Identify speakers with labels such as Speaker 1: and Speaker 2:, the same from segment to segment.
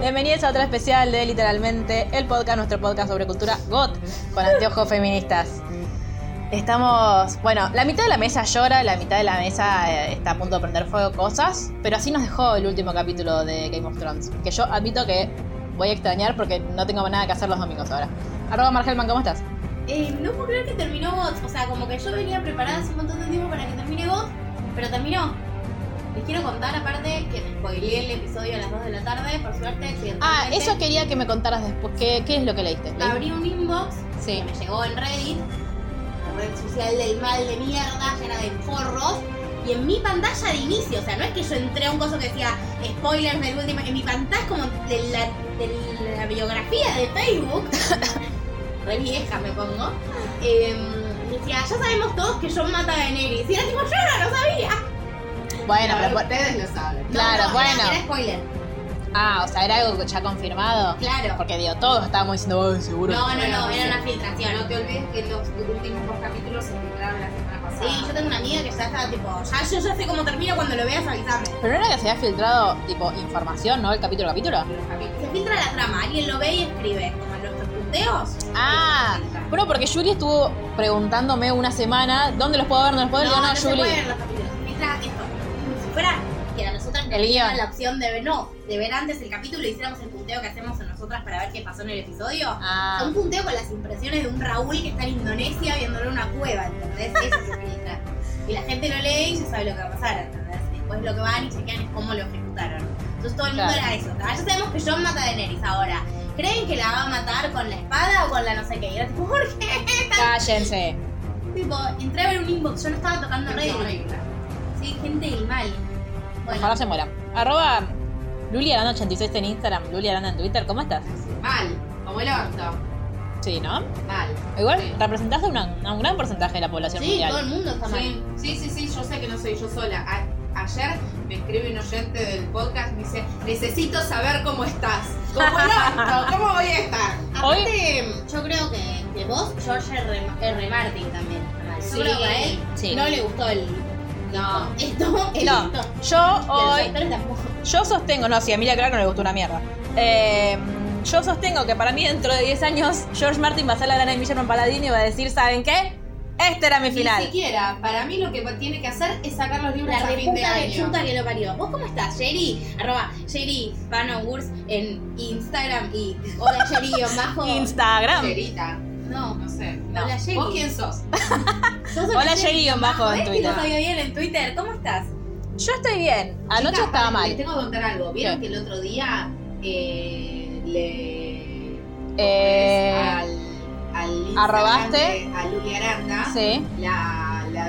Speaker 1: Bienvenidos a otro especial de Literalmente, el podcast, nuestro podcast sobre cultura GOT, con anteojos feministas. Estamos, bueno, la mitad de la mesa llora, la mitad de la mesa eh, está a punto de prender fuego cosas, pero así nos dejó el último capítulo de Game of Thrones, que yo admito que voy a extrañar porque no tengo nada que hacer los domingos ahora. Arroba Margelman, ¿cómo estás?
Speaker 2: Eh, no puedo creer que terminó GOT. O sea, como que yo venía preparada hace un montón de tiempo para que termine GOT, pero terminó. Les quiero contar, aparte, que me spoileé el episodio a las 2 de la tarde, por suerte.
Speaker 1: Ah,
Speaker 2: accidentalmente.
Speaker 1: eso quería que me contaras después. ¿Qué, qué es lo que leíste?
Speaker 2: Abrí un inbox
Speaker 1: Sí.
Speaker 2: que me llegó en Reddit, la red social del mal de mierda, llena de forros. Y en mi pantalla de inicio, o sea, no es que yo entré a un coso que decía spoilers del último, en mi pantalla como de la, de la biografía de Facebook, re vieja me pongo, em, decía, ya sabemos todos que John mata a Daenerys. Y era tipo, yo no lo sabía.
Speaker 1: Bueno, pero por-
Speaker 2: ustedes lo saben.
Speaker 1: Claro, bueno.
Speaker 2: Era, spoiler.
Speaker 1: Ah, o sea, era algo que ya confirmado.
Speaker 2: Claro.
Speaker 1: Porque digo, todos estábamos diciendo, "Ay, seguro.
Speaker 2: No, no,
Speaker 1: que
Speaker 2: no,
Speaker 1: sí".
Speaker 2: era una filtración.
Speaker 3: No te olvides que los últimos dos capítulos se filtraron la semana pasada.
Speaker 2: Sí, yo tengo una amiga que ya estaba tipo, ya yo ya sé cómo termina cuando lo veas avisarme.
Speaker 1: Pero no era que se había filtrado, tipo, información, ¿no? El capítulo a capítulo.
Speaker 3: Los capítulos.
Speaker 2: Se filtra la trama, alguien lo ve y escribe, como en nuestros punteos.
Speaker 1: Ah, pero porque Julie estuvo preguntándome una semana, ¿dónde los puedo ver? ¿Dónde los puedo ver? Y yo, no,
Speaker 2: se
Speaker 1: Julie.
Speaker 2: pueden los capítulos, se filtra esto. Como Si fuera que a nosotras nos
Speaker 1: El guión.
Speaker 2: dieran la opción de ver, no, de ver antes el capítulo y hiciéramos el punteo que hacemos en nosotras para ver qué pasó en el episodio.
Speaker 1: Ah,
Speaker 2: Un punteo con las impresiones de un Raúl que está en Indonesia viéndolo en una cueva, ¿entendés? Eso se filtra. Y la gente lo lee y ya sabe lo que va a pasar, ¿entendés? Después lo que van y chequean es cómo lo ejecutaron. Entonces todo el mundo
Speaker 1: Claro.
Speaker 2: era eso. Ah, Ya sabemos que John mata a Daenerys ahora. ¿Creen que la va a matar con la espada o con la no sé qué? Y era tipo, ¿por qué?
Speaker 1: cállense.
Speaker 2: Tipo, entré a ver un inbox, yo no estaba tocando Reddit.
Speaker 3: Horrible.
Speaker 2: Sí, gente del mal. Bueno,
Speaker 1: Ojalá se mueran. Arroba Luliaranda86 en Instagram, Luliaranda en Twitter, ¿cómo estás?
Speaker 3: Mal, como el orto.
Speaker 1: Sí, ¿no?
Speaker 3: Mal.
Speaker 1: Igual
Speaker 3: Sí.
Speaker 1: representás a, una- a un gran porcentaje de la población
Speaker 2: sí,
Speaker 1: mundial.
Speaker 2: todo el mundo está mal.
Speaker 3: Sí, sí, sí, sí, yo sé que no soy yo sola. A- ayer me escribe un oyente del podcast me dice, necesito saber cómo estás. Como el orto, ¿cómo voy a estar?
Speaker 1: Hoy-
Speaker 2: Aparte, yo creo que, que vos, George R. R. Martin también. está mal. Yo
Speaker 3: Sí.
Speaker 2: creo que a él
Speaker 1: Sí.
Speaker 2: no le gustó el.
Speaker 3: No.
Speaker 2: Esto, el
Speaker 1: No,
Speaker 2: esto.
Speaker 1: yo
Speaker 2: Y a los
Speaker 1: hoy
Speaker 2: actores tampoco.
Speaker 1: Yo sostengo, no, si a Emilia Clarke no le gustó una mierda. Eh, yo sostengo que para mí dentro de 10 años George Martin va a ser la gran de Guillermo Paladino y va a decir, ¿saben qué? Este era mi
Speaker 3: Ni
Speaker 1: final.
Speaker 3: siquiera. Para mí lo que tiene que hacer es sacar los libros
Speaker 2: La
Speaker 3: a fin de
Speaker 2: reputa de
Speaker 3: año.
Speaker 2: chuta que lo parió. ¿Vos cómo estás, Jerry? Arroba Jerry Van on Wurs en Instagram y hola Jerry o bajo.
Speaker 1: Instagram.
Speaker 3: Cerita,
Speaker 2: No,
Speaker 3: No sé.
Speaker 2: No. Hola, Jenny.
Speaker 3: ¿Vos quién sos?
Speaker 2: sos una
Speaker 1: Hola, Jerry
Speaker 2: guión
Speaker 1: bajo en
Speaker 2: ¿ves que
Speaker 1: Twitter.
Speaker 2: No sabía bien en Twitter. ¿Cómo estás?
Speaker 1: Yo estoy bien. Anoche
Speaker 3: Chicas,
Speaker 1: estaba
Speaker 3: paren, Les
Speaker 1: mal.
Speaker 3: tengo que contar algo. ¿Vieron que el otro día eh, le. ¿cómo
Speaker 1: Eh,
Speaker 3: es? al, al Instagram
Speaker 1: arrobaste.
Speaker 3: de- A Luli Aranda.
Speaker 1: Sí.
Speaker 3: La, la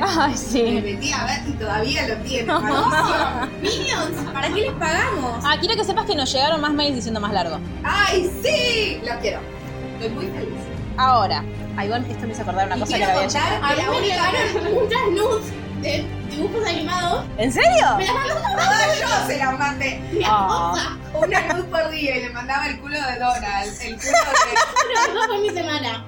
Speaker 1: Ay,
Speaker 3: Me
Speaker 1: sí.
Speaker 3: metí a ver y todavía lo tiene. maldición.
Speaker 2: Minions, ¿para qué les pagamos?
Speaker 1: Ah, quiero que sepas que nos llegaron más mails diciendo más largo.
Speaker 3: ¡Ay, sí! Lo quiero. Estoy muy feliz.
Speaker 1: Ahora. Ay, bueno, esto me hizo acordar una
Speaker 3: Y
Speaker 1: cosa que
Speaker 3: quiero
Speaker 1: le había hecho.
Speaker 3: contar
Speaker 2: A
Speaker 3: que
Speaker 2: mí
Speaker 3: la
Speaker 2: me
Speaker 3: única.
Speaker 2: llegaron muchas nudes de dibujos animados.
Speaker 1: ¿En serio?
Speaker 2: Me las mandó mi
Speaker 3: Todas yo se las mandé.
Speaker 1: Ah.
Speaker 3: Una luz por día y le mandaba el culo de Donald. El culo de.
Speaker 2: pero no fue mi semana.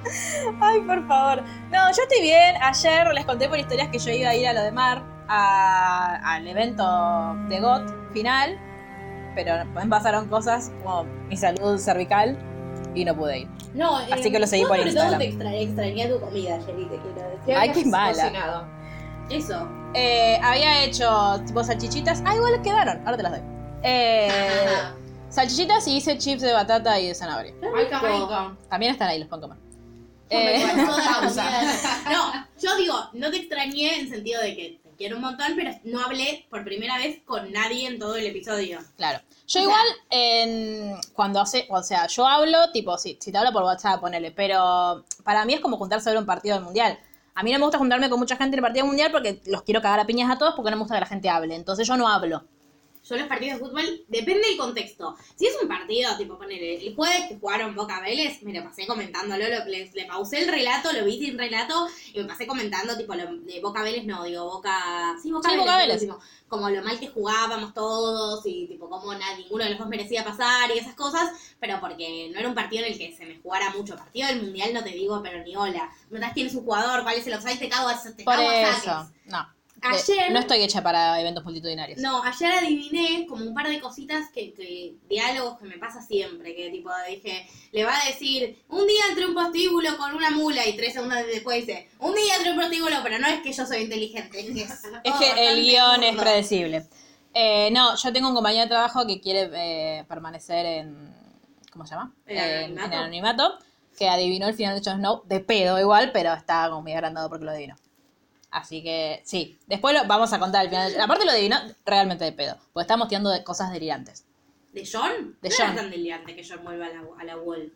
Speaker 1: Ay, por favor. No, yo estoy bien. Ayer les conté por historias que yo iba a ir a lo de Mar, a- al evento de GOT final, pero después pasaron cosas como mi salud cervical y no pude ir.
Speaker 2: No,
Speaker 1: Así que lo seguí
Speaker 2: yo
Speaker 1: por
Speaker 2: sobre
Speaker 1: Instagram.
Speaker 2: todo te extra, extrañé tu comida, Jerry, te quiero decir.
Speaker 1: Ay, qué mala.
Speaker 3: Cocinado.
Speaker 2: Eso.
Speaker 1: Eh, había hecho tipo salchichitas. Ah, igual quedaron. Ahora te las doy. Eh, salchichitas y hice chips de batata y de zanahoria.
Speaker 3: Ay, qué rico.
Speaker 1: También están ahí, los pueden comer.
Speaker 2: Me
Speaker 1: Eh,
Speaker 2: guardó toda la
Speaker 3: Pausa.
Speaker 2: comida. No, yo digo, no te extrañé en sentido de que te quiero un montón, pero no hablé por primera vez con nadie en todo el episodio.
Speaker 1: Claro. Yo igual, en, cuando hace, o sea, yo hablo, tipo, si, si te hablo por WhatsApp, ponele, pero para mí es como juntarse a ver un partido del Mundial. A mí no me gusta juntarme con mucha gente en el partido mundial porque los quiero cagar a piñas a todos porque no me gusta que la gente hable. Entonces yo no hablo.
Speaker 3: Yo los partidos de fútbol, depende del contexto. Si es un partido, tipo, poner el jueves que jugaron Boca Vélez, me lo pasé comentándolo, lo, le, le pausé el relato, lo vi sin relato, y me pasé comentando, tipo, lo, de Boca Vélez, no, digo, Boca... Sí, Boca
Speaker 1: Sí,
Speaker 3: Vélez.
Speaker 1: Boca Vélez.
Speaker 3: tipo, como lo mal que jugábamos todos, y tipo, como nadie, ninguno de los dos merecía pasar, y esas cosas, pero porque no era un partido en el que se me jugara mucho. Partido del Mundial no te digo, pero ni hola. ¿Verdad? ¿Quién es un jugador? ¿Cuál es el offside? Te cago a, te
Speaker 1: Por
Speaker 3: cago a saques.
Speaker 1: eso. No.
Speaker 3: Ayer-
Speaker 1: No estoy hecha para eventos multitudinarios.
Speaker 3: No, ayer adiviné como un par de cositas que, que- diálogos que me pasa siempre, que tipo dije, le va a decir, un día entre un postíbulo con una mula y tres segundos después dice, un día entre un postíbulo, pero no es que yo soy inteligente. Es que, es
Speaker 1: Es
Speaker 3: todo
Speaker 1: que
Speaker 3: Oh, bastante
Speaker 1: el guión es
Speaker 3: burdo.
Speaker 1: predecible. Eh, no, yo tengo un compañero de trabajo que quiere eh, permanecer en. ¿Cómo se llama?
Speaker 3: ¿En
Speaker 1: Eh,
Speaker 3: anonimato?
Speaker 1: en anonimato. Que adivinó el final de Jon Snow de pedo igual, pero está como muy agrandado porque lo adivinó. Así que sí, después lo, vamos a contar el final. de- Aparte lo adivinó realmente de pedo, porque estamos tirando de cosas delirantes.
Speaker 3: ¿De John?
Speaker 1: De
Speaker 3: no
Speaker 1: John.
Speaker 3: era tan delirante que John vuelva a la, a la Wall,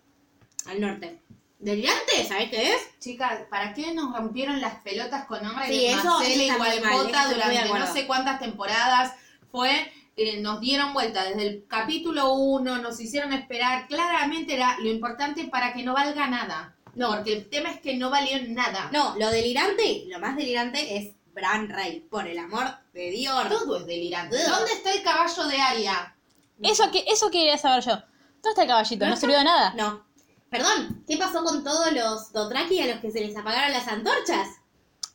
Speaker 3: al norte. ¿Delirante? ¿Sabés qué es?
Speaker 2: Chicas, ¿para qué nos rompieron las pelotas con nombres
Speaker 3: Sí,
Speaker 2: de
Speaker 3: eso- eso
Speaker 2: Marcela y
Speaker 3: está muy mal, eso estoy
Speaker 2: Gualbota
Speaker 3: muy de
Speaker 2: durante no
Speaker 3: acuerdo.
Speaker 2: sé cuántas temporadas? Fue, eh, nos dieron vuelta desde el capítulo 1, nos hicieron esperar. Claramente era lo importante para que no valga nada. No, porque el tema es que no valió nada.
Speaker 3: No, lo delirante, lo más delirante es Bran Rey, por el amor de Dios.
Speaker 2: todo es delirante. ¿Dónde está el caballo de Aria?
Speaker 1: Eso, que, eso quería saber yo. ¿Dónde está el caballito? ¿No,
Speaker 3: No está-
Speaker 1: sirvió de nada?
Speaker 3: No. Perdón, ¿qué pasó con todos los Dothraki a los que se les apagaron las antorchas?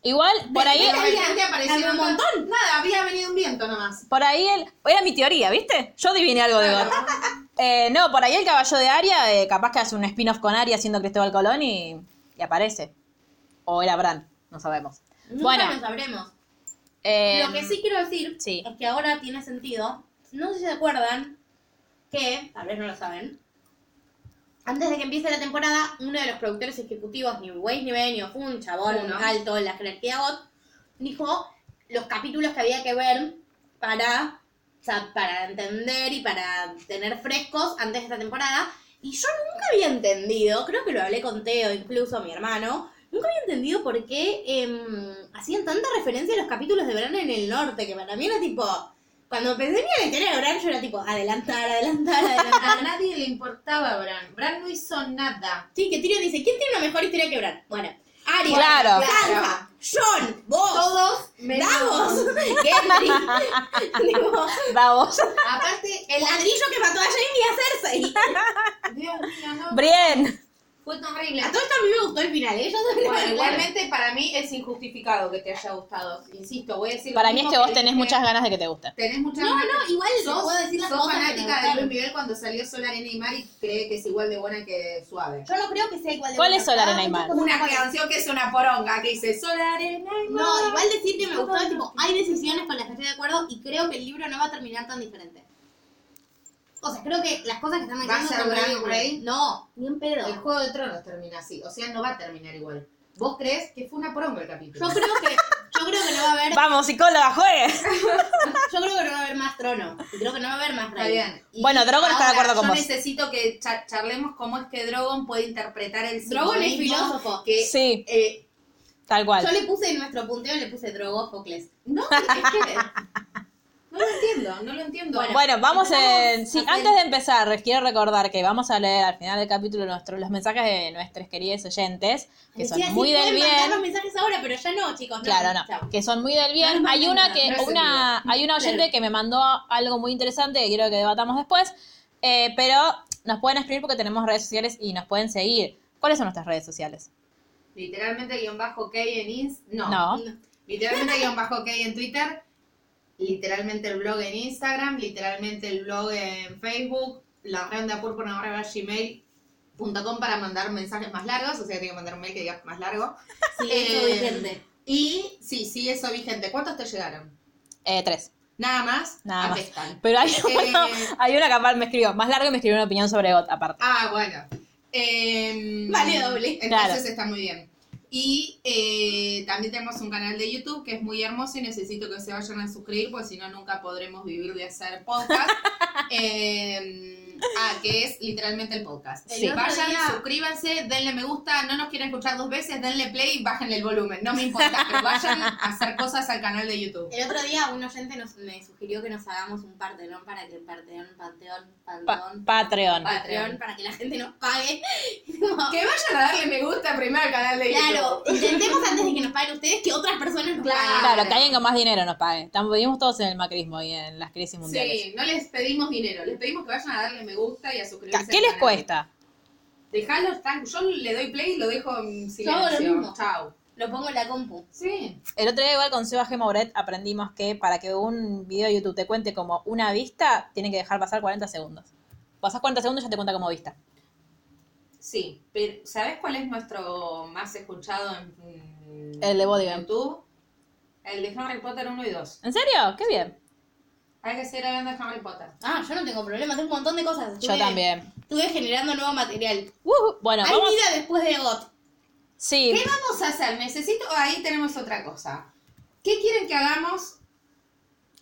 Speaker 1: Igual, por ahí,
Speaker 2: De repente aparecieron
Speaker 3: había un montón.
Speaker 2: Nada, había venido un viento nomás.
Speaker 1: por ahí el. Era mi teoría, ¿viste? Yo adiviné algo de Gordo. Eh, no, por ahí el caballo de Aria, eh, capaz que hace un spin-off con Aria siendo Cristóbal Colón y, y aparece. O era Bran, no sabemos.
Speaker 3: Nunca
Speaker 1: Bueno.
Speaker 3: lo sabremos.
Speaker 1: Eh,
Speaker 3: Lo
Speaker 2: em,
Speaker 3: que sí quiero decir
Speaker 1: sí.
Speaker 3: es que ahora tiene sentido. No sé si se acuerdan que, tal vez no lo saben, antes de que empiece la temporada, uno de los productores ejecutivos, ni Weiss ni Benio, fue un chabón
Speaker 2: Uno.
Speaker 3: alto en la jerarquía GOT, dijo los capítulos que había que ver para, o sea, para entender y para tener frescos antes de esta temporada. Y yo nunca había entendido, creo que lo hablé con Teo, incluso mi hermano, nunca había entendido por qué em, hacían tanta referencia a los capítulos de verano en el norte, que para mí era tipo, cuando pensé en la historia de verano, yo era tipo, adelantar, adelantar,
Speaker 2: A
Speaker 3: adelantar.
Speaker 2: nadie le importaba Bran. Bran no hizo nada.
Speaker 3: sí, que Tyrion dice, ¿quién tiene una mejor historia que Bran? Bueno, Arya,
Speaker 1: Claro.
Speaker 3: Sansa, Jon, vos,
Speaker 2: Todos menos-
Speaker 3: Davos, Gendry, Digo,
Speaker 1: Davos.
Speaker 2: Aparte,
Speaker 3: el ladrillo que mató a Jaime y a Cersei.
Speaker 2: Dios mío, no.
Speaker 1: Brienne.
Speaker 2: Fue tan horrible.
Speaker 3: A todo esto a mí me gustó el final, ¿eh? Yo soy
Speaker 2: Bueno, igualmente para mí es injustificado que te haya gustado. Insisto, voy a decir. lo
Speaker 1: Para mí es
Speaker 2: mismo
Speaker 1: que vos
Speaker 2: dije.
Speaker 3: este-
Speaker 1: tenés muchas ganas de que te guste.
Speaker 2: Tenés muchas
Speaker 3: No,
Speaker 2: ganas.
Speaker 3: no, igual les
Speaker 2: Sos,
Speaker 3: puedo decir las
Speaker 2: sos
Speaker 3: cosas que me
Speaker 2: fanática de
Speaker 3: gustaron.
Speaker 2: Luis Miguel cuando salió Sol, Arena y Mar y cree que es igual de buena que suave.
Speaker 3: Yo no creo que sea igual de
Speaker 1: ¿Cuál
Speaker 3: buena.
Speaker 1: es Solar en
Speaker 3: Cada
Speaker 1: Aymar?
Speaker 3: mucho como una cosa.
Speaker 2: canción que es una poronga que dice Sol, Arena y Mar.
Speaker 3: No, igual decir que me gustó, es tipo, hay decisiones con las que estoy de acuerdo y creo que el libro no va a terminar tan diferente. O sea, creo que las cosas que están
Speaker 2: ¿Va a
Speaker 3: haciendo
Speaker 2: ser Brave Grey?
Speaker 3: No, ni un pedo.
Speaker 2: El Juego de Tronos termina así, o sea, no va a terminar igual. ¿Vos crees que fue una poronga el capítulo?
Speaker 3: Yo creo que yo creo que no va a haber,
Speaker 1: Vamos, psicóloga, juegue.
Speaker 3: yo creo que no va a haber más trono. Y creo que no va a haber más
Speaker 2: Está
Speaker 3: rey.
Speaker 2: bien. Y
Speaker 1: Bueno, Drogon está de
Speaker 2: ahora
Speaker 1: acuerdo con
Speaker 2: yo
Speaker 1: vos.
Speaker 2: necesito que cha- charlemos cómo es que Drogon puede interpretar el
Speaker 3: Drogon es
Speaker 2: simbolismo
Speaker 3: filósofo.
Speaker 2: Que,
Speaker 1: Sí,
Speaker 2: eh,
Speaker 1: tal
Speaker 3: Yo
Speaker 1: cual.
Speaker 3: le puse en nuestro punteo le puse drogófocles.
Speaker 2: No, es que no lo entiendo, no lo entiendo.
Speaker 1: Bueno, vamos en... Sí,
Speaker 3: hacer-
Speaker 1: antes de empezar, les quiero recordar que vamos a leer al final del capítulo nuestro, los mensajes de nuestros queridos oyentes, que son
Speaker 3: Decía, sí,
Speaker 1: muy del
Speaker 3: pueden mandar
Speaker 1: bien.
Speaker 3: los mensajes ahora, pero ya no, chicos. No,
Speaker 1: Claro, no.
Speaker 3: chao.
Speaker 1: Que son muy del bien.
Speaker 3: No les
Speaker 1: hay
Speaker 3: manden
Speaker 1: una
Speaker 3: nada,
Speaker 1: que,
Speaker 2: no es
Speaker 1: una, hay una oyente
Speaker 3: Claro.
Speaker 1: que me mandó algo muy interesante que quiero que debatamos después. eh, pero nos pueden escribir porque tenemos redes sociales y nos pueden seguir. ¿Cuáles son nuestras redes sociales?
Speaker 2: Literalmente guión bajo K en Insta. No.
Speaker 1: No.
Speaker 2: Literalmente guión bajo K en Twitter. Literalmente el blog en Instagram. Literalmente el blog en Facebook. La ronda púrpura arroba gmail.com para mandar mensajes más largos. O sea, tengo que mandar un mail que diga más largo.
Speaker 3: Sí, eso
Speaker 2: Eh,
Speaker 3: vigente.
Speaker 2: Y sí, sí, eso vigente. ¿Cuántos te llegaron?
Speaker 1: Eh, tres.
Speaker 2: Nada más.
Speaker 1: Nada más.
Speaker 2: apestan.
Speaker 1: Pero hay,
Speaker 2: Eh,
Speaker 1: hay una que aparte me escribió más largo y me escribió una opinión sobre GOT aparte.
Speaker 2: Ah, bueno. Em,
Speaker 3: Vale, doble.
Speaker 2: Entonces
Speaker 1: Claro.
Speaker 2: está muy bien. Y eh, también tenemos un canal de YouTube que es muy hermoso y necesito que se vayan a suscribir, porque si no, nunca podremos vivir de hacer podcast. Eh, ah, que es literalmente el podcast.
Speaker 3: Sí.
Speaker 2: Vayan,
Speaker 3: El otro día-
Speaker 2: suscríbanse, denle me gusta, no nos quieren escuchar dos veces, denle play y bájenle el volumen. No me importa, pero vayan a hacer cosas al canal de YouTube.
Speaker 3: El otro día un oyente nos, me sugirió que nos hagamos un Patreon para que Patreon, Patreon, Patreon,
Speaker 1: Patreon.
Speaker 3: Patreon, para que la gente nos pague.
Speaker 2: Que vayan a darle me gusta primero al canal de YouTube.
Speaker 3: Claro, intentemos antes de que nos paguen ustedes que otras personas nos paguen.
Speaker 1: Claro, que alguien con más dinero nos pague. Estamos vivimos todos en el macrismo y en las crisis mundiales.
Speaker 2: Sí, no les pedimos dinero, les pedimos que vayan a darle me gusta y a suscribirse.
Speaker 1: ¿Qué
Speaker 2: al
Speaker 1: les
Speaker 2: canal.
Speaker 1: cuesta?
Speaker 2: Dejalo tan, yo le doy play y lo dejo en
Speaker 3: hago
Speaker 2: silencio.
Speaker 3: lo mismo.
Speaker 2: Chau.
Speaker 3: Lo pongo en la compu.
Speaker 2: Sí.
Speaker 1: El otro día igual con Seba G. Mouret aprendimos que para que un video de YouTube te cuente como una vista, tiene que dejar pasar 40 segundos. Pasás 40 segundos y ya te cuenta como vista.
Speaker 2: Sí, pero ¿sabes cuál es nuestro más escuchado en,
Speaker 1: El de Bodyguard.
Speaker 2: en YouTube? El de Harry Potter 1 y 2.
Speaker 1: ¿En serio? ¡Qué bien!
Speaker 2: Hay que seguir hablando de Harry Potter.
Speaker 3: Ah, yo no tengo problema, tengo un montón de cosas.
Speaker 1: Yo
Speaker 3: Estuve-
Speaker 1: también.
Speaker 3: Estuve generando nuevo material.
Speaker 1: Ujú. Bueno,
Speaker 3: Hay
Speaker 1: vamos.
Speaker 3: vida después de GOT.
Speaker 1: Sí,
Speaker 2: ¿Qué vamos a hacer? Necesito, ahí tenemos otra cosa. ¿Qué quieren que hagamos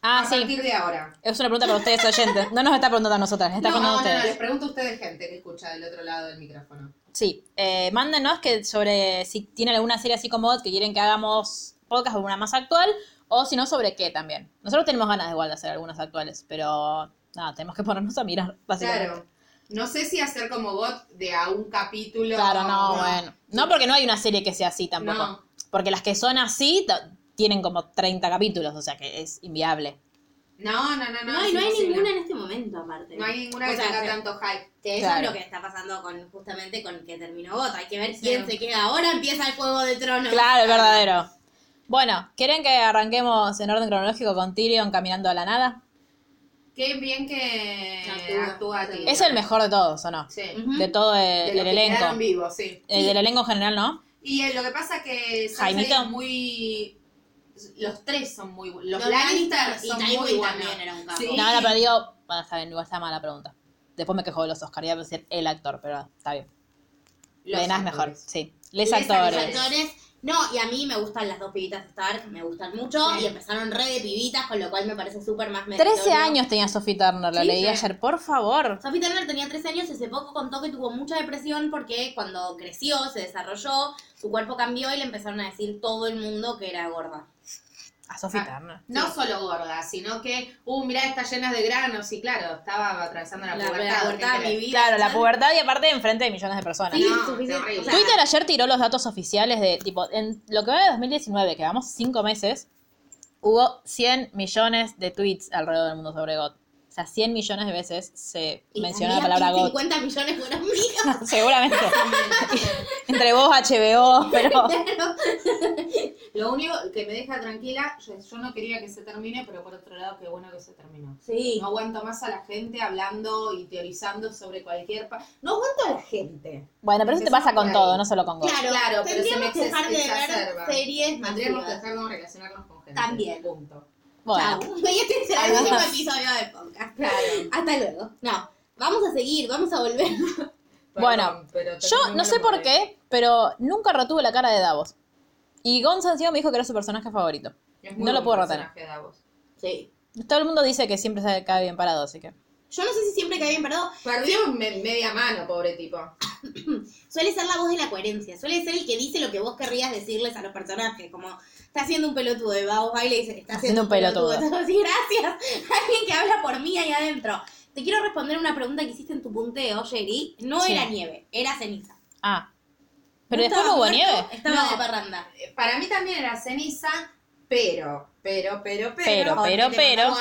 Speaker 1: ah,
Speaker 2: a
Speaker 1: sí.
Speaker 2: partir de ahora?
Speaker 1: Es una pregunta para ustedes, oyentes. No nos está preguntando a nosotras, nos está
Speaker 2: No, no,
Speaker 1: preguntando a
Speaker 2: no,
Speaker 1: ustedes.
Speaker 2: les pregunto a ustedes, gente que escucha del otro lado del micrófono.
Speaker 1: Sí, eh, mándenos que sobre si tienen alguna serie así como Odd que quieren que hagamos podcast o una más actual, o si no, sobre qué también. Nosotros tenemos ganas igual de hacer algunas actuales, pero nada, tenemos que ponernos a mirar, básicamente.
Speaker 2: Claro. No sé si hacer como bot de a un capítulo.
Speaker 1: Claro, no, bueno. No porque no hay una serie que sea así tampoco.
Speaker 2: No.
Speaker 1: Porque las que son así ta- tienen como 30 capítulos, o sea que es inviable.
Speaker 2: No, no, no, no.
Speaker 1: Ah,
Speaker 3: No,
Speaker 2: es
Speaker 3: y no hay
Speaker 2: imposible.
Speaker 3: ninguna en este momento, aparte.
Speaker 2: No hay ninguna
Speaker 3: O
Speaker 2: que
Speaker 3: sea,
Speaker 2: tenga
Speaker 3: que-
Speaker 2: tanto hype.
Speaker 3: Que eso
Speaker 1: Claro.
Speaker 3: es lo que está pasando con justamente con que terminó GOT. Hay que ver quién se queda ahora. Empieza el Juego de Tronos.
Speaker 1: Claro, es verdadero. Bueno, ¿quieren que arranquemos en orden cronológico con Tyrion caminando a la nada?
Speaker 2: Qué bien que
Speaker 3: Actúa.
Speaker 2: actúa, Tilda.
Speaker 1: Es el mejor de todos, ¿o no?
Speaker 2: Sí.
Speaker 3: Ujú.
Speaker 1: De todo el,
Speaker 2: De
Speaker 1: el
Speaker 2: los que quedaron
Speaker 1: elenco.
Speaker 2: vivos, sí.
Speaker 1: El del elenco en general, ¿no?
Speaker 2: Y eh, lo que pasa que Sansa
Speaker 1: Jaimito.
Speaker 2: es muy... Los tres son muy buenos. Los,
Speaker 3: Los
Speaker 2: Lannister
Speaker 3: Lannister y
Speaker 2: son muy
Speaker 3: Tywin
Speaker 2: buenos.
Speaker 3: también era un capo.
Speaker 2: Sí.
Speaker 1: No, no, pero digo, bueno, está bien, igual está mala la pregunta. Después me quejo de los Oscar, iba a decir el actor, pero está bien.
Speaker 2: Los
Speaker 1: Lena es eh. mejor,
Speaker 2: actores.
Speaker 1: sí. Les,
Speaker 2: Les
Speaker 1: actores.
Speaker 3: Los actores. No, y a mí me gustan las dos pibitas Stark, me gustan mucho,
Speaker 2: Sí.
Speaker 3: y empezaron re de pibitas, con lo cual me parece súper más
Speaker 1: 13
Speaker 3: meritorio.
Speaker 1: años tenía Sophie Turner, la
Speaker 3: Sí,
Speaker 1: leí
Speaker 3: sí.
Speaker 1: ayer, por favor.
Speaker 3: Sophie Turner tenía 13 años y hace poco contó que tuvo mucha depresión porque cuando creció, se desarrolló, su cuerpo cambió y le empezaron a decir todo el mundo que era gorda.
Speaker 1: A Sophie
Speaker 2: Ah.
Speaker 1: Turner.
Speaker 2: No solo gorda, sino que, uh, mirá, está llena de granos. Y claro, estaba atravesando la,
Speaker 3: La
Speaker 2: pubertad.
Speaker 3: pubertad,
Speaker 2: ¿qué
Speaker 3: mi
Speaker 2: querés?
Speaker 3: vida.
Speaker 1: Claro, la pubertad y aparte enfrente de millones de personas.
Speaker 3: Sí,
Speaker 2: No,
Speaker 3: suficiente.
Speaker 2: terrible.
Speaker 3: O sea,
Speaker 1: Twitter ayer tiró los datos oficiales de, tipo, en lo que va de 2019, que vamos cinco meses, hubo 100 millones de tweets alrededor del mundo sobre GOT. O sea, 100 millones de veces se
Speaker 3: Y
Speaker 1: menciona la
Speaker 3: también
Speaker 1: palabra
Speaker 3: hay
Speaker 1: GOT.
Speaker 3: 50 millones fueron míos.
Speaker 1: Seguramente. Entre vos, HBO, pero.
Speaker 2: Lo único que me deja tranquila, yo, yo no quería que se termine, pero por otro lado, qué bueno que se terminó.
Speaker 3: Sí.
Speaker 2: No aguanto más a la gente hablando y teorizando sobre cualquier... pa- No aguanto a la gente.
Speaker 1: Bueno, pero eso te
Speaker 2: Empezamos
Speaker 1: pasa con
Speaker 2: por
Speaker 1: todo,
Speaker 2: ahí.
Speaker 1: no solo con vos.
Speaker 3: Claro,
Speaker 2: Claro, pero se
Speaker 3: tendríamos
Speaker 2: me
Speaker 3: que dejar de
Speaker 2: exacerba.
Speaker 3: ver series
Speaker 2: Tendríamos que
Speaker 3: masivas.
Speaker 2: dejar de relacionarnos con gente.
Speaker 3: También.
Speaker 2: Punto.
Speaker 1: Bueno,
Speaker 3: Chau. Y este será el último episodio de podcast. Hasta luego. No, vamos a seguir, vamos a volver.
Speaker 1: Bueno,
Speaker 2: pero
Speaker 1: yo no sé por qué, pero nunca retuve la cara de Davos. Y Gon Sanzio me dijo que era su personaje favorito. No lo puedo retener.
Speaker 3: Sí.
Speaker 1: Todo el mundo dice que siempre se cae bien parado, así que.
Speaker 3: Yo no sé si siempre que bien parado
Speaker 2: Perdió me- media mano, pobre tipo.
Speaker 3: suele ser la voz de la coherencia, suele ser el que dice lo que vos querrías decirles a los personajes, como está haciendo un pelotudo y va a y le dice, está haciendo un pelotudo. Sí, gracias, alguien que habla por mí ahí adentro. Te quiero responder una pregunta que hiciste en tu punteo, Jerry. No
Speaker 1: Sí.
Speaker 3: era nieve, era ceniza.
Speaker 1: Ah. Pero
Speaker 3: ¿No
Speaker 1: después no
Speaker 3: estaba
Speaker 1: hubo
Speaker 3: muerto?
Speaker 1: nieve.
Speaker 3: Estaba
Speaker 2: No.
Speaker 3: de parranda.
Speaker 2: Eh, Para mí también era ceniza, pero, pero, pero, pero.
Speaker 1: Pero, pero,
Speaker 2: Te
Speaker 1: pero.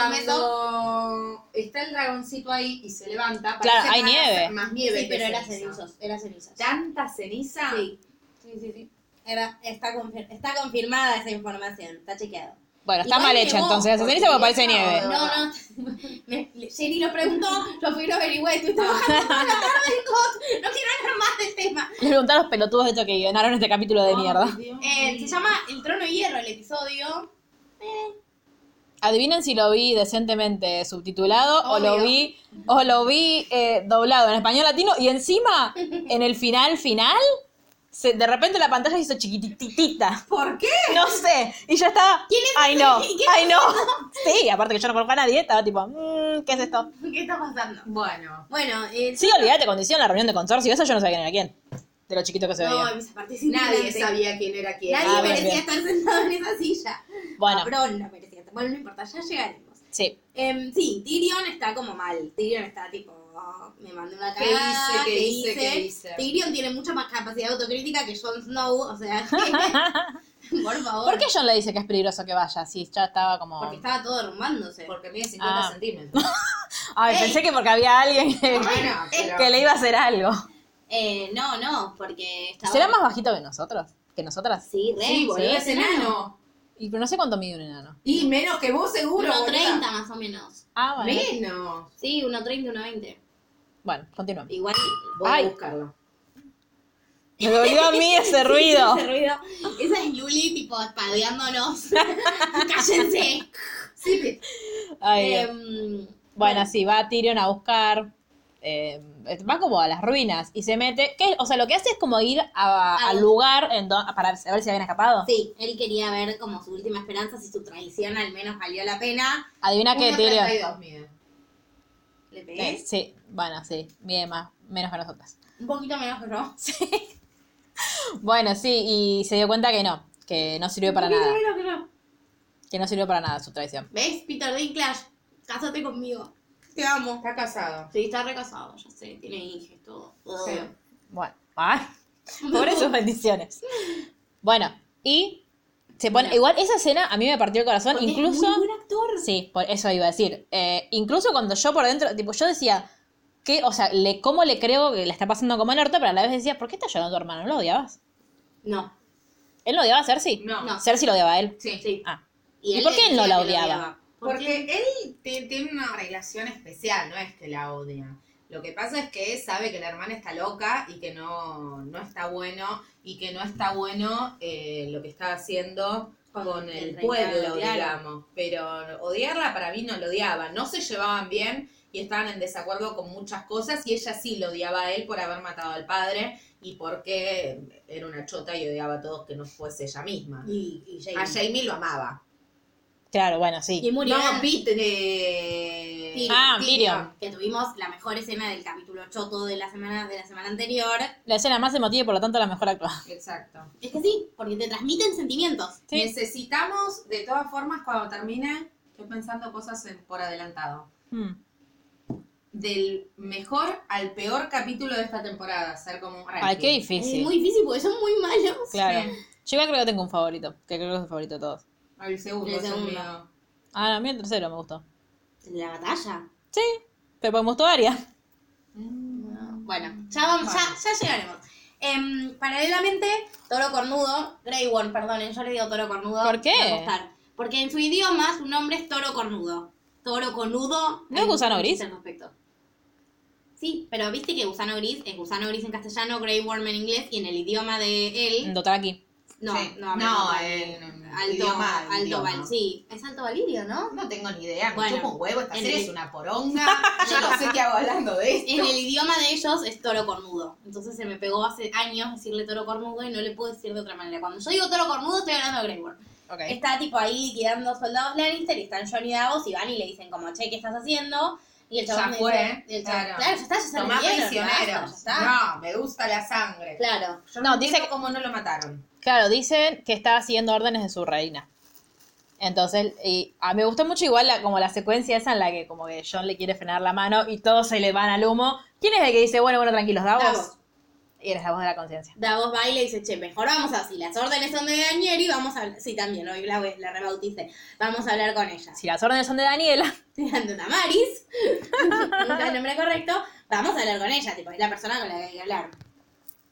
Speaker 2: Cuando está el dragoncito ahí y se levanta.
Speaker 1: Claro,
Speaker 2: parece
Speaker 1: hay
Speaker 2: más-
Speaker 1: nieve.
Speaker 2: Más nieve.
Speaker 3: Sí, pero
Speaker 2: que
Speaker 3: era
Speaker 2: ceniza.
Speaker 3: cenizos, era cenizos.
Speaker 2: ¿Tanta ceniza?
Speaker 3: Sí. Sí, sí, sí. Era, está, confir- está confirmada esa información, está chequeado.
Speaker 1: Bueno, está
Speaker 3: Igual
Speaker 1: mal
Speaker 3: que
Speaker 1: hecha
Speaker 3: vos,
Speaker 1: entonces. Hace
Speaker 2: porque
Speaker 1: ceniza porque
Speaker 2: es
Speaker 1: parece
Speaker 2: sábado.
Speaker 1: nieve.
Speaker 3: No, no, me- Jenny lo preguntó, lo fui y lo averigüé, estoy trabajando toda la tarde en COT, no quiero hablar más del tema.
Speaker 1: Les pregunté a los pelotudos estos que guionaron este capítulo de mierda.
Speaker 3: Eh, se llama El Trono de Hierro el episodio.
Speaker 1: Adivinen si lo vi decentemente subtitulado o lo
Speaker 3: Obvio.
Speaker 1: vi o lo vi eh, doblado en español latino y encima en el final final se- de repente la pantalla se hizo chiquititita.
Speaker 2: ¿Por qué?
Speaker 1: No sé. Y yo estaba.
Speaker 3: ¿Quién es
Speaker 1: Ay no,
Speaker 3: ¿Quién es
Speaker 1: ay no. Sí, aparte que yo no conozco a nadie, estaba tipo, mm, ¿qué es esto?
Speaker 3: ¿Qué está pasando?
Speaker 2: Bueno,
Speaker 3: Bueno, eh,
Speaker 1: Sí, olvídate, cuando hicieron la reunión de consorcio, eso yo no sabía quién era quién. De lo chiquito que se
Speaker 3: no,
Speaker 1: veía.
Speaker 3: esa parte es
Speaker 2: nadie
Speaker 3: indignante.
Speaker 2: sabía quién era quién.
Speaker 3: Nadie
Speaker 1: Ah, bueno,
Speaker 3: merecía
Speaker 1: bien.
Speaker 3: estar sentado en esa silla.
Speaker 1: Bueno,
Speaker 3: Cabrón, no merecía estar. Bueno, no importa, ya llegaremos.
Speaker 1: sí.
Speaker 3: Em, sí, Tyrion está como mal. Tyrion está tipo, "Oh, me mandé una
Speaker 2: ¿Qué hice?
Speaker 3: cagada.
Speaker 2: ¿Qué hice? ¿Qué hice?
Speaker 3: Tyrion tiene mucha más capacidad de autocrítica que Jon Snow, o sea, que- por favor.
Speaker 1: ¿Por qué John le dice que es peligroso que vaya? Si ya estaba como.
Speaker 3: Porque estaba todo arrumbándose.
Speaker 2: Porque mide 50
Speaker 1: Ah.
Speaker 2: centímetros.
Speaker 1: Ay,
Speaker 3: Ey.
Speaker 1: pensé que porque había alguien que,
Speaker 2: Bueno, pero-
Speaker 1: que le iba a hacer algo.
Speaker 3: Eh, no, no, porque estaba...
Speaker 1: ¿Será más bajito que nosotros? ¿Que nosotras?
Speaker 3: Sí, re,
Speaker 2: Sí, boludo,
Speaker 3: sí,
Speaker 2: es enano.
Speaker 1: Y pero no sé cuánto mide un enano.
Speaker 2: Y menos que vos seguro. boluda.
Speaker 3: 1.30 más o menos.
Speaker 1: Ah, bueno.
Speaker 2: Menos.
Speaker 3: Sí, 1.30, 1.20.
Speaker 1: Bueno, continuamos.
Speaker 3: Igual...
Speaker 2: Voy
Speaker 1: Ay.
Speaker 2: a buscarlo.
Speaker 1: Me dolió a mí ese ruido.
Speaker 3: Ese ruido. Esa es Luli, tipo, espadeándonos. Cállense.
Speaker 2: Sí,
Speaker 1: Ay, Dios.
Speaker 3: Em,
Speaker 1: Bueno, sí, va Tyrion a buscar. eh, va como a las ruinas y se mete. ¿qué? O sea, lo que hace es como ir a-
Speaker 3: Ah.
Speaker 1: al lugar en do- para ver si habían escapado.
Speaker 3: Sí, él quería ver como su última esperanza, si su traición al menos valió la pena.
Speaker 1: Adivina qué, Tyrion.
Speaker 2: 1.32 mide.
Speaker 3: Le pegué.
Speaker 1: Eh, sí, bueno, sí, mide más, menos que nosotras.
Speaker 3: Un poquito menos que yo.
Speaker 1: Bueno, sí, y se dio cuenta que no, que no sirvió para nada. Que no sirvió para nada su traición.
Speaker 3: ¿Ves, Peter Dinklage? Cásate conmigo. Te amo.
Speaker 2: Está casado.
Speaker 3: Sí, está recasado, ya sé. Tiene hijos y todo.
Speaker 2: Sí.
Speaker 1: Bueno, ay, pobre sus bendiciones. Bueno, y se pone.
Speaker 3: Bueno.
Speaker 1: Igual esa escena a mí me partió el corazón,
Speaker 3: Porque es
Speaker 1: incluso.
Speaker 3: muy buen actor.
Speaker 1: Sí, por eso iba a decir. Eh, incluso cuando yo por dentro, tipo, yo decía, que, o sea, le, ¿cómo le creo que la está pasando como el orto? Pero a la vez decía, ¿por qué está llorando tu hermano? ¿No lo odiabas?
Speaker 3: No.
Speaker 1: ¿Él lo odiaba a Cersei?
Speaker 2: No.
Speaker 3: No.
Speaker 1: Cersei lo odiaba a él.
Speaker 3: Sí.
Speaker 1: Ah.
Speaker 3: ¿Y,
Speaker 1: por qué él no la
Speaker 3: decía que lo
Speaker 1: odiaba?
Speaker 2: Porque él te- tiene una relación especial, no es que la odia. Lo que pasa es que sabe que la hermana está loca y que no, no está bueno, y que no está bueno eh, lo que está haciendo
Speaker 3: Con
Speaker 2: con
Speaker 3: el
Speaker 2: el
Speaker 3: reinado,
Speaker 2: pueblo,
Speaker 3: claro.
Speaker 2: digamos. Pero odiarla para mí no lo odiaba. No se llevaban bien y estaban en desacuerdo con muchas cosas y ella sí lo odiaba a él por haber matado al padre y porque era una chota y odiaba a todos que no fuese ella misma.
Speaker 3: Y, y Jamie.
Speaker 2: A Jamie lo amaba.
Speaker 1: Claro, bueno, sí.
Speaker 3: Y murió.
Speaker 2: No, Pete. eh,
Speaker 3: Tyrion.
Speaker 1: Ah, Tyrion.
Speaker 3: Que tuvimos la mejor escena del capítulo choto de la semana, de la semana anterior.
Speaker 1: La escena más emotiva y por lo tanto la mejor actuada.
Speaker 2: Exacto.
Speaker 3: Es que sí, porque te transmiten sentimientos.
Speaker 1: Sí.
Speaker 2: Necesitamos, de todas formas, cuando termine, estoy pensando cosas en- por adelantado.
Speaker 4: Hmm.
Speaker 2: Del mejor al peor capítulo de esta temporada, ser como un ranking.
Speaker 1: Ay, qué
Speaker 3: Es
Speaker 1: difícil.
Speaker 3: muy difícil porque son muy malos.
Speaker 1: Claro. Yo igual creo que tengo un favorito, que creo que es el favorito de todos.
Speaker 2: El segundo,
Speaker 3: El
Speaker 2: es el
Speaker 3: segundo.
Speaker 2: mío.
Speaker 1: Ah, no, a mí el tercero me gustó.
Speaker 3: La batalla.
Speaker 1: Sí, pero pues me gustó Aria.
Speaker 3: Bueno, ya, vamos, ya, ya llegaremos. Em, paralelamente, Toro Cornudo, Grey Worm, perdonen, yo le digo Toro Cornudo.
Speaker 1: ¿Por qué?
Speaker 3: me va a costar. porque en su idioma su nombre es Toro Cornudo. Toro Cornudo.
Speaker 1: ¿No es
Speaker 3: hay
Speaker 1: gusano
Speaker 3: mucho
Speaker 1: gris?
Speaker 3: al respecto. Sí, pero viste que gusano gris es gusano gris en castellano, Grey Worm en inglés y en el idioma de él.
Speaker 1: Dotaraki.
Speaker 3: No,
Speaker 2: Sí.
Speaker 3: no,
Speaker 2: No,
Speaker 3: en
Speaker 2: en- en
Speaker 3: alto,
Speaker 2: idioma,
Speaker 3: alto
Speaker 2: idioma.
Speaker 3: val, sí. Es alto valirio, ¿no?
Speaker 2: No tengo ni idea, me
Speaker 3: Bueno,
Speaker 2: chupa un huevo, esta
Speaker 3: en
Speaker 2: serie
Speaker 3: el-
Speaker 2: es una poronga. Yo no sé qué hago hablando de esto.
Speaker 3: En el idioma de ellos es toro cornudo. Entonces se me pegó hace años decirle toro cornudo y no le puedo decir de otra manera. Cuando yo digo toro cornudo estoy hablando de Grey Worm.
Speaker 1: Ok.
Speaker 3: Está tipo ahí liquidando soldados Lannister y están Johnny Davos y van y le dicen como, che, ¿qué estás haciendo? Y el chabón
Speaker 2: Ya
Speaker 3: le
Speaker 2: fue,
Speaker 3: dice, y el chabón-
Speaker 2: claro.
Speaker 3: claro. ya está, ya se
Speaker 2: Tomá
Speaker 3: rindieron,
Speaker 2: prisionero.
Speaker 3: basta, ¿eh? ya está.
Speaker 2: No, me gusta la sangre.
Speaker 3: Claro.
Speaker 2: Yo no,
Speaker 1: No, dice
Speaker 2: dice cómo no lo mataron.
Speaker 1: Claro, dicen que estaba siguiendo órdenes de su reina. Entonces, y a mí me gustó mucho igual la, como la secuencia esa en la que como que John le quiere frenar la mano y todos se le van al humo. ¿Quién es el que dice, bueno, bueno, tranquilos, Davos?
Speaker 3: Davos.
Speaker 1: Y eres la voz de la conciencia.
Speaker 3: Davos va y le dice, che, mejor vamos a, si las órdenes son de Daniel y vamos a, sí, también, hoy la, la rebauticé, vamos a hablar con ella.
Speaker 1: Si las órdenes son de Daniela,
Speaker 3: de Damaris, nunca el nombre correcto, vamos a hablar con ella, tipo, es la persona con la que hay que hablar.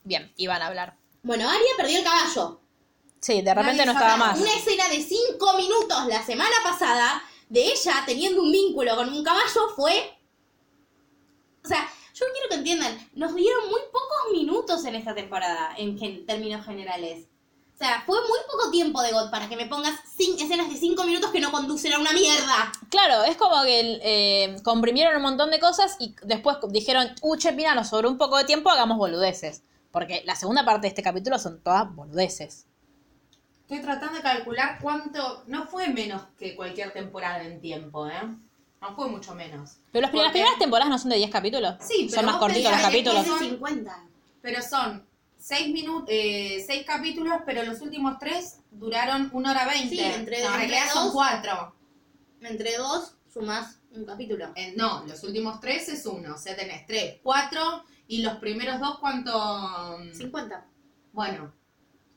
Speaker 1: bien, iban a hablar.
Speaker 3: Bueno, Aria perdió el caballo.
Speaker 1: Sí, de repente no
Speaker 3: Nadie
Speaker 1: estaba más.
Speaker 3: sabe. Una escena de 5 minutos la semana pasada de ella teniendo un vínculo con un caballo fue. O sea, yo quiero que entiendan, nos dieron muy pocos minutos en esta temporada, en gen- términos generales. O sea, fue muy poco tiempo de God para que me pongas cin- escenas de 5 minutos que no conducen a una mierda.
Speaker 1: Claro, es como que eh, comprimieron un montón de cosas y después dijeron, uh, che, mira, nos sobró un poco de tiempo, hagamos boludeces. Porque la segunda parte de este capítulo son todas boludeces.
Speaker 2: Estoy tratando de calcular cuánto. No fue menos que cualquier temporada en tiempo, ¿eh? No fue mucho menos.
Speaker 1: Pero las, prim- las
Speaker 2: Porque-
Speaker 1: primeras temporadas no son de 10 capítulos.
Speaker 2: Sí, pero
Speaker 1: son más
Speaker 2: vos
Speaker 1: cortitos los
Speaker 2: pensás que
Speaker 1: capítulos.
Speaker 2: son-
Speaker 3: 50.
Speaker 2: Pero son seis, minu- eh, seis capítulos, pero los últimos tres duraron una hora veinte.
Speaker 3: Sí, entre-
Speaker 2: no, en
Speaker 3: entre
Speaker 2: realidad son
Speaker 3: dos.
Speaker 2: cuatro.
Speaker 3: Entre dos sumás un capítulo.
Speaker 2: Eh, no, los últimos tres es uno. O sea, tenés tres, cuatro. Y los primeros dos, ¿cuánto?
Speaker 3: 50.
Speaker 2: Bueno,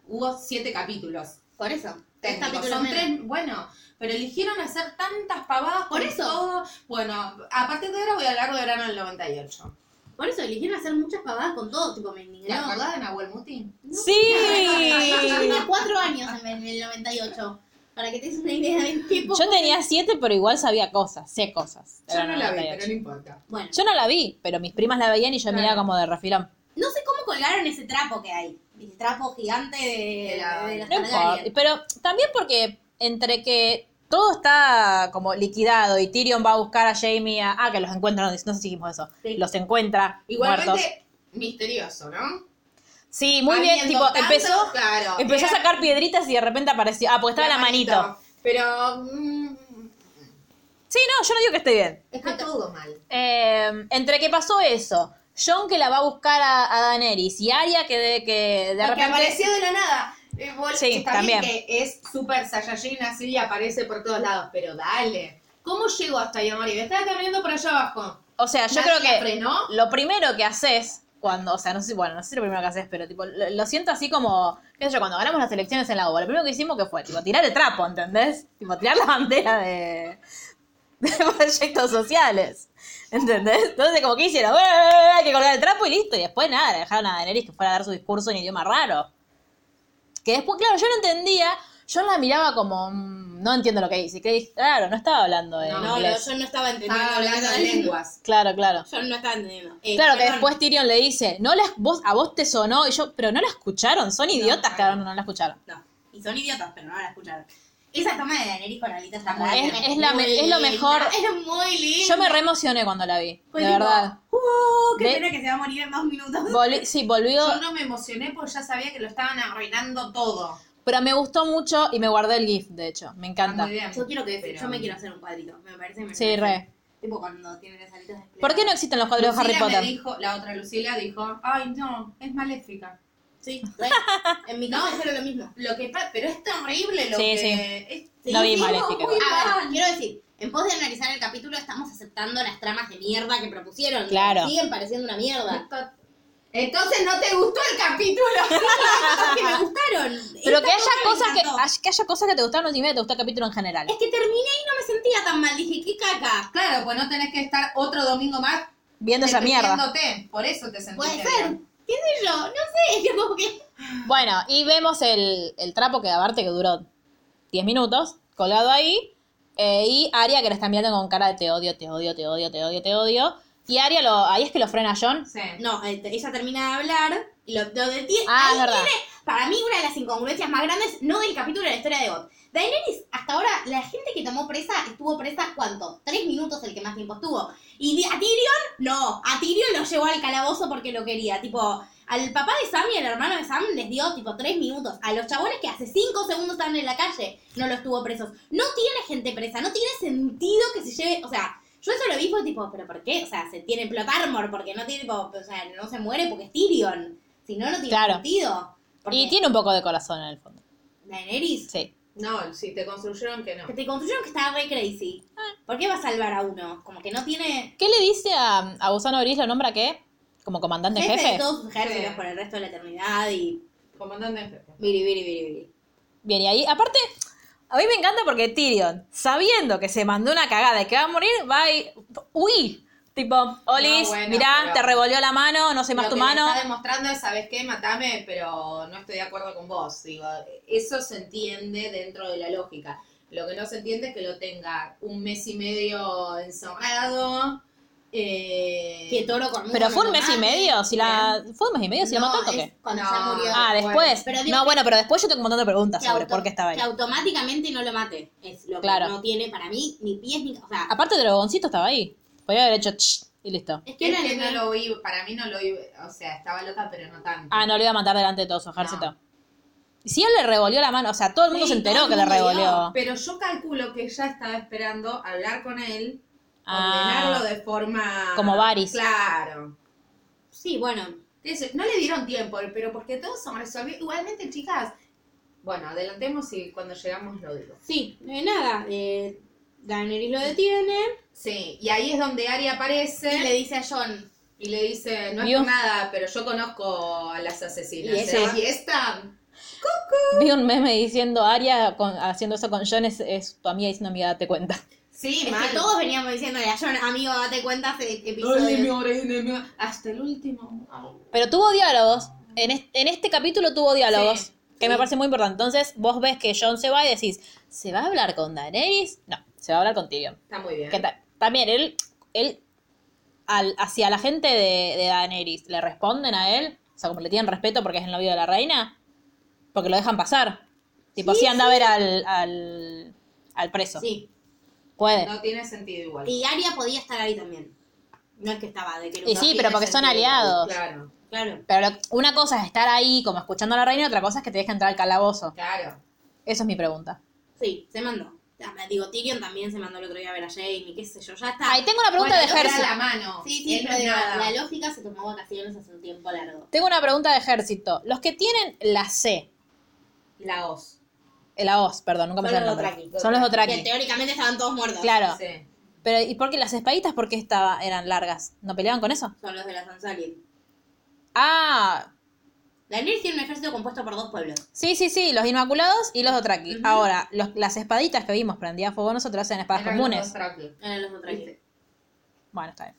Speaker 2: hubo siete capítulos.
Speaker 3: Por eso. Tres
Speaker 2: técnicos,
Speaker 3: capítulos
Speaker 2: Son
Speaker 3: menos.
Speaker 2: tres, bueno, pero eligieron hacer tantas pavadas
Speaker 3: Por
Speaker 2: con
Speaker 3: eso.
Speaker 2: todo. Bueno, a partir de ahora voy a hablar de verano del 98.
Speaker 3: Por eso eligieron hacer muchas pavadas con todo, tipo, me
Speaker 2: ¿Te
Speaker 3: indignaron.
Speaker 2: acordás de Nahuel Muti?
Speaker 3: Yo
Speaker 1: ¡Sí!
Speaker 3: tenía cuatro años en el- en el 98. Para que te des una idea del tipo.
Speaker 1: Yo tenía 7, pero igual sabía cosas, sé cosas.
Speaker 2: Yo no la vi,
Speaker 1: 98.
Speaker 2: pero no importa.
Speaker 3: Bueno,
Speaker 1: Yo no la vi, pero mis primas la veían y yo miraba como de refilón.
Speaker 3: no sé cómo colgaron ese trapo que hay. El trapo gigante de,
Speaker 2: De la-
Speaker 3: de las
Speaker 1: No importa.
Speaker 3: Targaryen.
Speaker 1: Pero también porque entre que todo está como liquidado y Tyrion va a buscar a Jamie a... Ah, que los encuentra, no, no sé si dijimos eso.
Speaker 3: Sí.
Speaker 1: Los encuentra
Speaker 2: Igualmente
Speaker 1: muertos.
Speaker 2: misterioso, ¿no?
Speaker 1: Sí, muy bien.
Speaker 2: Habiendo
Speaker 1: Tipo,
Speaker 2: tanto,
Speaker 1: empezó,
Speaker 2: claro,
Speaker 1: empezó a
Speaker 2: era
Speaker 1: sacar piedritas y de repente apareció... Ah, porque estaba la manito.
Speaker 2: Pero mm,
Speaker 1: Sí, no, yo no digo que esté bien.
Speaker 2: está todo mal.
Speaker 1: Eh, entre que pasó eso, John que la va a buscar a, a Daenerys y Arya que de, que de
Speaker 2: Porque
Speaker 1: repente...
Speaker 2: apareció de la nada. Eh, bueno,
Speaker 1: Sí,
Speaker 2: está bien
Speaker 1: también.
Speaker 2: que es súper Saiyajin así y aparece por todos lados, pero dale. ¿Cómo llegó hasta Yamari? Me estaba caminando por allá abajo.
Speaker 1: O sea, yo
Speaker 2: Nadie
Speaker 1: creo
Speaker 2: la
Speaker 1: que...
Speaker 2: frenó.
Speaker 1: lo primero que haces cuando, o sea, no sé, si- bueno, no sé si lo primero que haces, pero tipo, lo, lo siento así como, qué sé yo, cuando ganamos las elecciones en la UBA, lo primero que hicimos que fue, tipo, tirar el trapo, ¿entendés? Tipo, tirar la bandera de, de proyectos sociales, ¿entendés? Entonces, como que hicieron, "Eh, eh, eh", hay que colgar el trapo y listo, y después nada, la dejaron a Daenerys que fuera a dar su discurso en idioma raro. Que después, claro, yo no entendía, yo la miraba como, "Mm, no entiendo lo que dice, que dije, claro, no estaba hablando en
Speaker 2: No,
Speaker 3: No, no,
Speaker 1: inglés.
Speaker 3: yo no estaba entendiendo.
Speaker 2: Estaba hablando de lenguas.
Speaker 1: Claro, claro.
Speaker 3: Yo no estaba entendiendo. Eh,
Speaker 1: Claro, que
Speaker 3: perdón.
Speaker 1: después Tyrion le dice, no las, vos, a vos te sonó, y yo, pero no la escucharon, son idiotas,
Speaker 2: no.
Speaker 1: claro, no la escucharon.
Speaker 3: No. Y son idiotas, pero no la escucharon. Esa toma de Daenerys con Alita está muy
Speaker 1: Es-
Speaker 3: buena.
Speaker 1: es la me- es lo
Speaker 3: Muy
Speaker 1: mejor.
Speaker 3: linda, Es muy linda.
Speaker 1: Yo me reemocioné cuando la vi,
Speaker 3: Fue
Speaker 2: Pues
Speaker 1: de
Speaker 3: tipo,
Speaker 1: verdad.
Speaker 3: Uh, qué
Speaker 1: Ve-
Speaker 3: pena que se va a morir en dos minutos.
Speaker 1: Volví- sí, volvió,
Speaker 2: Yo no me emocioné porque ya sabía que lo estaban arruinando todo.
Speaker 1: pero me gustó mucho y me guardé el GIF, de hecho, me
Speaker 2: Está
Speaker 1: encanta.
Speaker 2: Ah, muy bien.
Speaker 3: Yo quiero que
Speaker 2: Pero-
Speaker 3: yo me quiero hacer un cuadrito, me parece me
Speaker 1: Sí,
Speaker 3: parece.
Speaker 1: re.
Speaker 3: Tipo cuando tienen las alitas desplegadas.
Speaker 1: ¿Por qué no existen los cuadros de Harry
Speaker 2: Lucila
Speaker 1: Potter?
Speaker 2: Me dijo, la otra Lucila dijo, ay no, es maléfica.
Speaker 3: Sí, re. en mi casa era lo mismo.
Speaker 2: Lo que pa- pero es terrible lo
Speaker 1: Sí,
Speaker 2: que Ah,
Speaker 1: Sí, La vi
Speaker 2: hicimos
Speaker 1: maléfica.
Speaker 2: muy
Speaker 3: A ver,
Speaker 2: mal.
Speaker 3: quiero decir, en pos de analizar el capítulo estamos aceptando las tramas de mierda que propusieron.
Speaker 1: Claro.
Speaker 3: Siguen pareciendo una mierda.
Speaker 2: Entonces no te gustó el capítulo.
Speaker 3: Cosas que me gustaron.
Speaker 1: Pero
Speaker 3: Esta
Speaker 1: que haya
Speaker 3: cosa me
Speaker 1: cosas que,
Speaker 3: encantó.
Speaker 1: hay- que haya cosas que te gustaron no significa que te gustó el capítulo en general.
Speaker 3: Es que terminé y no me sentía tan mal. Dije, qué caca.
Speaker 2: claro, pues no tenés que estar otro domingo más
Speaker 1: Viendo esa mierda.
Speaker 2: defendiéndote. Por eso te sentiste
Speaker 3: Puede ser.
Speaker 2: bien.
Speaker 3: ¿Qué sé yo? No sé. Es como que.
Speaker 1: Bueno, y vemos el, el trapo que aparte que duró 10 minutos, colgado ahí, eh, y Aria que la está mirando con cara de te odio, te odio, te odio, te odio, te odio. Y Aria lo, ahí es que lo frena a John.
Speaker 2: Sí.
Speaker 3: No, eh, te- ella termina de hablar y lo, lo detiene.
Speaker 1: Ah,
Speaker 3: Ahí
Speaker 1: es verdad.
Speaker 3: viene, para mí, una de las incongruencias más grandes, no del capítulo de la historia de Bot. Daenerys, hasta ahora, la gente que tomó presa estuvo presa, ¿cuánto? Tres minutos el que más tiempo estuvo. Y de- a Tyrion, no. A Tyrion lo llevó al calabozo porque lo quería. Tipo, al papá de Sam y al hermano de Sam les dio, tipo, tres minutos. A los chabones que hace cinco segundos estaban en la calle, no los tuvo presos. No tiene gente presa, no tiene sentido que se lleve. O sea. Yo eso lo vi fue tipo, ¿pero por qué? O sea, se tiene plot armor porque no tiene, tipo, o sea, no se muere porque es Tyrion. Si no, no tiene
Speaker 1: Claro.
Speaker 3: sentido. Porque
Speaker 1: Y tiene un poco de corazón en el fondo.
Speaker 3: Daenerys,
Speaker 1: Sí.
Speaker 2: No, si te construyeron que no.
Speaker 3: que te construyeron que estaba re crazy.
Speaker 1: Ah.
Speaker 3: ¿Por qué va a salvar a uno? Como que no tiene
Speaker 1: ¿Qué le dice a, a Gusano Gris? ¿Lo nombra qué? ¿Como comandante
Speaker 3: jefe, de
Speaker 1: jefe?
Speaker 3: todos sus ejércitos
Speaker 2: Sí.
Speaker 3: por el resto de la eternidad y...
Speaker 2: Comandante en jefe.
Speaker 3: Viri, viri, viri, viri.
Speaker 1: Bien, y ahí, aparte, a mí me encanta porque Tyrion, sabiendo que se mandó una cagada y que va a morir, va y... ¡Uy! Tipo, Olis,
Speaker 2: bueno,
Speaker 1: mirá,
Speaker 2: pero-
Speaker 1: te revolvió la mano, no sé más
Speaker 2: Lo
Speaker 1: tu
Speaker 2: que le
Speaker 1: mano.
Speaker 2: está demostrando es, ¿sabes qué? Matame, pero no estoy de acuerdo con vos. Digo, eso se entiende dentro de la lógica. Lo que no se entiende es que lo tenga un mes y medio encerrado. eh,
Speaker 3: Que toro con
Speaker 1: Pero fue un
Speaker 3: no
Speaker 1: mes y
Speaker 3: mate.
Speaker 1: medio, si la... ¿Fue un mes y medio si la
Speaker 3: Ah, No,
Speaker 1: mató o
Speaker 3: es
Speaker 1: qué?
Speaker 3: cuando
Speaker 2: No.
Speaker 3: ya murió.
Speaker 1: Ah,
Speaker 2: bueno,
Speaker 1: después.
Speaker 3: pero digo
Speaker 1: no,
Speaker 3: que-
Speaker 1: bueno, pero después yo tengo un montón de preguntas
Speaker 3: Que
Speaker 1: sobre
Speaker 3: auto-
Speaker 1: por qué estaba ahí.
Speaker 3: Que automáticamente no lo mate. Es lo
Speaker 1: Claro. Ah,
Speaker 3: que no tiene para mí ni pies ni... O sea,
Speaker 1: Aparte, Dragoncito estaba ahí. Podría haber hecho... "Ch", Y listo.
Speaker 3: Es que
Speaker 2: Es
Speaker 3: era
Speaker 2: que no
Speaker 3: el-
Speaker 2: lo vi, para mí no lo vi, o sea, estaba loca, pero no tanto.
Speaker 1: Ah, no le iba a matar delante de todos, ojárcito.
Speaker 2: No.
Speaker 1: Si él le revolvió la mano, o sea, todo el mundo
Speaker 3: Sí,
Speaker 1: se enteró
Speaker 3: todo el
Speaker 1: que le
Speaker 3: mundo
Speaker 1: revolvió.
Speaker 2: Pero yo calculo que ella estaba esperando hablar con él,
Speaker 1: Ah.
Speaker 2: ordenarlo de forma...
Speaker 1: Como Varys.
Speaker 2: Claro.
Speaker 3: Sí, bueno.
Speaker 2: Entonces, no le dieron tiempo, pero porque todo se resolvió. Igualmente, chicas, bueno, adelantemos y cuando llegamos lo digo.
Speaker 3: Sí, eh, nada. Eh, Daenerys lo detiene.
Speaker 2: Sí, y ahí es donde Ari aparece
Speaker 3: Y
Speaker 2: y
Speaker 3: le
Speaker 2: le,
Speaker 3: dice a John.
Speaker 2: dice, no es
Speaker 1: Vio.
Speaker 2: por nada, pero yo conozco a las asesinas.
Speaker 3: Y ella-
Speaker 2: ¿eh? Y esta...
Speaker 1: Vi un meme diciendo Aria con- haciendo eso con John es, es tu amiga diciendo amiga, date cuenta.
Speaker 2: Sí,
Speaker 3: Es
Speaker 2: mal.
Speaker 3: que todos veníamos diciéndole a John, amigo, date cuenta hace episodios.
Speaker 2: Ay, mi amor, ay, mi amor. Hasta el último.
Speaker 1: Pero tuvo diálogos. En es- en este, capítulo tuvo diálogos.
Speaker 2: Sí,
Speaker 1: que me parece muy importante. Entonces, vos ves que John se va y decís, ¿se va a hablar con Daenerys? No, se va a hablar con Tyrion.
Speaker 2: Está muy bien.
Speaker 1: Que ta- también él, él al- hacia la gente de, de Daenerys, le responden a él, o sea, como le tienen respeto porque es el novio de la reina, porque lo dejan pasar. Tipo, sí, anda a ver al, al, al preso.
Speaker 3: Sí.
Speaker 1: Puede.
Speaker 2: No tiene sentido igual.
Speaker 3: Y Aria podía estar ahí también. No es que estaba de que
Speaker 1: Y sí,
Speaker 3: nunca-
Speaker 1: pero porque son aliados.
Speaker 2: Claro,
Speaker 3: Claro.
Speaker 1: Pero lo- una cosa es estar ahí como escuchando a la reina, y otra cosa es que te deja entrar al calabozo.
Speaker 2: claro.
Speaker 1: Esa es mi pregunta.
Speaker 3: Sí, se mandó. Ah, Digo, Tyrion también se mandó el otro día a ver a Jamie, qué sé yo, ya está.
Speaker 1: Ahí tengo una pregunta
Speaker 2: Ah, Bueno,
Speaker 1: de
Speaker 2: no era
Speaker 1: ejército.
Speaker 2: la mano.
Speaker 3: Sí, sí,
Speaker 2: Él no
Speaker 3: pero
Speaker 2: es
Speaker 3: digo,
Speaker 2: nada.
Speaker 3: la lógica se tomó vacaciones hace un tiempo largo.
Speaker 1: Tengo una pregunta de ejército. Los que tienen la C,
Speaker 2: La hoz.
Speaker 1: eh, la OS, perdón, nunca me
Speaker 3: Son
Speaker 1: sale el
Speaker 3: los
Speaker 1: nombre.
Speaker 3: Dothraki.
Speaker 1: Son los
Speaker 3: Que
Speaker 1: Dothraki.
Speaker 3: teóricamente estaban todos muertos.
Speaker 1: Claro.
Speaker 2: Sí.
Speaker 1: Pero ¿y por qué las espaditas por qué estaba, eran largas? ¿No peleaban con eso?
Speaker 3: Son los de la Sansarin.
Speaker 1: Ah,
Speaker 3: Daenerys tiene un ejército compuesto por dos pueblos.
Speaker 1: sí, sí, sí, los inmaculados y los Dothraki.
Speaker 3: Ujú.
Speaker 1: Ahora, los- las espaditas que vimos prendía a fuego nosotros eran espadas
Speaker 2: Eran los
Speaker 1: comunes.
Speaker 2: dos traques.
Speaker 3: Eran los Dothraki.
Speaker 2: Viste.
Speaker 1: Bueno, está bien.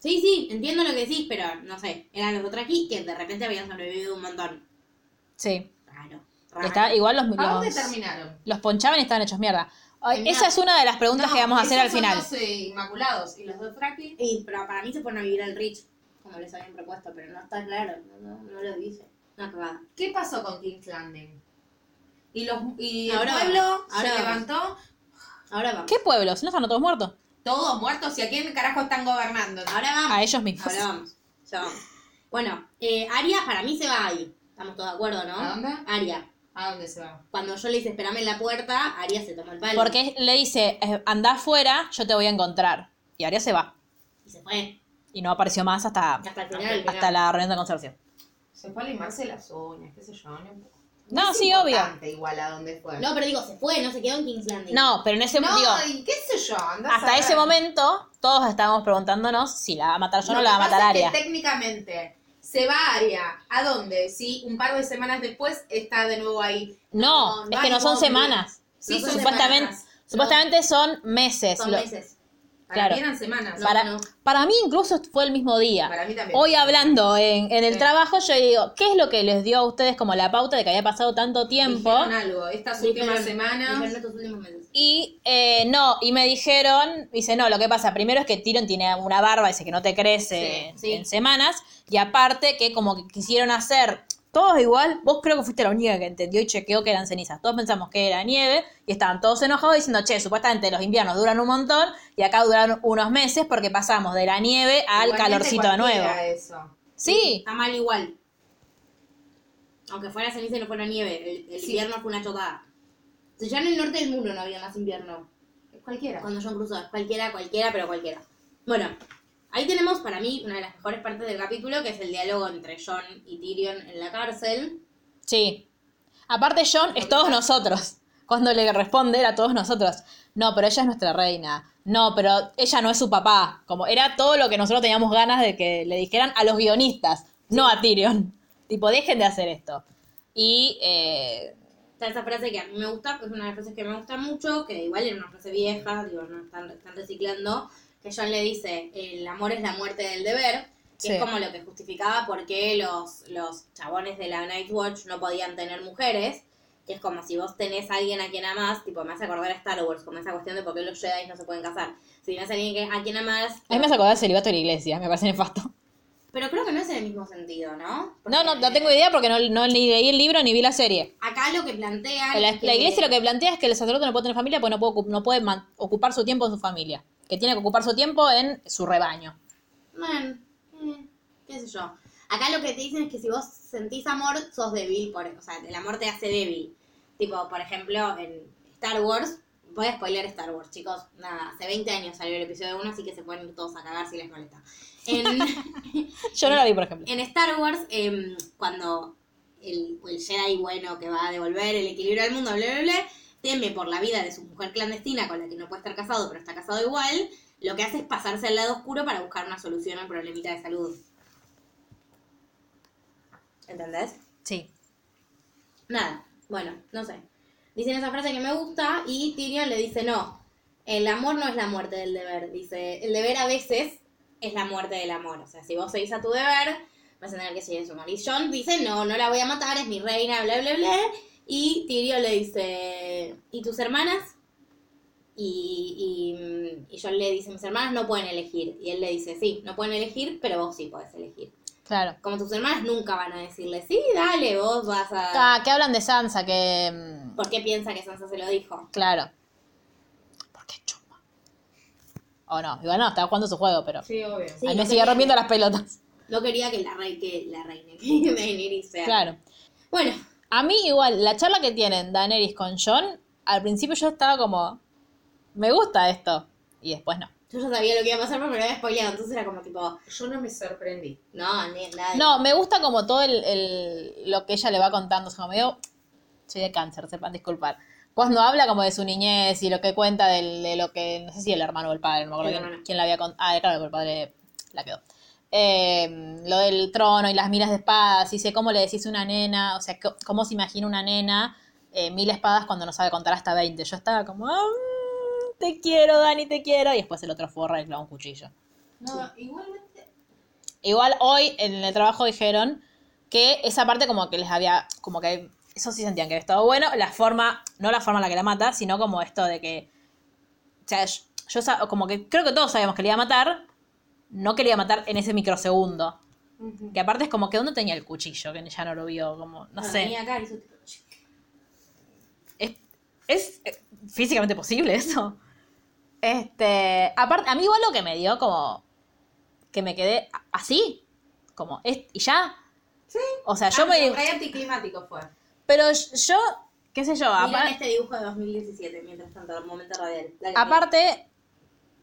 Speaker 3: Sí, sí, entiendo lo que decís, pero no sé. Eran los Dothraki que de repente habían sobrevivido un montón.
Speaker 1: Sí.
Speaker 3: Raro. raro.
Speaker 1: Está, igual los,
Speaker 2: ¿A dónde
Speaker 1: los,
Speaker 2: terminaron?
Speaker 1: los ponchaban y estaban hechos mierda. Ay,
Speaker 3: Terminaron.
Speaker 1: esa es una de las preguntas
Speaker 2: No,
Speaker 1: que vamos a hacer
Speaker 2: esos
Speaker 1: al
Speaker 2: son
Speaker 1: final.
Speaker 2: Los eh, inmaculados y los dos traques.
Speaker 3: Y, pero para mí se fueron a vivir al Rich, como les habían propuesto, pero no está claro, no, no, no lo dice. No, que va.
Speaker 2: ¿Qué pasó con King's Landing? Y, los, y
Speaker 3: Ahora
Speaker 2: el pueblo
Speaker 3: vamos, ahora
Speaker 2: se
Speaker 3: vamos.
Speaker 2: levantó,
Speaker 3: Ahora vamos.
Speaker 1: ¿Qué pueblos? ¿No están todos muertos?
Speaker 2: todos muertos. ¿Y a quién carajo están gobernando?
Speaker 3: Ahora vamos.
Speaker 1: A ellos mismos.
Speaker 3: Ahora vamos. Ya vamos. Bueno, eh, Aria para mí se va ahí. Estamos todos de acuerdo, ¿no?
Speaker 2: ¿A dónde?
Speaker 3: Aria.
Speaker 2: ¿A dónde se va?
Speaker 3: Cuando yo le hice esperame en la puerta, Aria se tomó el palo.
Speaker 1: Porque le dice, eh, anda afuera, yo te voy a encontrar. Y Aria se va.
Speaker 3: Y se fue.
Speaker 1: Y no apareció más hasta, hasta,
Speaker 3: Hasta el final.
Speaker 1: la reunión de consorcio.
Speaker 2: Se fue a limarse las uñas, qué sé yo. No,
Speaker 1: No,
Speaker 2: es
Speaker 1: sí,
Speaker 2: importante Igual a dónde fue.
Speaker 3: No, pero digo, se fue, no se quedó en King's Landing.
Speaker 1: No, pero en ese
Speaker 2: No,
Speaker 1: digo,
Speaker 2: y qué sé yo. andá a
Speaker 1: hasta
Speaker 2: saber.
Speaker 1: ese momento todos estábamos preguntándonos si la va a matar yo o no
Speaker 2: Lo
Speaker 1: la va a
Speaker 2: que
Speaker 1: matar
Speaker 2: pasa
Speaker 1: Aria.
Speaker 2: es que técnicamente se va a Aria. ¿A dónde? Si un par de semanas después está de nuevo ahí.
Speaker 1: No, es
Speaker 2: hay
Speaker 1: que no son
Speaker 2: bombe.
Speaker 1: semanas.
Speaker 2: Sí,
Speaker 3: No
Speaker 2: son
Speaker 3: son
Speaker 1: Supuestamente,
Speaker 2: semanas.
Speaker 1: supuestamente son meses.
Speaker 3: Son
Speaker 1: Lo-
Speaker 3: meses.
Speaker 2: Para
Speaker 1: claro.
Speaker 2: mí eran semanas.
Speaker 3: No,
Speaker 1: para,
Speaker 3: no.
Speaker 1: para mí incluso fue el mismo día.
Speaker 2: Para mí también.
Speaker 1: Hoy hablando en, en el
Speaker 2: Sí.
Speaker 1: trabajo yo digo, ¿qué es lo que les dio a ustedes como la pauta de que había pasado tanto tiempo?
Speaker 2: Dijeron algo. Estas últimas
Speaker 3: Dijeron- dijeron
Speaker 2: semanas.
Speaker 3: estos últimos meses.
Speaker 1: Y eh, no, y me dijeron, dice, no, lo que pasa, primero es que Tyrion tiene una barba, dice que no te crece
Speaker 3: Sí, sí.
Speaker 1: en semanas, y aparte que como que quisieron hacer todos igual, vos creo que fuiste la única que entendió y chequeó que eran cenizas, todos pensamos que era nieve, y estaban todos enojados diciendo, che, supuestamente los inviernos duran un montón, y acá duraron unos meses porque pasamos de la nieve al
Speaker 2: Igualmente
Speaker 1: calorcito nuevo.
Speaker 2: cualquiera eh. Eso.
Speaker 1: Sí,
Speaker 3: Está mal igual. Aunque fuera ceniza y no fuera nieve, el, el
Speaker 2: Sí.
Speaker 3: invierno fue una chocada. Si ya en el norte del mundo no había más invierno.
Speaker 2: Cualquiera.
Speaker 3: Cuando yo cruzó, cualquiera, cualquiera, pero cualquiera. Bueno, ahí tenemos para mí una de las mejores partes del capítulo, que es el diálogo entre John y Tyrion en la cárcel.
Speaker 1: Sí. Aparte, John es todos nosotros. Cuando le responde, era todos nosotros. No, pero ella es nuestra reina. No, pero ella no es su papá. Como era todo lo que nosotros teníamos ganas de que le dijeran a los guionistas, no a Tyrion. Tipo, dejen de hacer esto. Y eh,
Speaker 3: Está esa frase que a mí me gusta, que es una de las frases que me gusta mucho, que igual era una frase vieja, digo, no están, están reciclando, que John le dice, el amor es la muerte del deber, que
Speaker 1: Sí.
Speaker 3: es como lo que justificaba por qué los, los chabones de la Night Watch no podían tener mujeres, que es como si vos tenés a alguien a quien amás, tipo, me hace acordar a Star Wars, como esa cuestión de por qué los Jedi no se pueden casar. Si tenés a alguien que- a quien amás...
Speaker 1: a mí me hace acordar del celibato de la iglesia, me parece nefasto.
Speaker 3: Pero creo que no es en el mismo sentido, ¿no? Porque
Speaker 1: No, no, no tengo idea porque no, no ni leí el libro ni vi la serie.
Speaker 3: Acá lo que plantea...
Speaker 1: La, la iglesia lo que plantea es que el sacerdote no puede tener familia porque no puede, ocu- no puede man- ocupar su tiempo en su familia. Que tiene que ocupar su tiempo en su rebaño.
Speaker 3: Bueno, eh, qué sé yo. Acá lo que te dicen es que si vos sentís amor, sos débil. Por, o sea, el amor te hace débil. Tipo, por ejemplo, en Star Wars. Voy a spoiler Star Wars, chicos. Nada, hace 20 años salió el episodio 1, así que se pueden ir todos a cagar si les molesta. En,
Speaker 5: Yo no la vi, por ejemplo.
Speaker 3: en Star Wars, em, cuando el, el Jedi bueno que va a devolver el equilibrio al mundo, bla, bla, bla, teme por la vida de su mujer clandestina con la que no puede estar casado, pero está casado igual, lo que hace es pasarse al lado oscuro para buscar una solución al problemita de salud. ¿Entendés?
Speaker 5: Sí.
Speaker 3: Nada, bueno, no sé. Dicen esa frase que me gusta y Tyrion le dice no. El amor no es la muerte del deber. Dice, el deber a veces es la muerte del amor. O sea, si vos seguís a tu deber, vas a tener que seguir a su marido. John dice, no, no la voy a matar, es mi reina, bla, bla, bla. Y Tyrion le dice, ¿y tus hermanas? Y, y, y John le dice, mis hermanas no pueden elegir. Y él le dice, sí, no pueden elegir, pero vos sí podés elegir.
Speaker 1: Claro.
Speaker 3: Como tus hermanas nunca van a decirle, sí, dale, vos vas a...
Speaker 1: Ah, que hablan de Sansa, que... mm,
Speaker 3: ¿Por qué piensa que Sansa se lo dijo?
Speaker 1: Claro. ¿Por qué chumba? O no, igual no, estaba jugando su juego, pero...
Speaker 2: Sí, obvio.
Speaker 1: Ahí
Speaker 3: no
Speaker 1: me sigue
Speaker 3: quería-
Speaker 1: rompiendo las pelotas.
Speaker 3: No quería que la, rei- que la reina, que Daenerys sea.
Speaker 1: Claro.
Speaker 3: Bueno,
Speaker 1: A mí igual, la charla que tienen Daenerys con John, al principio yo estaba como, me gusta esto. Y después no.
Speaker 3: yo ya sabía lo que iba a pasar, pero me lo había spoileado, entonces era como tipo,
Speaker 2: Yo no me sorprendí.
Speaker 3: no, ni nada.
Speaker 1: No, me gusta como todo el, el- lo que ella le va contando. O sea, como medio, soy de cáncer, sepan disculpar. Cuando habla como de su niñez y lo que cuenta del- de lo que, no sé si el hermano o el padre, no me
Speaker 3: El
Speaker 1: acuerdo quién,
Speaker 3: hermano.
Speaker 1: quién la había contado. Ah, claro, el padre la quedó. Eh, lo del trono y las milas de espadas, dice cómo le decís a una nena, o sea, co- cómo se imagina una nena eh, mil espadas cuando no sabe contar hasta 20. Yo estaba como, "Ah, mm, te quiero, Dani, te quiero. Y después el otro forra y le clava un cuchillo.
Speaker 2: No, igualmente.
Speaker 1: Igual hoy en el trabajo dijeron que esa parte como que les había, como que eso sí sentían que había estado bueno, la forma, no la forma en la que la mata, sino como esto de que, o sea, yo, yo sa- como que creo que todos sabíamos que le iba a matar, no quería matar en ese microsegundo. Que aparte es como que dónde tenía el cuchillo, que ya no lo vio, como, no sé.
Speaker 3: Venía Ah, acá y hizo tipo,
Speaker 1: ¿Es, es, eh, físicamente posible eso? Este, aparte, a mí igual lo que me dio como que me quedé a- así, como, es- y ya. O sea, yo me...
Speaker 2: Ah, Re anticlimático fue.
Speaker 1: Pero yo, qué sé yo,
Speaker 3: Miren
Speaker 1: apar-
Speaker 3: este dibujo de 2017, mientras tanto, el momento radial. Dale,
Speaker 1: aparte,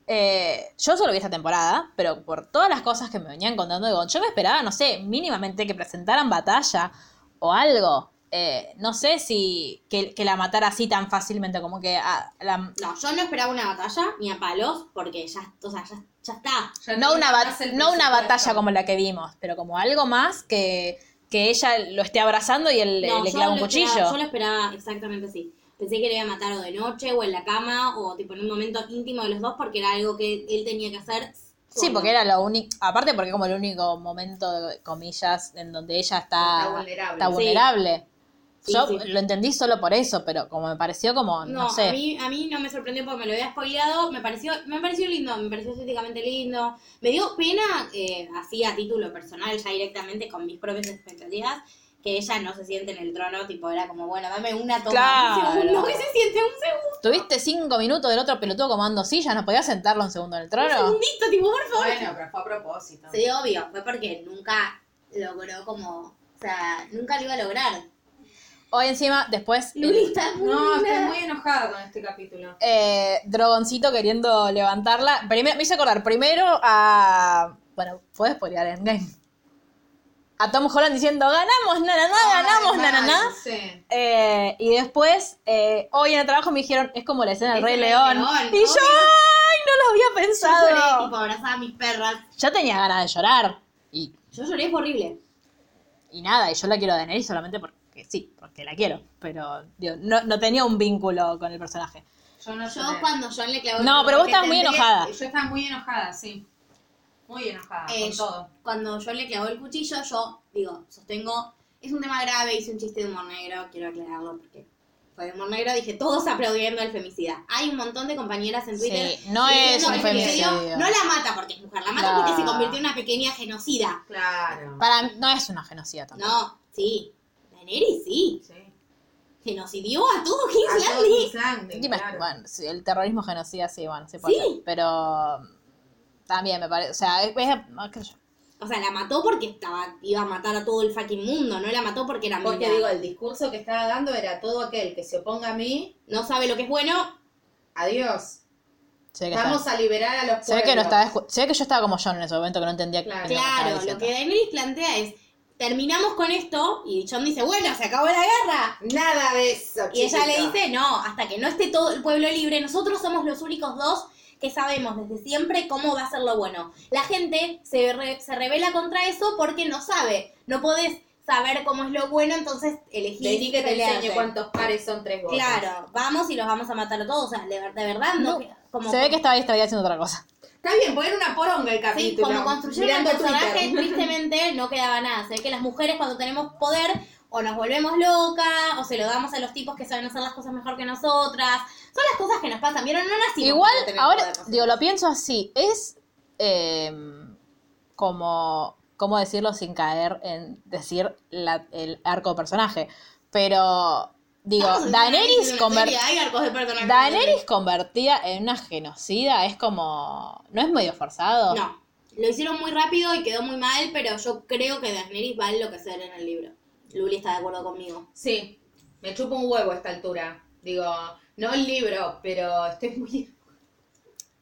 Speaker 1: eh, yo solo vi esta temporada, pero por todas las cosas que me venían contando de Gon, yo me esperaba, no sé, mínimamente que presentaran batalla o algo. Eh, no sé si que, que la matara así tan fácilmente, como que ah, la,
Speaker 3: No, yo no esperaba una batalla, ni a palos, porque ya, o sea, ya, ya está.
Speaker 2: Ya
Speaker 1: no una, bat-
Speaker 2: más el
Speaker 1: no una
Speaker 2: presupuesto.
Speaker 1: batalla como la que vimos, pero como algo más que, que ella lo esté abrazando y él le-
Speaker 3: No,
Speaker 1: le
Speaker 3: yo
Speaker 1: clava un
Speaker 3: lo
Speaker 1: cuchillo.
Speaker 3: esperaba- yo lo esperaba exactamente así. Pensé que le iba a matar o de noche, o en la cama, o tipo en un momento íntimo de los dos, porque era algo que él tenía que hacer.
Speaker 1: Sí, porque era lo único, aparte porque como el único momento, comillas, en donde ella está,
Speaker 2: Está vulnerable.
Speaker 1: Ah, está
Speaker 2: Sí.
Speaker 1: vulnerable.
Speaker 3: Sí,
Speaker 1: Yo
Speaker 3: sí.
Speaker 1: lo entendí solo por eso, pero como me pareció como, no,
Speaker 3: No,
Speaker 1: sé.
Speaker 3: a, mí, a mí no me sorprendió porque me lo había spoileado. Me pareció, me pareció lindo, me pareció estéticamente lindo. Me dio pena, eh, así a título personal, ya directamente con mis propias expectativas, que ella no se siente en el trono. Tipo, era como, bueno, dame una toma,
Speaker 1: Claro.
Speaker 3: un segundo, que se siente un segundo.
Speaker 1: Tuviste cinco minutos del otro pelotudo comando sillas, ¿no podías sentarlo un segundo en el
Speaker 3: Un
Speaker 1: trono?
Speaker 3: segundito, tipo, por favor.
Speaker 2: Bueno, pero fue a propósito.
Speaker 3: Sí, obvio, fue porque nunca logró como, o sea, nunca lo iba a lograr.
Speaker 1: Hoy encima, después,
Speaker 3: Luli está muy
Speaker 2: No, estoy
Speaker 3: linda.
Speaker 2: muy enojada con este capítulo.
Speaker 1: eh, Drogoncito queriendo levantarla. Primero, me hizo acordar primero a. Bueno, puedes spoilear en game. A Tom Holland diciendo: ganamos, nananá, ganamos,
Speaker 2: Ay,
Speaker 1: nananá.
Speaker 2: mal, Sí.
Speaker 1: Eh, y después, eh, hoy en el trabajo me dijeron, es como la escena del
Speaker 2: Es
Speaker 1: Rey
Speaker 2: el Rey
Speaker 1: León.
Speaker 2: León,
Speaker 1: y
Speaker 2: obvio.
Speaker 1: yo, ay, no lo había
Speaker 3: Yo lloré,
Speaker 1: pensado.
Speaker 3: tipo, abrazaba a mis perras.
Speaker 1: Yo tenía ganas de llorar. Y,
Speaker 3: Yo lloré, fue horrible.
Speaker 1: y nada, y yo la quiero a Daenerys solamente porque sí, porque la quiero. Pero digo, no, no tenía un vínculo con el personaje.
Speaker 2: Yo no
Speaker 3: Yo
Speaker 2: lloré.
Speaker 3: cuando John le clavó el
Speaker 1: No,
Speaker 3: cuchillo-
Speaker 1: pero vos
Speaker 2: Porque
Speaker 1: estabas muy
Speaker 2: tendré-
Speaker 1: enojada.
Speaker 2: Yo estaba muy enojada, sí. Muy enojada
Speaker 3: Eh,
Speaker 2: con todo.
Speaker 3: Cuando John le clavó el cuchillo, yo digo, sostengo, es un tema grave, hice un chiste de humor negro, quiero aclararlo porque fue de humor negro, dije, todos aplaudiendo el femicida. Hay un montón de compañeras en Twitter.
Speaker 1: Sí, no es
Speaker 3: diciendo
Speaker 1: un
Speaker 3: que el femicidio
Speaker 1: femicidio.
Speaker 3: No la mata porque es mujer, la mata
Speaker 1: Claro.
Speaker 3: porque se convirtió en una pequeña genocida.
Speaker 2: Claro.
Speaker 1: Para mí, no es una genocida tampoco.
Speaker 3: No, sí. Daenerys sí.
Speaker 2: Sí.
Speaker 3: Genocidió a todo King's
Speaker 2: A todo
Speaker 3: Landing.
Speaker 2: Islandia,
Speaker 1: Dime,
Speaker 2: claro.
Speaker 1: bueno, sí, el terrorismo genocida, sí, bueno, se puede
Speaker 3: Sí.
Speaker 1: hacer, Pero mm, También me parece. O sea, es. es- no, qué sé yo.
Speaker 3: O sea, la mató porque estaba, iba a matar a todo el fucking mundo, no la mató porque era
Speaker 2: Porque
Speaker 3: mina.
Speaker 2: digo, el discurso que estaba dando era todo aquel que se oponga a mí,
Speaker 3: No sabe lo que es bueno.
Speaker 2: adiós.
Speaker 1: Se ve que,
Speaker 2: Vamos
Speaker 1: está-
Speaker 2: a liberar a los
Speaker 1: se ve que no
Speaker 2: pueblos.
Speaker 1: estaba escu- se ve que yo estaba como John en ese momento que no entendía
Speaker 2: Claro.
Speaker 1: que
Speaker 3: Claro, lo que Daenerys plantea es, terminamos con esto, y John dice, bueno, se acabó la guerra.
Speaker 2: Nada de eso,
Speaker 3: Y ella le
Speaker 2: chiquito.
Speaker 3: dice, no, hasta que no esté todo el pueblo libre, nosotros somos los únicos dos que sabemos desde siempre cómo va a ser lo bueno. La gente se, re- se revela contra eso porque no sabe. No podés saber cómo es lo bueno, entonces elegís.
Speaker 2: Vení que te
Speaker 3: pelearte.
Speaker 2: enseño cuántos pares son tres votos.
Speaker 3: Claro, vamos y los vamos a matar a todos. O sea, de, ver- de verdad, no. como,
Speaker 1: Se ve que estaba ahí estaba haciendo otra cosa.
Speaker 2: Está bien, poner una poronga el
Speaker 3: Sí,
Speaker 2: capítulo.
Speaker 3: como construyeron el
Speaker 2: mirando
Speaker 3: personaje,
Speaker 2: Twitter.
Speaker 3: tristemente no quedaba nada. Se ve que las mujeres cuando tenemos poder o nos volvemos locas o se lo damos a los tipos que saben hacer las cosas mejor que nosotras. Son las cosas que nos pasan, ¿vieron? No nacimos
Speaker 1: Igual,
Speaker 3: para tener
Speaker 1: ahora,
Speaker 3: poder nosotros.
Speaker 1: digo, lo pienso así. Es eh, como, ¿cómo decirlo sin caer en decir la- el arco de personaje? Pero, digo,
Speaker 3: Estamos en una
Speaker 1: Daenerys,
Speaker 3: serie,
Speaker 1: conver-
Speaker 3: Hay arcos de personajes.
Speaker 1: Daenerys convertida en una genocida es como... ¿No es medio forzado?
Speaker 3: No, lo hicieron muy rápido y quedó muy mal, pero yo creo que Daenerys va a enloquecer en el libro. Luli está de acuerdo conmigo.
Speaker 2: Sí, me chupo un huevo a esta altura. Digo, no el libro, pero estoy muy...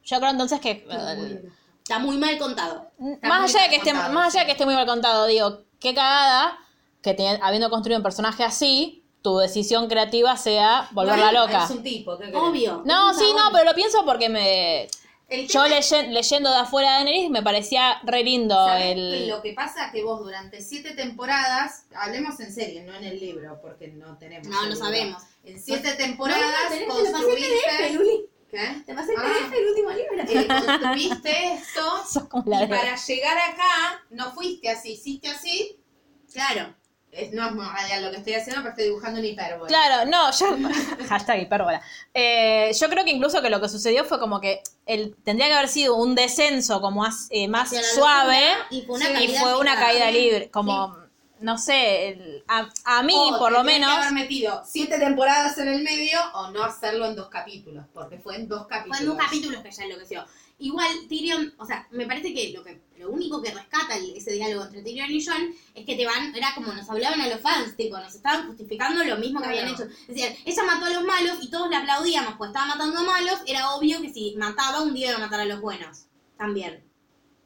Speaker 1: Yo creo entonces que... eh,
Speaker 3: Está muy mal contado.
Speaker 1: más
Speaker 2: muy
Speaker 1: allá de
Speaker 2: mal
Speaker 1: que esté
Speaker 2: contado,
Speaker 1: más allá de
Speaker 2: sí.
Speaker 1: que esté muy mal contado digo qué cagada que teni- habiendo construido un personaje así tu decisión creativa sea volverla
Speaker 2: Bueno,
Speaker 1: loca
Speaker 2: Es un tipo, ¿qué querés?
Speaker 3: Obvio.
Speaker 1: no
Speaker 3: Es un
Speaker 1: sí no
Speaker 3: chabón.
Speaker 1: pero lo pienso porque me
Speaker 2: El
Speaker 1: yo
Speaker 2: tema-
Speaker 1: leyen- leyendo de afuera de Daenerys me parecía re lindo
Speaker 2: ¿sabés
Speaker 1: el
Speaker 2: Lo que pasa es que vos durante siete temporadas, hablemos en serio, no en el libro, porque no tenemos.
Speaker 3: No,
Speaker 2: el
Speaker 3: no
Speaker 2: libro.
Speaker 3: sabemos.
Speaker 2: En siete temporadas
Speaker 3: tenés, te lo pasé PDF,
Speaker 2: construiste.
Speaker 3: Luli.
Speaker 2: ¿Qué?
Speaker 3: Te pasé el
Speaker 2: Ah.
Speaker 3: PDF el último libro.
Speaker 2: Eh, construiste esto
Speaker 1: sos como la
Speaker 2: y
Speaker 1: de-
Speaker 2: para llegar acá no fuiste así, hiciste así. Claro. Es- no es muy real lo que estoy haciendo, pero estoy dibujando un hipérbole.
Speaker 1: Claro, no, yo. Hashtag hipérbola. Eh, yo creo que incluso que lo que sucedió fue como que el, tendría que haber sido un descenso como as- eh, más
Speaker 3: Hacia la
Speaker 1: suave
Speaker 3: locura, y fue una caída
Speaker 1: fue una caída
Speaker 3: libre. Sí, Oh,
Speaker 1: libre. Como, no sé, el- a, a mí
Speaker 2: O
Speaker 1: por lo
Speaker 2: tendrías
Speaker 1: menos.
Speaker 2: que haber metido siete temporadas en el medio o no hacerlo en dos capítulos, porque fue en dos capítulos.
Speaker 3: Fue en dos capítulos que ya enloqueció. Igual, Tyrion, o sea, me parece que lo, que, lo único que rescata el- ese diálogo entre Tyrion y John es que te van, era como nos hablaban a los fans, tipo, nos estaban justificando lo mismo que
Speaker 2: Claro.
Speaker 3: habían hecho. Decían, ella mató a los malos y todos la aplaudíamos, pues estaba matando a malos, era obvio que si mataba, un día iba a matar a los buenos. También.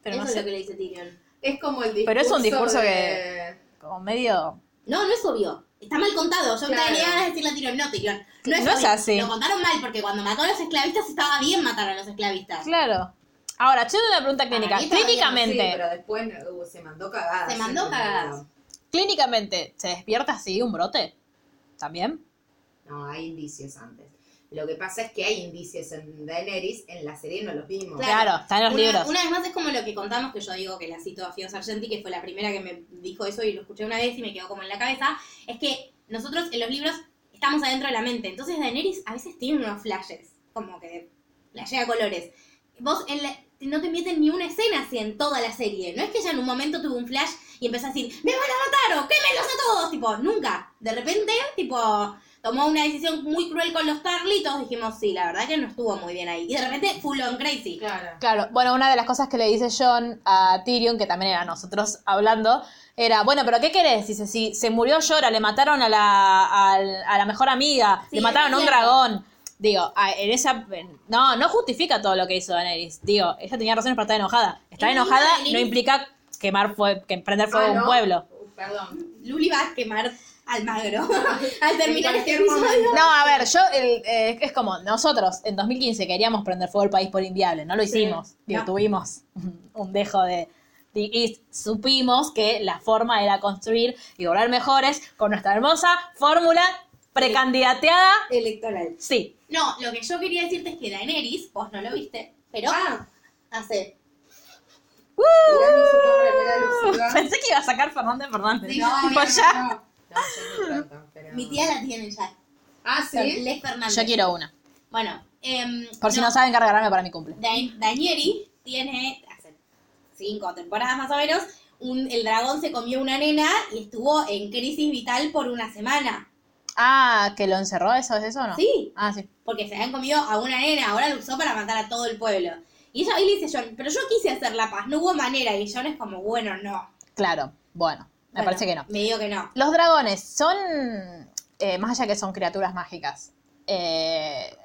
Speaker 1: Pero
Speaker 3: Eso
Speaker 1: no
Speaker 3: es lo
Speaker 1: sé,
Speaker 3: que le dice Tyrion.
Speaker 2: Es como el discurso.
Speaker 1: Pero es un discurso que-
Speaker 2: de-
Speaker 1: como medio.
Speaker 3: No, no es obvio. Está mal contado. Yo
Speaker 2: Claro.
Speaker 3: tenía ganas de decirle a Tyrion, no, Tyrion. No es,
Speaker 1: No es
Speaker 3: obvio.
Speaker 1: así.
Speaker 3: Lo contaron mal porque cuando mató a los esclavistas estaba bien matar a los esclavistas.
Speaker 1: Claro. Ahora, yo tengo una pregunta clínica.
Speaker 3: mí todavía
Speaker 1: Clínicamente,
Speaker 2: Sí, pero después uh, se mandó cagadas.
Speaker 3: Se mandó
Speaker 2: en el
Speaker 3: cagadas.
Speaker 2: libro.
Speaker 1: clínicamente, ¿se despierta así un brote? ¿También?
Speaker 2: No, hay indicios antes. Lo que pasa es que hay indicios en Daenerys, en la serie no los vimos.
Speaker 1: Claro, está en los
Speaker 3: una,
Speaker 1: libros.
Speaker 3: una vez más es como lo que contamos, que yo digo que la cito a Fio Sargenti, que fue la primera que me dijo eso y lo escuché una vez y me quedó como en la cabeza, es que nosotros en los libros estamos adentro de la mente. Entonces Daenerys a veces tiene unos flashes, como que flashea colores. Vos en la- no te meten ni una escena así en toda la serie. No es que ella en un momento tuvo un flash y empezó a decir, ¡me van a matar! ¡O quémelos a todos! Tipo, nunca. De repente, tipo... Tomó una decisión muy cruel con los Tarlitos, dijimos, sí, la verdad que no estuvo muy bien ahí. Y de repente, full on crazy.
Speaker 2: Claro.
Speaker 1: Claro, bueno, una de las cosas que le dice John a Tyrion, que también era nosotros hablando, era, bueno, pero ¿qué querés? Dice, si se murió llora, le mataron a la, al- a la mejor amiga,
Speaker 3: Sí,
Speaker 1: le mataron a un
Speaker 3: claro.
Speaker 1: dragón. Digo, a- en esa... en- no, no justifica todo lo que hizo Daenerys. Digo, ella tenía razones para estar enojada. Estar
Speaker 3: Y encima
Speaker 1: enojada no
Speaker 3: Daenerys-
Speaker 1: implica quemar fue, que prender fuego
Speaker 2: Ah,
Speaker 1: a un
Speaker 2: ¿no?
Speaker 1: pueblo.
Speaker 2: Uh, Perdón.
Speaker 3: Luli va a quemar al magro al terminar
Speaker 2: En
Speaker 3: este
Speaker 2: cualquier
Speaker 3: episodio.
Speaker 2: momento.
Speaker 1: No, a ver, yo, el- eh, es como, nosotros en 2015 queríamos prender fuego al país por inviable, no lo hicimos. Digo,
Speaker 2: No.
Speaker 1: tuvimos un un dejo de... Y, y supimos que la forma era construir y lograr mejores con nuestra hermosa fórmula precandidateada.
Speaker 3: Electoral.
Speaker 1: Sí,
Speaker 3: No, lo que yo quería decirte es que Daenerys, vos no lo viste, pero hace.
Speaker 2: Mirá mi super remera
Speaker 1: pensé que iba a sacar Fernández Fernández.
Speaker 2: lucida.
Speaker 1: Tipo,
Speaker 2: mira,
Speaker 1: ya.
Speaker 2: no, no. No, yo no tanto, pero-
Speaker 3: Mi tía la tiene ya.
Speaker 2: Ah, sí.
Speaker 3: Les Fernández.
Speaker 1: Yo quiero una.
Speaker 3: Bueno, em,
Speaker 1: Por si no saben cargarme para mi cumple.
Speaker 3: Da- Daenerys tiene, hace cinco temporadas más o menos, un- el dragón se comió una nena y estuvo en crisis vital por una semana.
Speaker 1: Ah, que lo encerró eso, ¿es eso o no?
Speaker 3: Sí,
Speaker 1: Ah, sí.
Speaker 3: porque se habían comido a una nena, ahora lo usó para matar a todo el pueblo. Y ella, ahí le dice John, pero yo quise hacer la paz, no hubo manera. Y John es como, bueno, no.
Speaker 1: Claro, bueno, me
Speaker 3: Bueno,
Speaker 1: parece que no.
Speaker 3: Me digo que no.
Speaker 1: Los dragones son, eh, más allá que son criaturas mágicas, eh,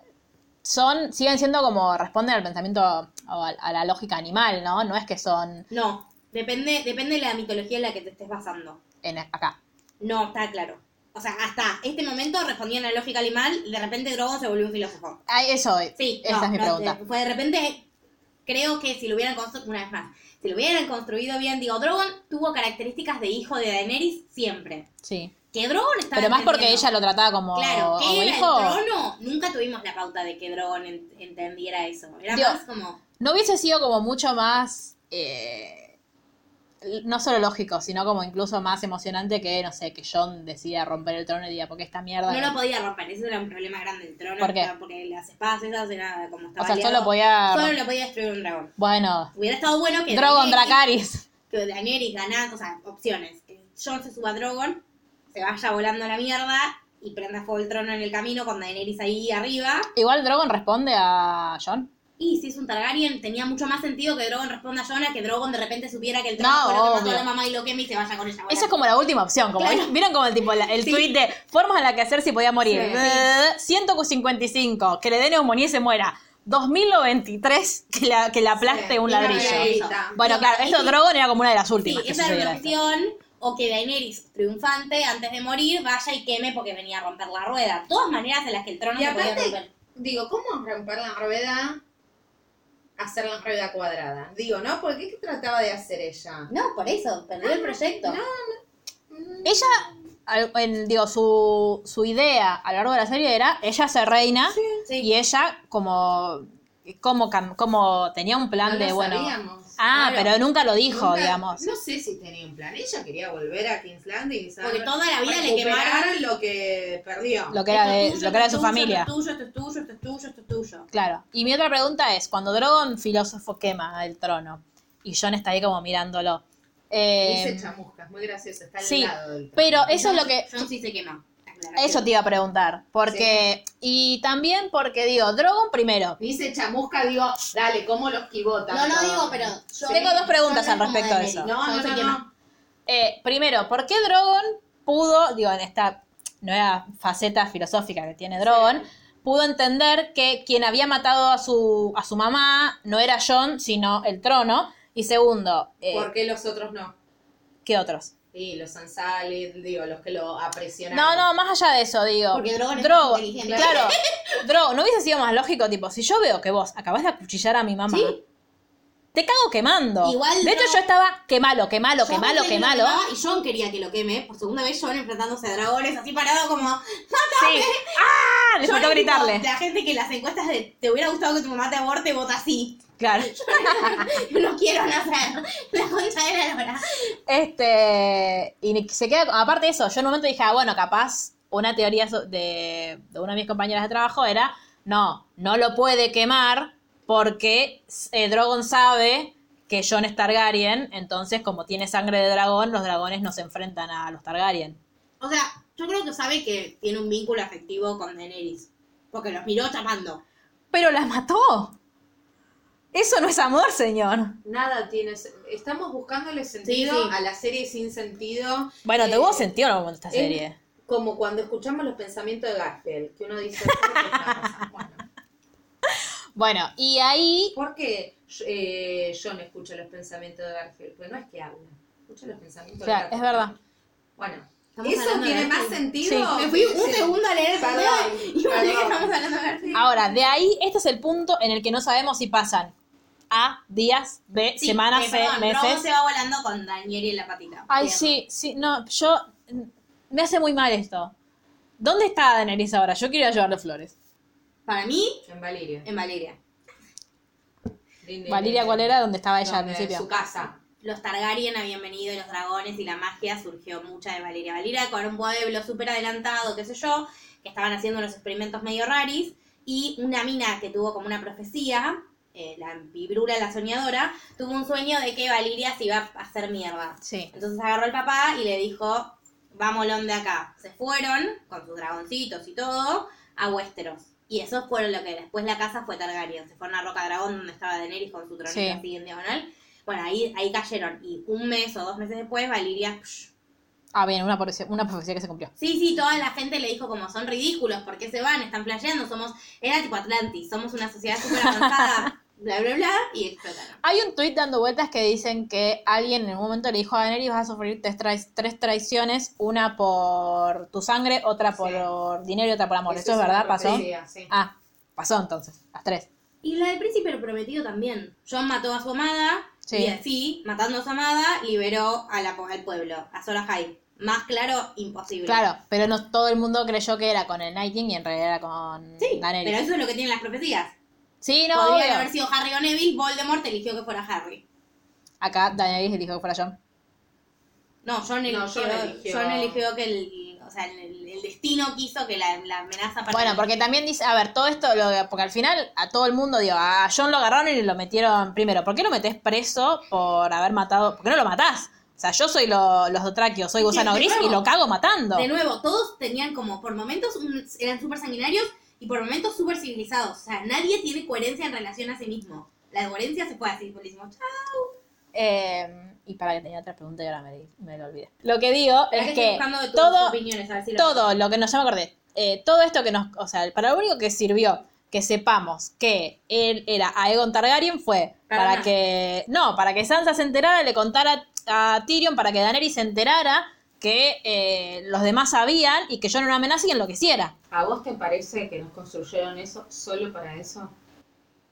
Speaker 1: son, siguen siendo como, responden al pensamiento o a, a la lógica animal, ¿no? No es que son
Speaker 3: No. Depende, depende de la mitología en la que te estés basando.
Speaker 1: en, e, acá.
Speaker 3: No, está claro. O sea, hasta este momento respondían a la lógica animal, y de repente Drogon se volvió un filósofo.
Speaker 1: Ah, eso,
Speaker 3: Sí,
Speaker 1: esa
Speaker 3: no,
Speaker 1: es mi
Speaker 3: no,
Speaker 1: pregunta.
Speaker 3: de- Fue de repente, creo que si lo hubieran construido, una vez más, si lo hubieran construido bien, digo, Drogon tuvo características de hijo de Daenerys siempre.
Speaker 1: Sí.
Speaker 3: Que Drogon estaba
Speaker 1: Pero más porque
Speaker 3: entendiendo.
Speaker 1: ella lo trataba como,
Speaker 3: Claro,
Speaker 1: como
Speaker 3: que era
Speaker 1: hijo.
Speaker 3: el trono, nunca tuvimos la pauta de que Drogon en- entendiera eso. Era
Speaker 1: Digo,
Speaker 3: más como,
Speaker 1: No hubiese sido como mucho más, eh, no solo lógico, sino como incluso más emocionante que, no sé, que John decida romper el trono y diga, porque esta mierda...
Speaker 3: no lo podía romper, eso era un problema grande del trono.
Speaker 1: ¿Por qué?
Speaker 3: era Porque las espadas esas era como estaba
Speaker 1: o sea,
Speaker 3: aliado,
Speaker 1: solo podía...
Speaker 3: solo lo podía destruir un dragón.
Speaker 1: Bueno,
Speaker 3: Hubiera estado bueno que
Speaker 1: Drogon
Speaker 3: Daenerys-
Speaker 1: Dracaris.
Speaker 3: que Daenerys gana, o sea, opciones. Que Jon se suba a Drogon, se vaya volando a la mierda y prenda fuego el trono en el camino con Daenerys ahí arriba.
Speaker 1: Igual Drogon responde a John.
Speaker 3: Y si es un Targaryen, tenía mucho más sentido que Drogon responda a Jon a que Drogon de repente supiera que el trono
Speaker 1: No,
Speaker 3: fue lo que mató
Speaker 1: obvio.
Speaker 3: a la mamá y lo quema y se vaya con ella.
Speaker 1: Esa es como la última opción. Como,
Speaker 3: Claro.
Speaker 1: ¿Vieron como el tipo la- el
Speaker 3: Sí.
Speaker 1: tweet de formas en la que hacer si podía morir?
Speaker 3: Sí.
Speaker 1: Bleh, 155, que le dé neumonía y se muera. 2093, que la, que la aplaste
Speaker 2: Sí,
Speaker 1: un
Speaker 2: y no
Speaker 1: ladrillo.
Speaker 2: me avisa.
Speaker 1: Bueno, claro, esto Drogon era como una de las
Speaker 3: Sí,
Speaker 1: últimas. que
Speaker 3: esa era
Speaker 1: sucediera
Speaker 3: una
Speaker 1: esto.
Speaker 3: opción. O que Daenerys, triunfante, antes de morir, vaya y queme porque venía a romper la rueda. Todas maneras en las que el trono
Speaker 2: Y
Speaker 3: se podía
Speaker 2: aparte-
Speaker 3: romper.
Speaker 2: Digo, ¿cómo romper la rueda? Hacer la rueda cuadrada. Digo, ¿no? Porque ¿qué trataba de hacer ella?
Speaker 3: No, por eso, perdió
Speaker 2: Ah,
Speaker 3: el proyecto.
Speaker 1: Ella, al- en- digo, su, su idea a lo largo de la serie era ella ser reina
Speaker 3: Sí.
Speaker 1: y ella como, como, cam- como tenía un plan
Speaker 2: No lo
Speaker 1: de, bueno...
Speaker 2: sabíamos.
Speaker 1: Ah,
Speaker 2: Claro.
Speaker 1: pero nunca lo dijo,
Speaker 2: Nunca-
Speaker 1: digamos.
Speaker 2: No sé si tenía un plan. Ella quería volver a King's Landing. ¿sabes?
Speaker 3: Porque toda la vida le
Speaker 2: Recuperar
Speaker 3: quemaron.
Speaker 2: lo que perdió.
Speaker 1: Lo que era de,
Speaker 3: Esto es tuyo,
Speaker 1: lo que era de su
Speaker 3: esto es tuyo,
Speaker 1: familia.
Speaker 3: Esto es tuyo, esto es tuyo, esto es tuyo, esto es tuyo.
Speaker 1: Claro. Y mi otra pregunta es, cuando Drogon, filósofo, quema el trono y John está ahí como mirándolo. eh,
Speaker 2: Dice chamusca, es muy gracioso. Está al
Speaker 1: sí,
Speaker 2: lado del
Speaker 1: pero eso es lo que...
Speaker 3: John sí se quemó. Aclaración.
Speaker 1: Eso te iba a preguntar. Porque... Y también porque digo, Drogon primero.
Speaker 2: Dice chamusca, digo, dale, ¿cómo los quivota?
Speaker 3: No lo digo, pero. yo-
Speaker 1: Tengo dos preguntas
Speaker 3: yo
Speaker 1: al
Speaker 3: no como
Speaker 1: respecto de
Speaker 3: Daenerys.
Speaker 1: eso.
Speaker 2: No,
Speaker 3: Yo
Speaker 2: no,
Speaker 3: se
Speaker 2: no,
Speaker 3: quema.
Speaker 2: no.
Speaker 1: Eh, primero, ¿por qué Drogon pudo, digo, en esta nueva faceta filosófica que tiene Drogon, pudo entender que quien había matado a su, a su mamá no era John, sino el trono? Y segundo, eh,
Speaker 2: ¿Por qué los otros no?
Speaker 1: ¿qué otros?
Speaker 2: Sí, los Ansales, digo, los que lo apresionaron.
Speaker 1: No, no, más allá de eso, digo.
Speaker 3: Porque Drogon es
Speaker 1: Drogo,
Speaker 3: más inteligente.
Speaker 1: claro. Drogo, ¿no hubiese sido más lógico, tipo, si yo veo que vos acabás de acuchillar a mi mamá,
Speaker 3: Sí.
Speaker 1: te cago quemando?
Speaker 3: Igual
Speaker 1: de hecho,
Speaker 3: no.
Speaker 1: yo estaba, quemalo, quemalo,
Speaker 3: John
Speaker 1: quemalo,
Speaker 3: quería que lo
Speaker 1: quemalo.
Speaker 3: quemaba Y John quería que lo queme. Por segunda vez, John enfrentándose a dragones, así parado como.
Speaker 1: Sí. ¡Ah! Le
Speaker 3: John
Speaker 1: faltó
Speaker 3: es tipo
Speaker 1: gritarle.
Speaker 3: La gente que en las encuestas de te hubiera gustado que tu mamá te aborte, vota así.
Speaker 1: Claro.
Speaker 3: no quiero nacer. La concha de la lora.
Speaker 1: Este. Y ni- se queda. Aparte de eso, yo en un momento dije, ah, bueno, capaz una teoría so- de, de una de mis compañeras de trabajo era: no, no lo puede quemar porque eh, Drogon sabe que Jon es Targaryen, entonces, como tiene sangre de dragón, los dragones no se enfrentan a los Targaryen.
Speaker 3: O sea, yo creo que sabe que tiene un vínculo afectivo con Daenerys. Porque los miró chapando.
Speaker 1: Pero la mató. Eso no es amor, señor.
Speaker 2: Nada tiene. se- Estamos buscándole sentido
Speaker 3: Sí, sí.
Speaker 2: a la serie sin sentido.
Speaker 1: Bueno,
Speaker 2: Eh,
Speaker 1: te hubo sentido en algún momento esta
Speaker 2: es-
Speaker 1: serie.
Speaker 2: Como cuando escuchamos los pensamientos de Garfield, que uno dice, "¿Por qué está pasando?". Bueno,
Speaker 1: Bueno, y ahí.
Speaker 2: ¿por qué eh, yo no escucho los pensamientos de Garfield? Porque no es que habla, escucho los pensamientos
Speaker 1: Claro,
Speaker 2: de
Speaker 1: es
Speaker 2: Garfield.
Speaker 1: verdad.
Speaker 2: Bueno,
Speaker 3: Estamos
Speaker 2: eso
Speaker 3: hablando de
Speaker 2: tiene más
Speaker 3: Garfield.
Speaker 2: sentido.
Speaker 1: Sí.
Speaker 3: Me fui un segundo a leer
Speaker 2: Perdón,
Speaker 3: perdón, y me olvidé que
Speaker 2: perdón.
Speaker 3: estamos hablando de Garfield.
Speaker 1: Ahora, de ahí, este es el punto en el que no sabemos si pasan a días, B,
Speaker 3: Sí,
Speaker 1: semanas,
Speaker 3: eh,
Speaker 1: C,
Speaker 3: perdón, Drogo
Speaker 1: meses.
Speaker 3: se va volando con Danieri en la patita.
Speaker 1: Ay,
Speaker 3: Bien.
Speaker 1: sí, sí, no, yo. mm, Me hace muy mal esto. ¿Dónde está Daenerys ahora? Yo quiero ir a llevarle flores.
Speaker 3: Para mí,
Speaker 2: En Valeria.
Speaker 3: en Valeria.
Speaker 2: Din, din,
Speaker 1: Valeria,
Speaker 2: din,
Speaker 1: ¿cuál
Speaker 2: din.
Speaker 1: era? ¿Dónde estaba ella al
Speaker 2: Donde-
Speaker 1: principio?
Speaker 2: Su casa.
Speaker 3: Los Targaryen habían venido, y los dragones y la magia surgió mucha de Valeria. Valeria con un pueblo súper adelantado, qué sé yo, que estaban haciendo unos experimentos medio raris, y una mina que tuvo como una profecía, eh, la vibrula, la soñadora, tuvo un sueño de que Valeria se iba a hacer mierda.
Speaker 1: Sí.
Speaker 3: Entonces agarró el papá y le dijo, vámonos de acá. Se fueron con sus dragoncitos y todo a Westeros. Y eso fueron lo que después la casa fue Targaryen. Se fue a una roca dragón donde estaba Daenerys con su tronito
Speaker 1: Sí.
Speaker 3: así en diagonal. Bueno, ahí, ahí cayeron. Y un mes o dos meses después, Valiria. psh,
Speaker 1: Ah, bien, una profecía, una profecía que se cumplió.
Speaker 3: Sí, sí, toda la gente le dijo como son ridículos, ¿por qué se van? Están flasheando, somos, era tipo Atlantis, somos una sociedad súper avanzada, bla, bla, bla, y explotaron.
Speaker 1: Hay un tuit dando vueltas que dicen que alguien en un momento le dijo a Daenerys vas a sufrir tres, trai- tres traiciones, una por tu sangre, otra por dinero y otra por amor. ¿Eso, es
Speaker 2: una
Speaker 1: verdad? ¿Pasó?
Speaker 2: profecía, sí.
Speaker 1: Ah, pasó entonces, las tres.
Speaker 3: Y la del príncipe prometido también. John mató a su amada,
Speaker 1: Sí.
Speaker 3: y así, matando a su amada, liberó a la, al pueblo, a Sora High. Más claro, imposible.
Speaker 1: Claro, pero no todo el mundo creyó que era con el Nighting y en realidad era con
Speaker 3: Sí,
Speaker 1: Daenerys.
Speaker 3: pero eso es lo que tienen las profecías.
Speaker 1: Sí, no,
Speaker 3: Podría
Speaker 1: obvio.
Speaker 3: haber sido Harry o Neville, Voldemort eligió que fuera Harry.
Speaker 1: Acá Daenerys le dijo que fuera John.
Speaker 3: No, John eligió,
Speaker 2: No, John eligió-
Speaker 3: John eligió que el, o sea, el, el destino quiso que la, la amenaza para
Speaker 1: Bueno, porque también dice, a ver, todo esto, lo- porque al final a todo el mundo, digo, a John lo agarraron y lo metieron primero. ¿Por qué lo metés preso por haber matado? ¿Por qué no lo matás? O sea, yo soy lo- los dotraquios, soy gusano
Speaker 3: de
Speaker 1: gris y
Speaker 3: nuevo.
Speaker 1: lo cago matando.
Speaker 3: De nuevo, todos tenían como, por momentos un- eran súper sanguinarios y por momentos súper civilizados. O sea, nadie tiene coherencia en relación a sí mismo. La coherencia se fue así, tipo, le decimos, "Chao".
Speaker 1: Eh, y para que tenía otra pregunta y ahora me, me lo olvidé. Lo que digo
Speaker 3: Acá
Speaker 1: es
Speaker 3: estoy
Speaker 1: que
Speaker 3: buscando de tus
Speaker 1: todo,
Speaker 3: opiniones, a ver si lo-
Speaker 1: todo lo que nos, ya me acordé, eh, todo esto que nos, o sea, para lo único que sirvió que sepamos que él era Aegon Targaryen fue
Speaker 3: Para
Speaker 1: para,
Speaker 3: nada.
Speaker 1: que, no, para que Sansa se enterara, le contara a Tyrion, para que Daenerys se enterara que eh, los demás sabían y que yo era una amenaza y enloqueciera.
Speaker 2: ¿A vos te parece que nos construyeron eso solo para eso?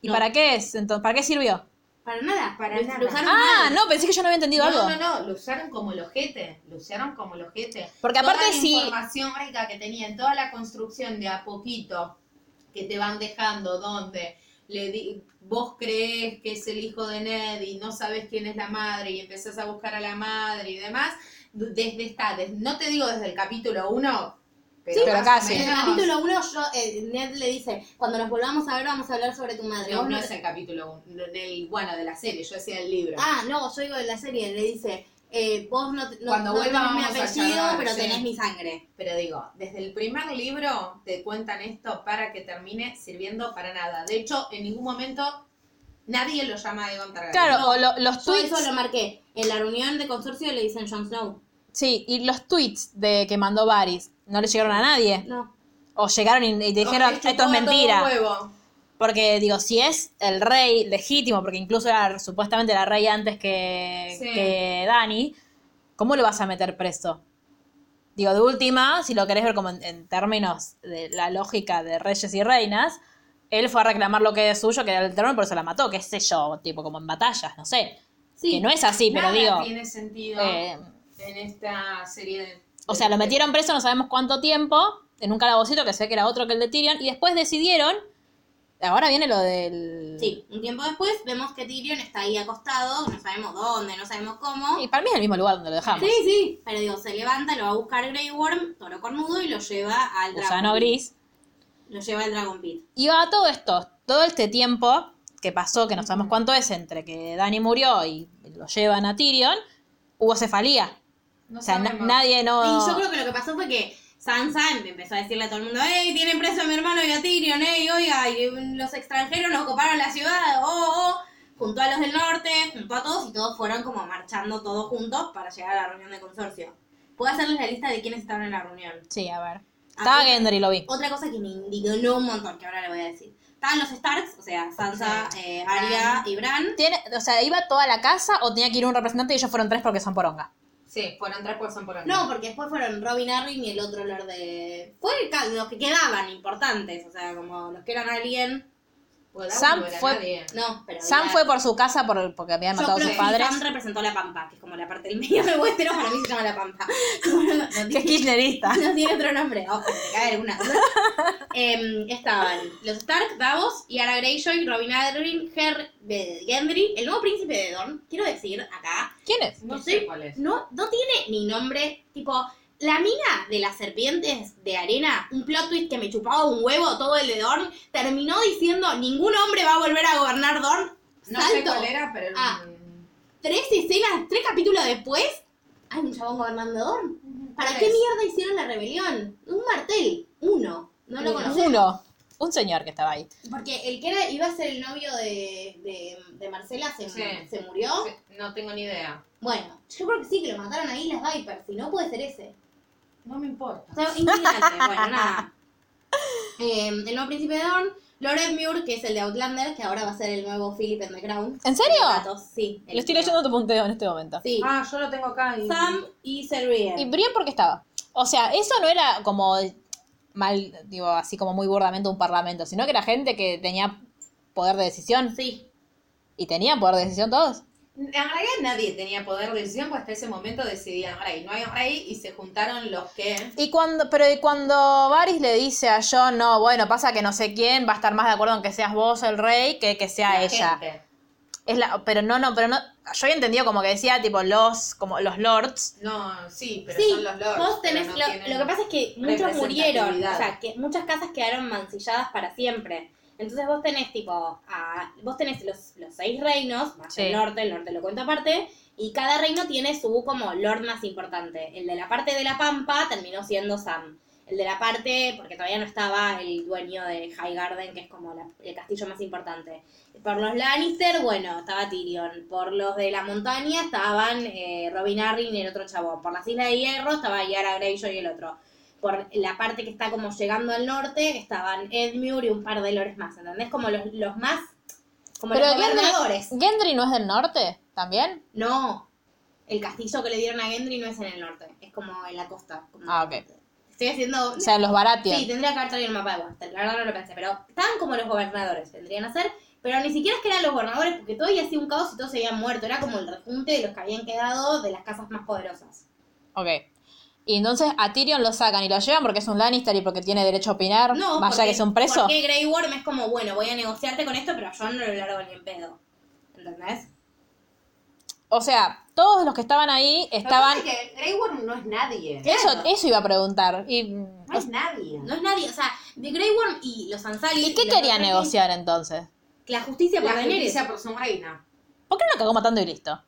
Speaker 1: ¿Y
Speaker 3: No.
Speaker 1: para qué es? Entonces, ¿Para qué sirvió?
Speaker 3: Para nada, para
Speaker 2: Para
Speaker 3: nada.
Speaker 2: nada.
Speaker 1: Ah, no, pensé que yo no había entendido
Speaker 2: No,
Speaker 1: algo.
Speaker 2: no, no, lo usaron como el ojete, lo usaron como el ojete.
Speaker 1: Porque aparte
Speaker 2: toda la
Speaker 1: sí-
Speaker 2: información rica que tenían, toda la construcción de a poquito que te van dejando, donde le di- vos crees que es el hijo de Ned y no sabes quién es la madre y empezás a buscar a la madre y demás, d- desde esta, des- no te digo desde el capítulo 1, pero,
Speaker 1: pero
Speaker 2: más o
Speaker 1: casi.
Speaker 3: En el
Speaker 2: menos-
Speaker 3: capítulo 1, yo, eh, Ned le dice, cuando nos volvamos a ver vamos a hablar sobre tu madre.
Speaker 2: No,
Speaker 3: Vos
Speaker 2: no
Speaker 3: te-
Speaker 2: es el capítulo 1, el, bueno, de la serie, yo decía el libro.
Speaker 3: Ah, no, yo digo de la serie, le dice, eh, vos no, no,
Speaker 2: Cuando
Speaker 3: no
Speaker 2: vuelva
Speaker 3: tenés mi
Speaker 2: vamos a
Speaker 3: apellido,
Speaker 2: charlar,
Speaker 3: pero
Speaker 2: sí.
Speaker 3: tenés mi sangre.
Speaker 2: Pero digo, desde el primer libro te cuentan esto para que termine sirviendo para nada. De hecho, en ningún momento nadie lo llama Aegon Targaryen.
Speaker 1: Claro,
Speaker 2: No,
Speaker 1: o lo- los
Speaker 3: Yo
Speaker 1: tweets.
Speaker 3: eso lo marqué. En la reunión de consorcio le dicen Jon Snow.
Speaker 1: Sí, y los tweets de que mandó Varys no le llegaron a nadie.
Speaker 3: No.
Speaker 1: O llegaron y, y dijeron,
Speaker 2: les
Speaker 1: esto
Speaker 2: chupó
Speaker 1: es
Speaker 2: todo
Speaker 1: mentira.
Speaker 2: un huevo.
Speaker 1: Porque digo, si es el rey legítimo, porque incluso era supuestamente la rey antes que,
Speaker 2: Sí.
Speaker 1: que Dani, ¿cómo lo vas a meter preso? Digo, de última, si lo querés ver como en, en términos de la lógica de reyes y reinas, él fue a reclamar lo que es suyo, que era el trono, por eso la mató, qué sé yo, tipo como en batallas, no sé. Que no es así, pero
Speaker 2: Nada
Speaker 1: digo.
Speaker 2: tiene sentido
Speaker 1: eh,
Speaker 2: en esta serie de...
Speaker 1: o sea, lo metieron preso no sabemos cuánto tiempo, en un calabocito que sé que era otro que el de Tyrion, y después decidieron. Ahora viene lo del.
Speaker 3: Sí, un tiempo después vemos que Tyrion está ahí acostado, no sabemos dónde, no sabemos cómo.
Speaker 1: Y para mí es el mismo lugar donde lo dejamos.
Speaker 3: Sí, sí. Pero digo, se levanta, lo va a buscar Grey Worm, toro cornudo, y lo lleva al
Speaker 1: Gusano
Speaker 3: Dragon
Speaker 1: gris.
Speaker 3: Pit. Lo lleva al Dragon Pit.
Speaker 1: Y va todo esto, todo este tiempo que pasó, que no sabemos cuánto es, entre que Dani murió y lo llevan a Tyrion, hubo cefalía.
Speaker 2: No
Speaker 1: o sea, na-
Speaker 2: sabemos.
Speaker 1: nadie no.
Speaker 3: Y yo creo que lo que pasó fue que Sansa em- empezó a decirle a todo el mundo, ¡Ey, tienen preso a mi hermano y a Tyrion! ¡Ey, oiga! y, mm, los extranjeros nos ocuparon la ciudad! ¡Oh, oh! Juntó a los del norte, juntó a todos y todos fueron como marchando todos juntos para llegar a la reunión de consorcio. Puedo hacerles la lista de quiénes estaban en la reunión.
Speaker 1: Sí, a ver. Estaba
Speaker 3: Acá-
Speaker 1: Gendry, lo vi.
Speaker 3: Otra cosa que me indignó un montón, que ahora le voy a decir. Estaban los Starks, o sea, Sansa, eh, Arya y Bran.
Speaker 1: ¿Tiene, o sea, ¿iba toda la casa o tenía que ir un representante y ellos fueron tres porque son poronga?
Speaker 2: Sí, fueron tres por son por acá.
Speaker 3: No, porque después fueron Robin Arryn y el otro Lord de... Fue el ca- los que quedaban importantes, o sea, como los que eran alguien.
Speaker 2: Porque
Speaker 1: Sam
Speaker 2: Dawn no era
Speaker 1: fue-
Speaker 2: nadie.
Speaker 3: No, pero...
Speaker 1: Sam
Speaker 3: ya-
Speaker 1: fue por su casa por, porque habían
Speaker 3: Yo
Speaker 1: matado a
Speaker 3: creo
Speaker 1: sus
Speaker 3: que
Speaker 1: padres.
Speaker 3: Sam representó la Pampa, que es como la parte del medio de Westeros, para mí se llama la Pampa.
Speaker 1: Que es kirchnerista.
Speaker 3: No tiene otro nombre. Ojo, me cae alguna. Em, estaban los Stark, Davos, Yara Greyjoy, Robin Arryn, Her, eh, Gendry, el nuevo príncipe de Dorne. Quiero decir acá,
Speaker 1: ¿Quién es?
Speaker 2: No
Speaker 3: que
Speaker 2: sé cuál es.
Speaker 3: No, no tiene ni nombre. Tipo, la mina de las serpientes de arena, un plot twist que me chupaba un huevo todo el de Dorne, terminó diciendo: ningún hombre va a volver a gobernar Dorne.
Speaker 2: No sé
Speaker 3: Salto.
Speaker 2: cuál era, pero...
Speaker 3: Ah. Tres escenas, tres capítulos después, hay un chabón gobernando Dorne. ¿Para qué
Speaker 2: Tres.
Speaker 3: mierda hicieron la rebelión? Un martel. Uno. No lo
Speaker 2: Uno.
Speaker 3: conocemos.
Speaker 1: Uno. Un señor que estaba ahí.
Speaker 3: Porque el que era, iba a ser el novio de, de, de Marcela se,
Speaker 2: Sí.
Speaker 3: se murió.
Speaker 2: No tengo ni idea.
Speaker 3: Bueno, yo creo que sí, que lo mataron ahí las Vipers. Si no, puede ser ese.
Speaker 2: No me importa.
Speaker 3: O sea, indignante. bueno, nada. Eh, el nuevo príncipe de Dorne. Loren Muir, que es el de Outlander, que ahora va a ser el nuevo Philip and the Crown.
Speaker 1: ¿En serio?
Speaker 3: Los gatos, sí. el
Speaker 1: Lo estoy
Speaker 3: que-
Speaker 1: leyendo tu punteo en este momento.
Speaker 3: Sí.
Speaker 2: Ah, yo lo tengo acá. Y...
Speaker 3: Sam y Serrier.
Speaker 1: ¿Y Brian por qué estaba? O sea, eso no era como mal, digo, así como muy burdamente un parlamento, sino que era gente que tenía poder de decisión.
Speaker 3: Sí.
Speaker 1: ¿Y tenían poder de decisión todos?
Speaker 2: En realidad nadie tenía poder de decisión, pues hasta ese momento decidían rey. No hay rey y se juntaron los que...
Speaker 1: Y cuando, pero y cuando Varys le dice a John, no, bueno, pasa que no sé quién va a estar más de acuerdo en que seas vos el rey que que sea
Speaker 2: la
Speaker 1: ella.
Speaker 2: gente.
Speaker 1: Es la, pero no, no, pero no, yo había entendido como que decía tipo los, como los lords.
Speaker 2: No, sí, pero
Speaker 3: sí,
Speaker 2: son los lords.
Speaker 3: vos
Speaker 2: pero
Speaker 3: tenés,
Speaker 2: no
Speaker 3: lo,
Speaker 2: tienen-
Speaker 3: lo que pasa es que muchos murieron,
Speaker 2: representatividad.
Speaker 3: o sea, que muchas casas quedaron mancilladas para siempre. Entonces vos tenés tipo, a, vos tenés los, los seis reinos, más
Speaker 1: Sí.
Speaker 3: el norte, el norte lo cuento aparte, y cada reino tiene su como lord más importante. El de la parte de la pampa terminó siendo Sam. El de la parte, porque todavía no estaba el dueño de High Garden, que es como la- el castillo más importante. Por los Lannister, bueno, estaba Tyrion. Por los de la montaña estaban eh, Robin Arryn y el otro chabón. Por las Islas de Hierro estaba Yara Greyjoy y el otro. Por la parte que está como llegando al norte estaban Edmure y un par de lores más, ¿entendés? Como los, los más... Como
Speaker 1: Pero
Speaker 3: los
Speaker 1: Gendry,
Speaker 3: gobernadores.
Speaker 1: Gendry no es del norte también.
Speaker 3: No, el castillo que le dieron a Gendry no es en el norte, es como en la costa. como-
Speaker 1: Ah, ok.
Speaker 3: Estoy haciendo...
Speaker 1: O sea, los Baratheon.
Speaker 3: Sí, tendría que haber traído el mapa de Westeros, la verdad no lo pensé, pero estaban como los gobernadores, tendrían a ser, pero ni siquiera es que eran los gobernadores, porque todo había sido un caos y todos se habían muerto, era como el rejunte de los que habían quedado de las casas más poderosas.
Speaker 1: Ok. Y entonces a Tyrion lo sacan y lo llevan porque es un Lannister y porque tiene derecho a opinar,
Speaker 3: No,
Speaker 1: más allá
Speaker 3: porque-
Speaker 1: Ah, que es un preso.
Speaker 3: Porque Grey Worm es como, bueno, voy a negociarte con esto, pero yo no lo largo ni en pedo, ¿entendés?
Speaker 1: O sea, todos los que estaban ahí
Speaker 2: Lo que pasa
Speaker 1: estaban...
Speaker 2: es que Grey Worm no es nadie.
Speaker 1: Eso,
Speaker 3: Claro.
Speaker 1: eso iba a preguntar. ¿Y, mm,
Speaker 2: No es nadie.
Speaker 3: No es nadie, o sea, de Grey Worm y los Ansalis...
Speaker 1: ¿y qué
Speaker 3: los
Speaker 1: quería
Speaker 3: Dothraki,
Speaker 1: negociar entonces?
Speaker 3: La justicia por
Speaker 2: La
Speaker 3: Daenerys.
Speaker 2: justicia por su reina.
Speaker 1: ¿Por qué no lo cagó matando y listo?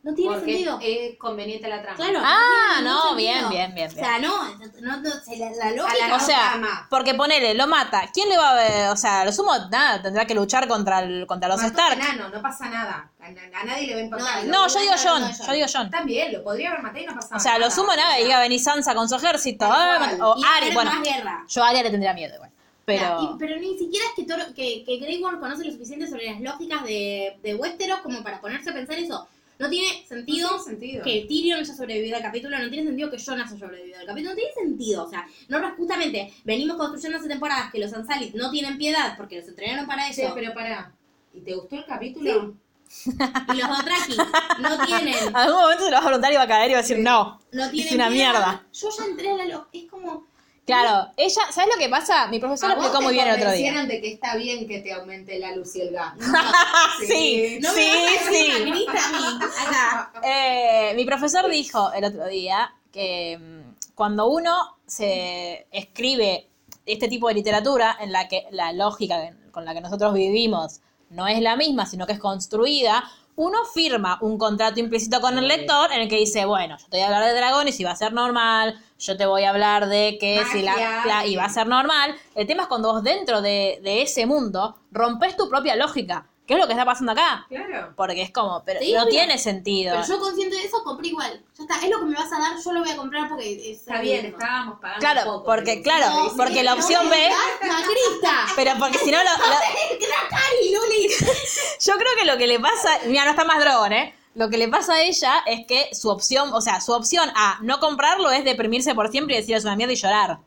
Speaker 3: No tiene
Speaker 2: porque
Speaker 3: sentido.
Speaker 2: es conveniente la trama.
Speaker 3: Claro.
Speaker 1: Ah,
Speaker 3: tiene
Speaker 1: no,
Speaker 3: ningún
Speaker 1: bien,
Speaker 3: sentido.
Speaker 1: bien, bien,
Speaker 3: O
Speaker 1: bien.
Speaker 3: sea, no, no, no, se la, la lógica
Speaker 2: A la
Speaker 1: O sea,
Speaker 2: ama.
Speaker 1: porque ponele, lo mata. ¿Quién le va a ver? O sea, lo sumo, nada, tendrá que luchar contra, el, contra los
Speaker 2: Mató a un
Speaker 1: Stark.
Speaker 2: enano, no pasa nada. A, a- a nadie le va a importar.
Speaker 1: No, yo digo
Speaker 3: No,
Speaker 1: John,
Speaker 3: no, Jon.
Speaker 1: yo digo John.
Speaker 2: También, lo podría haber matado y no pasaba
Speaker 1: O sea,
Speaker 2: nada.
Speaker 1: lo sumo nada, iba a venir Sansa con su ejército.
Speaker 2: Tal
Speaker 1: ah,
Speaker 2: cual.
Speaker 1: o
Speaker 3: Y
Speaker 1: Arya,
Speaker 3: haber
Speaker 1: bueno,
Speaker 3: más guerra.
Speaker 1: yo a Arya le tendría miedo igual. Pero...
Speaker 3: Claro, y- pero ni siquiera es que, Toro- que, que Grey Worm conoce lo suficiente sobre las lógicas de, de Westeros como para ponerse a pensar eso. No tiene sentido,
Speaker 2: No tiene sentido.
Speaker 3: que Tyrion haya sobrevivido al capítulo, no tiene sentido que Jon haya sobrevivido al capítulo, no tiene sentido. O sea, no justamente venimos construyendo hace temporadas que los Ansalis no tienen piedad porque los entrenaron para eso.
Speaker 2: Che, pero pará. ¿Y te gustó el capítulo?
Speaker 3: Y los Dothraki no tienen
Speaker 1: En algún momento se lo vas a preguntar y va a caer y va a decir, no.
Speaker 3: No tiene
Speaker 1: Es una
Speaker 3: piedad.
Speaker 1: mierda.
Speaker 3: Yo ya entré a la lo- es como
Speaker 1: Claro, ella, ¿sabes lo que pasa? Mi profesor
Speaker 2: A
Speaker 1: lo
Speaker 2: vos
Speaker 1: explicó
Speaker 2: te
Speaker 1: muy bien el otro día.
Speaker 2: convencieron de que está bien que te aumente la luz y el gas.
Speaker 1: Ah, Sí,
Speaker 3: no me
Speaker 1: sí,
Speaker 3: vas a decir
Speaker 1: sí.
Speaker 3: magnita a mí. Acá.
Speaker 1: Eh, mi profesor dijo el otro día que mm, cuando uno se escribe este tipo de literatura en la que la lógica que- con la que nosotros vivimos no es la misma, sino que es construida, uno firma un contrato implícito con el lector en el que dice, bueno, yo te voy a hablar de dragones y va a ser normal, yo te voy a hablar de que si la,
Speaker 2: Magia.
Speaker 1: la- y va a ser normal. El tema es cuando vos dentro de, de ese mundo rompes tu propia lógica, que es lo que está pasando acá.
Speaker 2: Claro.
Speaker 1: Porque es como, pero
Speaker 3: Sí,
Speaker 1: no
Speaker 3: obvio.
Speaker 1: tiene sentido.
Speaker 3: Pero yo consciente de eso, compré igual. Ya está, es lo que me vas a dar, yo lo voy a comprar porque es
Speaker 2: Está bien, estábamos pagando
Speaker 1: Claro,
Speaker 2: un poco,
Speaker 1: porque,
Speaker 2: pero-
Speaker 1: claro,
Speaker 2: No,
Speaker 1: porque
Speaker 2: sí,
Speaker 1: la
Speaker 2: no,
Speaker 1: opción
Speaker 2: no,
Speaker 1: B-
Speaker 3: Macrista.
Speaker 1: Pero porque si no, lo- lo-
Speaker 3: Cari, no le
Speaker 1: yo creo que lo que le pasa, mira, no está más dragón, ¿eh? Lo que le pasa a ella es que su opción, o sea, su opción a no comprarlo es deprimirse por siempre y decir es una mierda y llorar.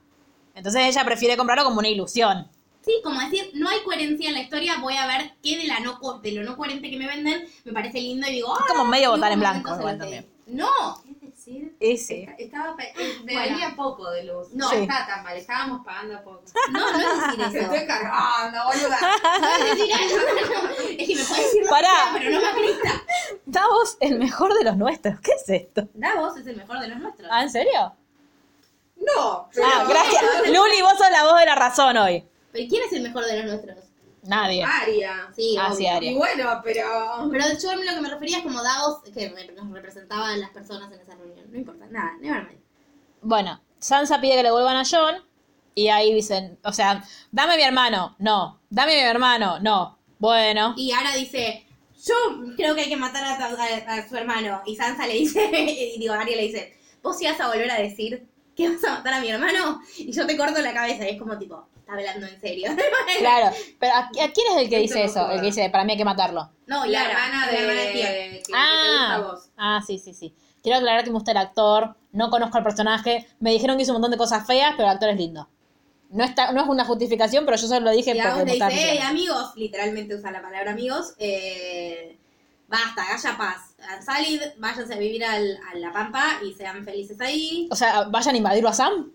Speaker 1: Entonces ella prefiere comprarlo como una ilusión.
Speaker 3: Sí, como decir, no hay coherencia en la historia, voy a ver qué de la no co- de lo no coherente que me venden me parece lindo y digo, ah,
Speaker 1: Es como medio
Speaker 3: y hubo
Speaker 1: votar en
Speaker 3: momentos
Speaker 1: blanco igual
Speaker 3: los que-
Speaker 1: también.
Speaker 3: No,
Speaker 2: Es decir,
Speaker 1: Ese.
Speaker 2: estaba, pa- eh, me valía poco de luz. No,
Speaker 1: Sí.
Speaker 2: está tan mal, estábamos pagando poco.
Speaker 3: no, no es decir
Speaker 2: Te
Speaker 3: eso.
Speaker 2: estoy cargando, boluda.
Speaker 3: No es decir eso. Es que me puede decir lo que
Speaker 1: Pará.
Speaker 3: sea, pero no macrista.
Speaker 1: Davos, el mejor de los nuestros. ¿Qué es esto?
Speaker 3: Davos es el mejor de los nuestros.
Speaker 1: ¿Ah, en serio?
Speaker 2: No.
Speaker 1: Ah, gracias. Luli, vos sos la voz de la razón hoy.
Speaker 3: ¿Pero quién es el mejor de los nuestros?
Speaker 1: Nadie.
Speaker 2: Aria.
Speaker 3: Sí,
Speaker 1: Ah, sí,
Speaker 3: obvio.
Speaker 1: Aria.
Speaker 2: Y bueno, pero...
Speaker 3: Oh, Pero yo lo que me refería es como Davos, que re- nos representaban las personas en esa reunión. No importa, nada, nevermind.
Speaker 1: Bueno, Sansa pide que le vuelvan a John. Y ahí dicen, o sea, dame mi hermano, no, dame mi hermano, no. Bueno,
Speaker 3: Y ahora dice, yo creo que hay que matar a, tu- a- a su hermano. Y Sansa le dice, y digo, Arya le dice, vos ibas a volver a decir que vas a matar a mi hermano y yo te corto la cabeza. Y es como tipo, está hablando en serio.
Speaker 1: claro. Pero ¿a, a quién es el que
Speaker 2: Esto
Speaker 1: dice
Speaker 2: no
Speaker 1: eso?
Speaker 2: joda.
Speaker 1: El que dice, para mí hay que matarlo.
Speaker 3: no,
Speaker 2: La
Speaker 3: Yara,
Speaker 2: hermana de,
Speaker 3: la hermana de
Speaker 2: que,
Speaker 3: Tyrion.
Speaker 2: que te gusta a
Speaker 1: Ah,
Speaker 2: vos.
Speaker 1: ah, sí, sí, sí. Quiero aclarar que me gusta el actor, no conozco al personaje, me dijeron que hizo un montón de cosas feas, pero el actor es lindo. No, está, no es una justificación, pero yo solo lo dije
Speaker 3: Y
Speaker 1: porque
Speaker 3: Agus
Speaker 1: me
Speaker 3: le
Speaker 1: estaba
Speaker 3: dice, "Ey,
Speaker 1: diciendo.
Speaker 3: amigos, literalmente usa la palabra amigos, eh, basta, haya paz, salid, váyanse a vivir al, a la pampa y sean felices ahí.
Speaker 1: O sea, vayan a invadirlo a Sam.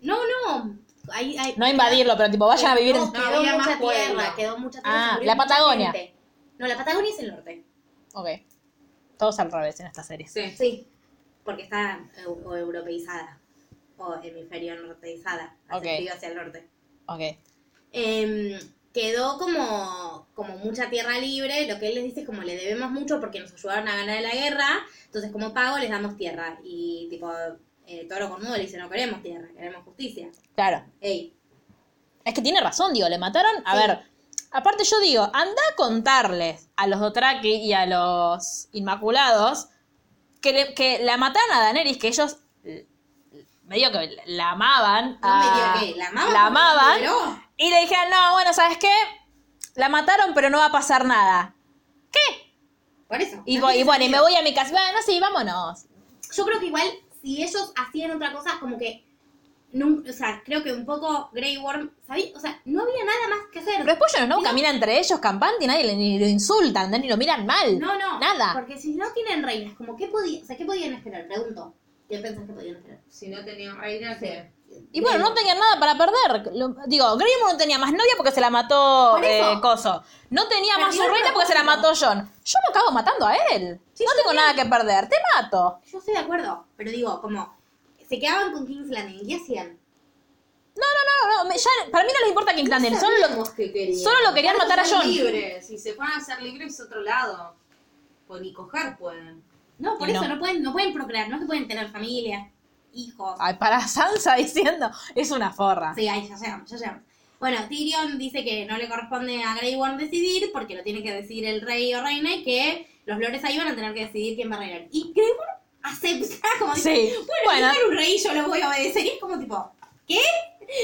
Speaker 3: No, no, ahí- ahí-
Speaker 1: No a invadirlo, pero tipo, vayan a vivir en...
Speaker 3: No,
Speaker 2: No,
Speaker 3: quedó
Speaker 2: había
Speaker 3: mucha
Speaker 2: más pueblo.
Speaker 3: tierra, quedó mucha
Speaker 1: Ah,
Speaker 3: tierra. se murió
Speaker 1: la
Speaker 3: mucha
Speaker 1: Patagonia.
Speaker 3: gente. No, la Patagonia es el norte.
Speaker 1: Ok. Todos al revés en esta serie.
Speaker 2: Sí.
Speaker 3: Sí, porque está eu- o europeizada o hemisferio norteizada, hace
Speaker 1: Ok.
Speaker 3: frío hacia el norte.
Speaker 1: Ok.
Speaker 3: Em, quedó como, como mucha tierra libre. Lo que él les dice es como le debemos mucho porque nos ayudaron a ganar la guerra. Entonces, como pago, les damos tierra. Y tipo, eh, Toro Cornudo le dice: No queremos tierra, queremos justicia.
Speaker 1: Claro.
Speaker 3: Ey,
Speaker 1: Es que tiene razón, digo, le mataron. A
Speaker 3: Sí.
Speaker 1: ver, aparte yo digo, anda a contarles a los Dotraki y a los Inmaculados que, le- que la mataron a Daenerys, que ellos eh, medio que la amaban.
Speaker 3: no
Speaker 1: a-
Speaker 3: me dio que la amaban.
Speaker 1: Ah, La amaban.
Speaker 3: Pero,
Speaker 1: Y le dijeron, no, bueno, ¿sabes qué? La mataron, pero no va a pasar nada.
Speaker 3: por eso.
Speaker 1: Y,
Speaker 3: No
Speaker 1: voy- y
Speaker 3: tiene
Speaker 1: bueno, y me
Speaker 3: sentido.
Speaker 1: voy a mi casa. Bueno, sí, vámonos.
Speaker 3: Yo creo que igual, si ellos hacían otra cosa, como que. nun- o sea, creo que un poco Grey Worm, ¿sabés? O sea, no había nada más que hacer.
Speaker 1: Pero después ellos no
Speaker 3: Si no-
Speaker 1: caminan entre ellos campante y nadie le- ni lo insultan, ni lo miran mal.
Speaker 3: No, no.
Speaker 1: Nada.
Speaker 3: Porque si no tienen reinas, como qué podían, o sea, ¿qué podían esperar? Pregunto. ¿Qué pensás que podían esperar?
Speaker 2: Si no tenía reina, que.
Speaker 1: Y bueno, no tenían nada para perder. Lo- digo, Greymoor no tenía más novia porque se la mató
Speaker 3: Por eso.
Speaker 1: eh, Coso. No tenía
Speaker 3: Perdió
Speaker 1: más su
Speaker 3: el
Speaker 1: reina porque se la mató
Speaker 3: propósito.
Speaker 1: John. Yo lo acabo matando a él. no tengo nada que perder. Te mato.
Speaker 3: Yo estoy de acuerdo, pero digo, como, se quedaban con King's Landing, ¿qué hacían?
Speaker 1: No, no, no. me- ya- para mí no les importa King's Landing. Solo lo,
Speaker 3: que querían.
Speaker 1: solo lo querían
Speaker 2: Van
Speaker 1: matar a
Speaker 2: ser
Speaker 1: John.
Speaker 2: libres. Si se van a ser libres, es otro lado. Pues ni coger pueden.
Speaker 3: No, por
Speaker 1: Y
Speaker 3: eso
Speaker 1: no.
Speaker 3: no. pueden, no pueden procrear, no se pueden tener familia, hijos.
Speaker 1: Ay, para Sansa diciendo, es una forra.
Speaker 3: Sí, ahí ya llegamos, ya llegamos. Bueno, Tyrion dice que no le corresponde a Grey Worm decidir, porque lo tiene que decidir el rey o reina, y que los lores ahí van a tener que decidir quién va a reinar. Y Grey Worm acepta, como dice,
Speaker 1: Sí,
Speaker 3: bueno,
Speaker 1: bueno.
Speaker 3: yo era un rey, yo lo voy a obedecer, y es como tipo, ¿qué?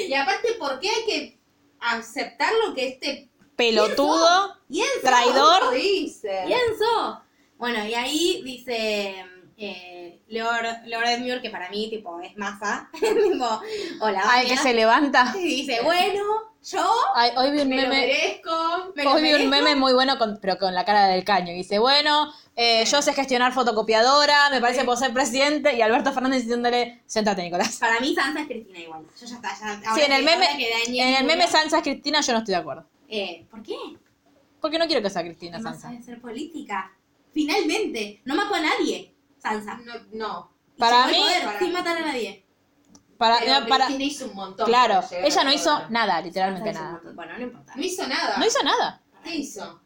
Speaker 2: Y aparte, ¿por qué hay que aceptar lo que este
Speaker 1: Pelotudo.
Speaker 3: Pienso.
Speaker 1: Traidor.
Speaker 2: p- dice?
Speaker 3: Pienso. Bueno, y ahí dice eh, Lord, Lord Edmure, que para mí, tipo, es masa, tipo, hola,
Speaker 1: Ay, que
Speaker 3: Vania.
Speaker 1: se levanta.
Speaker 3: Y dice, bueno, yo
Speaker 1: Ay, hoy vi un
Speaker 2: Me lo
Speaker 1: meme.
Speaker 2: merezco.
Speaker 3: me lo
Speaker 1: Hoy vi un
Speaker 3: merezco.
Speaker 1: meme muy bueno, con- pero con la cara del caño. Y dice, bueno, eh, yo sé gestionar fotocopiadora, me parece que puedo ser presidente. Y Alberto Fernández diciéndole, siéntate, Nicolás.
Speaker 3: Para mí Sansa es Cristina igual. Yo ya está, ya. ahora
Speaker 1: Sí, en
Speaker 3: que-
Speaker 1: el
Speaker 3: ahora que
Speaker 1: meme,
Speaker 3: Daniel
Speaker 1: en el
Speaker 3: murió-
Speaker 1: meme Sansa es Cristina, yo no estoy de acuerdo.
Speaker 3: Eh, ¿Por qué?
Speaker 1: Porque no quiero que sea Cristina
Speaker 3: No
Speaker 1: Sansa.
Speaker 3: sabe hacer política. Finalmente, no mató a nadie, Sansa.
Speaker 2: No, no.
Speaker 3: Y
Speaker 1: Para
Speaker 3: llegó al
Speaker 1: mí-
Speaker 3: poder sin matar a nadie.
Speaker 1: Para,
Speaker 2: Pero
Speaker 1: Ah, para-
Speaker 2: Cristina hizo un montón.
Speaker 1: claro,
Speaker 2: para llegar
Speaker 1: ella
Speaker 2: al
Speaker 1: no hizo
Speaker 2: poder.
Speaker 1: nada,
Speaker 3: Sansa
Speaker 1: literalmente
Speaker 3: hizo un
Speaker 1: nada.
Speaker 3: montón. Bueno, no importa.
Speaker 2: No hizo nada.
Speaker 1: No hizo nada.
Speaker 2: ¿Qué hizo?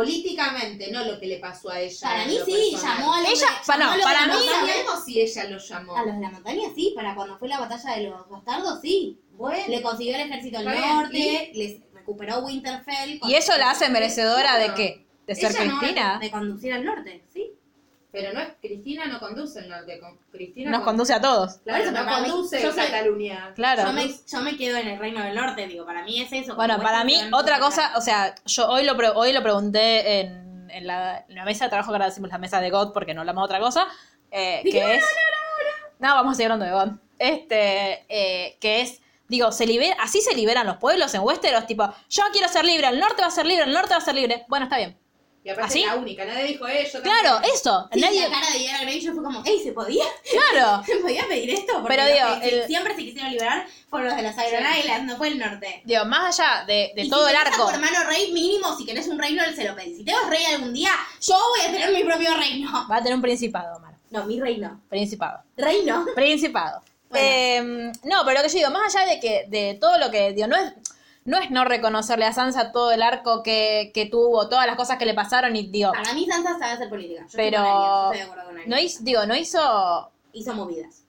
Speaker 2: Políticamente, no lo que le pasó a ella.
Speaker 3: Para
Speaker 2: en
Speaker 3: mí
Speaker 2: lo
Speaker 3: sí,
Speaker 2: personal.
Speaker 3: llamó a los
Speaker 1: Ella-
Speaker 3: llamó
Speaker 1: no,
Speaker 3: a los
Speaker 1: para
Speaker 3: de la
Speaker 2: No
Speaker 1: mí-
Speaker 3: montaña.
Speaker 2: sabemos si ella lo llamó.
Speaker 3: A los de la montaña sí, para cuando fue la batalla de los bastardos sí.
Speaker 2: Bueno,
Speaker 3: Le consiguió el ejército del
Speaker 2: Está bien,
Speaker 3: norte, les recuperó Winterfell.
Speaker 1: Y eso la hace merecedora de
Speaker 2: No.
Speaker 1: qué? De ser
Speaker 2: Ella no-
Speaker 1: Cristina.
Speaker 3: De conducir al norte, sí.
Speaker 2: pero no es Cristina no conduce el norte. con- Cristina
Speaker 1: Nos
Speaker 2: con-
Speaker 1: conduce a todos.
Speaker 2: Claro,
Speaker 3: Por eso,
Speaker 2: no
Speaker 3: pero para
Speaker 2: conduce
Speaker 3: mí- yo soy-
Speaker 2: Cataluña.
Speaker 1: Claro.
Speaker 3: Yo me, yo me quedo en el Reino del Norte, digo, para mí es eso. como
Speaker 1: Bueno,
Speaker 3: vos
Speaker 1: para
Speaker 3: te
Speaker 1: mí,
Speaker 3: quedan
Speaker 1: otra
Speaker 3: cosas.
Speaker 1: cosa, o sea, yo hoy lo, pre- hoy lo pregunté en, en la, en la mesa de trabajo, que ahora decimos la mesa de God porque no hablamos de otra cosa, eh, que es... No, vamos a seguir hablando de God. Este, eh, que es, digo, se libera, así se liberan los pueblos en Westeros, tipo, yo quiero ser libre, el norte va a ser libre, el norte va a ser libre. Bueno, está bien.
Speaker 2: Y aparte
Speaker 1: ¿Así?
Speaker 2: es la única. Nadie dijo "Eh, eso.
Speaker 1: ¿Ah, Claro, eso.
Speaker 3: Sí,
Speaker 1: nadie,
Speaker 3: La cara de Diana Grey yo fue como, ¡ey, se podía!
Speaker 1: claro.
Speaker 3: ¿Se podía pedir esto? Porque
Speaker 1: Pero digo,
Speaker 3: los que
Speaker 1: el-
Speaker 3: siempre se quisieron liberar fueron los de las Iron Islands, no fue el norte.
Speaker 1: Digo, más allá de, de
Speaker 3: Y
Speaker 1: todo
Speaker 3: si
Speaker 1: el
Speaker 3: tenés A
Speaker 1: arco.
Speaker 3: tu hermano rey mínimo, si querés un reino, él se lo pedís. Si tengo rey algún día, yo voy a tener mi propio reino.
Speaker 1: Va a tener un principado, Omar.
Speaker 3: No, mi reino.
Speaker 1: Principado.
Speaker 3: Reino.
Speaker 1: Principado.
Speaker 3: Bueno.
Speaker 1: Eh, no, pero lo que yo digo, más allá de que de todo lo que digo, no es no es no reconocerle a Sansa todo el arco que, que tuvo, todas las cosas que le pasaron y digo,
Speaker 3: Para mí Sansa sabe hacer política. Yo
Speaker 1: Pero-
Speaker 3: estoy con Arias, estoy de acuerdo con Arias.
Speaker 1: no hizo, digo, no hizo
Speaker 3: Hizo movidas.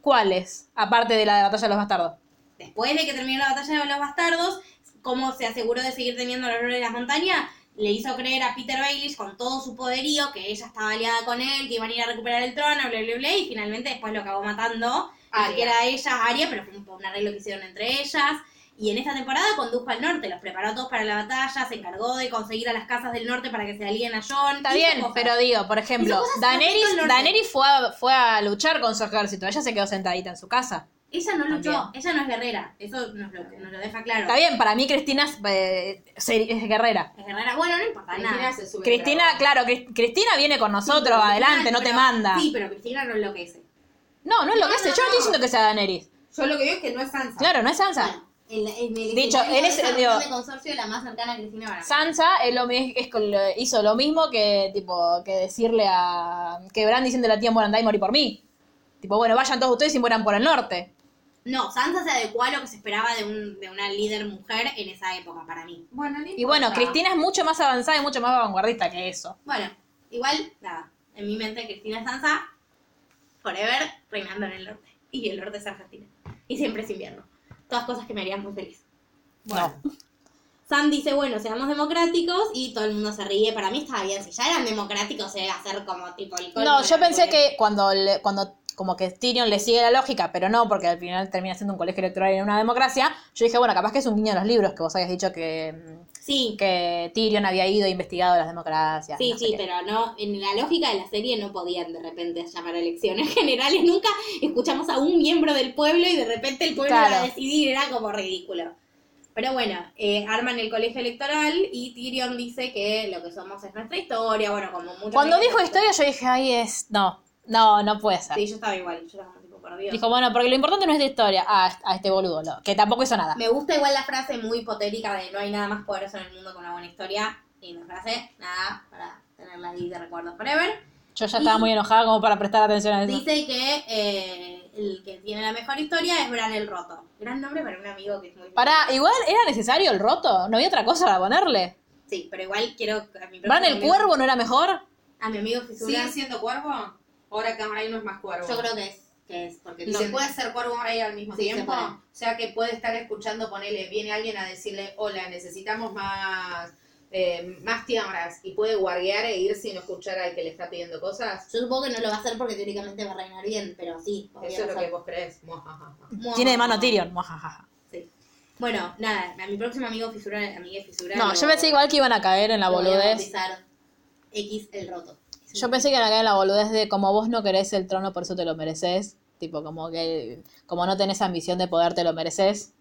Speaker 1: cuáles, aparte de la de Batalla de los Bastardos.
Speaker 3: después de que terminó la batalla de los bastardos, como se aseguró de seguir teniendo los roles de las montañas, le hizo creer a Peter Baelish con todo su poderío que ella estaba aliada con él, que iban a ir a recuperar el trono, bla, bla, bla, y finalmente después lo acabó matando.
Speaker 2: Arya.
Speaker 3: Que era ella, Aria, pero fue un, un arreglo que hicieron entre ellas. Y en esta temporada condujo al norte, los preparó a todos para la batalla, se encargó de conseguir a las casas del norte para que se alíen a Jon.
Speaker 1: Está
Speaker 3: hizo
Speaker 1: bien,
Speaker 3: cosas.
Speaker 1: pero digo, por
Speaker 3: Hizo
Speaker 1: ejemplo,
Speaker 3: cosas
Speaker 1: Daenerys,
Speaker 3: con el norte.
Speaker 1: Daenerys fue, a, fue a luchar con su ejército, ella se quedó sentadita en su casa.
Speaker 3: Ella no luchó,
Speaker 1: También.
Speaker 3: ella no es guerrera, eso nos lo, nos lo deja claro.
Speaker 1: Está bien, para mí Cristina es, eh, se- es guerrera.
Speaker 3: Es guerrera, bueno, no importa nada.
Speaker 2: se sube
Speaker 1: Cristina,
Speaker 2: al dragón.
Speaker 1: claro, Cris- Cristina viene con nosotros,
Speaker 3: Pero
Speaker 1: adelante, no
Speaker 3: Cristina-
Speaker 1: te
Speaker 3: pero-
Speaker 1: manda.
Speaker 3: Sí, pero Cristina no enloquece.
Speaker 1: No, no es lo que
Speaker 2: No,
Speaker 1: hace,
Speaker 2: no,
Speaker 1: yo no estoy
Speaker 2: no.
Speaker 1: diciendo que sea Daenerys.
Speaker 2: Yo lo que digo es que no es Sansa.
Speaker 1: Claro, no es Sansa.
Speaker 3: Bueno, en la- en el
Speaker 1: Dicho,
Speaker 3: escenario
Speaker 1: él
Speaker 3: de
Speaker 1: es-
Speaker 3: esa
Speaker 1: digo-
Speaker 3: reunión de consorcio la más cercana a Cristina Barahona.
Speaker 1: Sansa es lo, mi- es con lo- hizo lo mismo que tipo que decirle a que Bran diciendo la tía Morandai morir por mí. Tipo, bueno, vayan todos ustedes y mueran por el norte.
Speaker 3: No, Sansa se adecuó a lo que se esperaba de, un, de una líder mujer en esa época, para mí.
Speaker 2: Bueno, ni
Speaker 1: Y bueno,
Speaker 2: importa.
Speaker 1: Cristina es mucho más avanzada y mucho más vanguardista que eso.
Speaker 3: Bueno, igual, nada. En mi mente, Cristina es Sansa, forever, reinando en el norte. Y el norte es Argentina. Y siempre es invierno. Todas cosas que me harían muy feliz.
Speaker 1: Bueno.
Speaker 3: Sam dice, bueno, seamos democráticos y todo el mundo se ríe. Para mí estaba bien, si ya eran democráticos, se iba a hacer como tipo el
Speaker 1: No, yo
Speaker 3: colmo de la
Speaker 1: pensé
Speaker 3: locura.
Speaker 1: que cuando le- cuando como que Tyrion le sigue la lógica, pero no, porque al final termina siendo un colegio electoral en una democracia. Yo dije, bueno, capaz que es un guiño de los libros que vos habías dicho que,
Speaker 3: Sí,
Speaker 1: que Tyrion había ido e investigado las democracias.
Speaker 3: sí,
Speaker 1: no sé
Speaker 3: sí,
Speaker 1: qué.
Speaker 3: pero no, en la lógica de la serie no podían de repente llamar a elecciones generales. Nunca escuchamos a un miembro del pueblo y de repente el pueblo
Speaker 1: Claro.
Speaker 3: va a decidir, era como ridículo. Pero bueno, eh, arman el colegio electoral y Tyrion dice que lo que somos es nuestra historia, bueno, como mucho.
Speaker 1: Cuando dijo historia, yo dije, ahí es. No, no, no puede ser.
Speaker 3: Sí, yo estaba igual, yo estaba como tipo, por Dios.
Speaker 1: Dijo, bueno, porque lo importante no es de historia. Ah, a este boludo, lo- que tampoco hizo nada.
Speaker 3: Me gusta igual la frase muy hipotética de no hay nada más poderoso en el mundo que una buena historia. Linda frase, nada, para tenerla ahí de recuerdo forever.
Speaker 1: Yo ya estaba muy enojada como para prestar atención a eso.
Speaker 3: Dice que eh, el que tiene la mejor historia es Bran el Roto. Gran nombre para un amigo que es muy...
Speaker 1: Pará, igual era necesario el roto. No había otra cosa para ponerle.
Speaker 3: Sí, pero igual quiero... A mi propio
Speaker 1: eh. ¿Bran el
Speaker 3: amigo-
Speaker 1: cuervo no era mejor?
Speaker 3: A mi amigo Jesús.
Speaker 2: ¿Sigue siendo cuervo? Ahora que Rey no es más cuervo.
Speaker 3: Yo creo que es, que es porque...
Speaker 2: ¿Y
Speaker 3: no-
Speaker 2: se puede ser cuervo Rey al mismo
Speaker 3: Sí, se
Speaker 2: tiempo?
Speaker 3: puede.
Speaker 2: O sea que puede estar escuchando, ponele, viene alguien a decirle, hola, necesitamos más, eh, más tiambras. Y puede guardear e ir sin escuchar al que le está pidiendo cosas.
Speaker 3: Yo supongo que no lo va a hacer porque teóricamente va a reinar bien, pero sí. podría
Speaker 2: Eso es lo que
Speaker 3: pasar.
Speaker 2: vos crees. Muajaja.
Speaker 3: Mua,
Speaker 1: Tiene de
Speaker 3: mua,
Speaker 1: mano
Speaker 3: mua.
Speaker 1: Tyrion. Muajajaja.
Speaker 3: Bueno, nada, a mi próximo amigo fisura, amiga fisura...
Speaker 1: No,
Speaker 3: lo-
Speaker 1: yo pensé igual que iban a caer en la
Speaker 3: lo voy a
Speaker 1: boludez.
Speaker 3: bautizar X el Roto.
Speaker 1: Yo pensé que iban a caer en la boludez de como vos no querés el trono, por eso te lo mereces. Tipo, como que como no tenés ambición de poder, te lo mereces.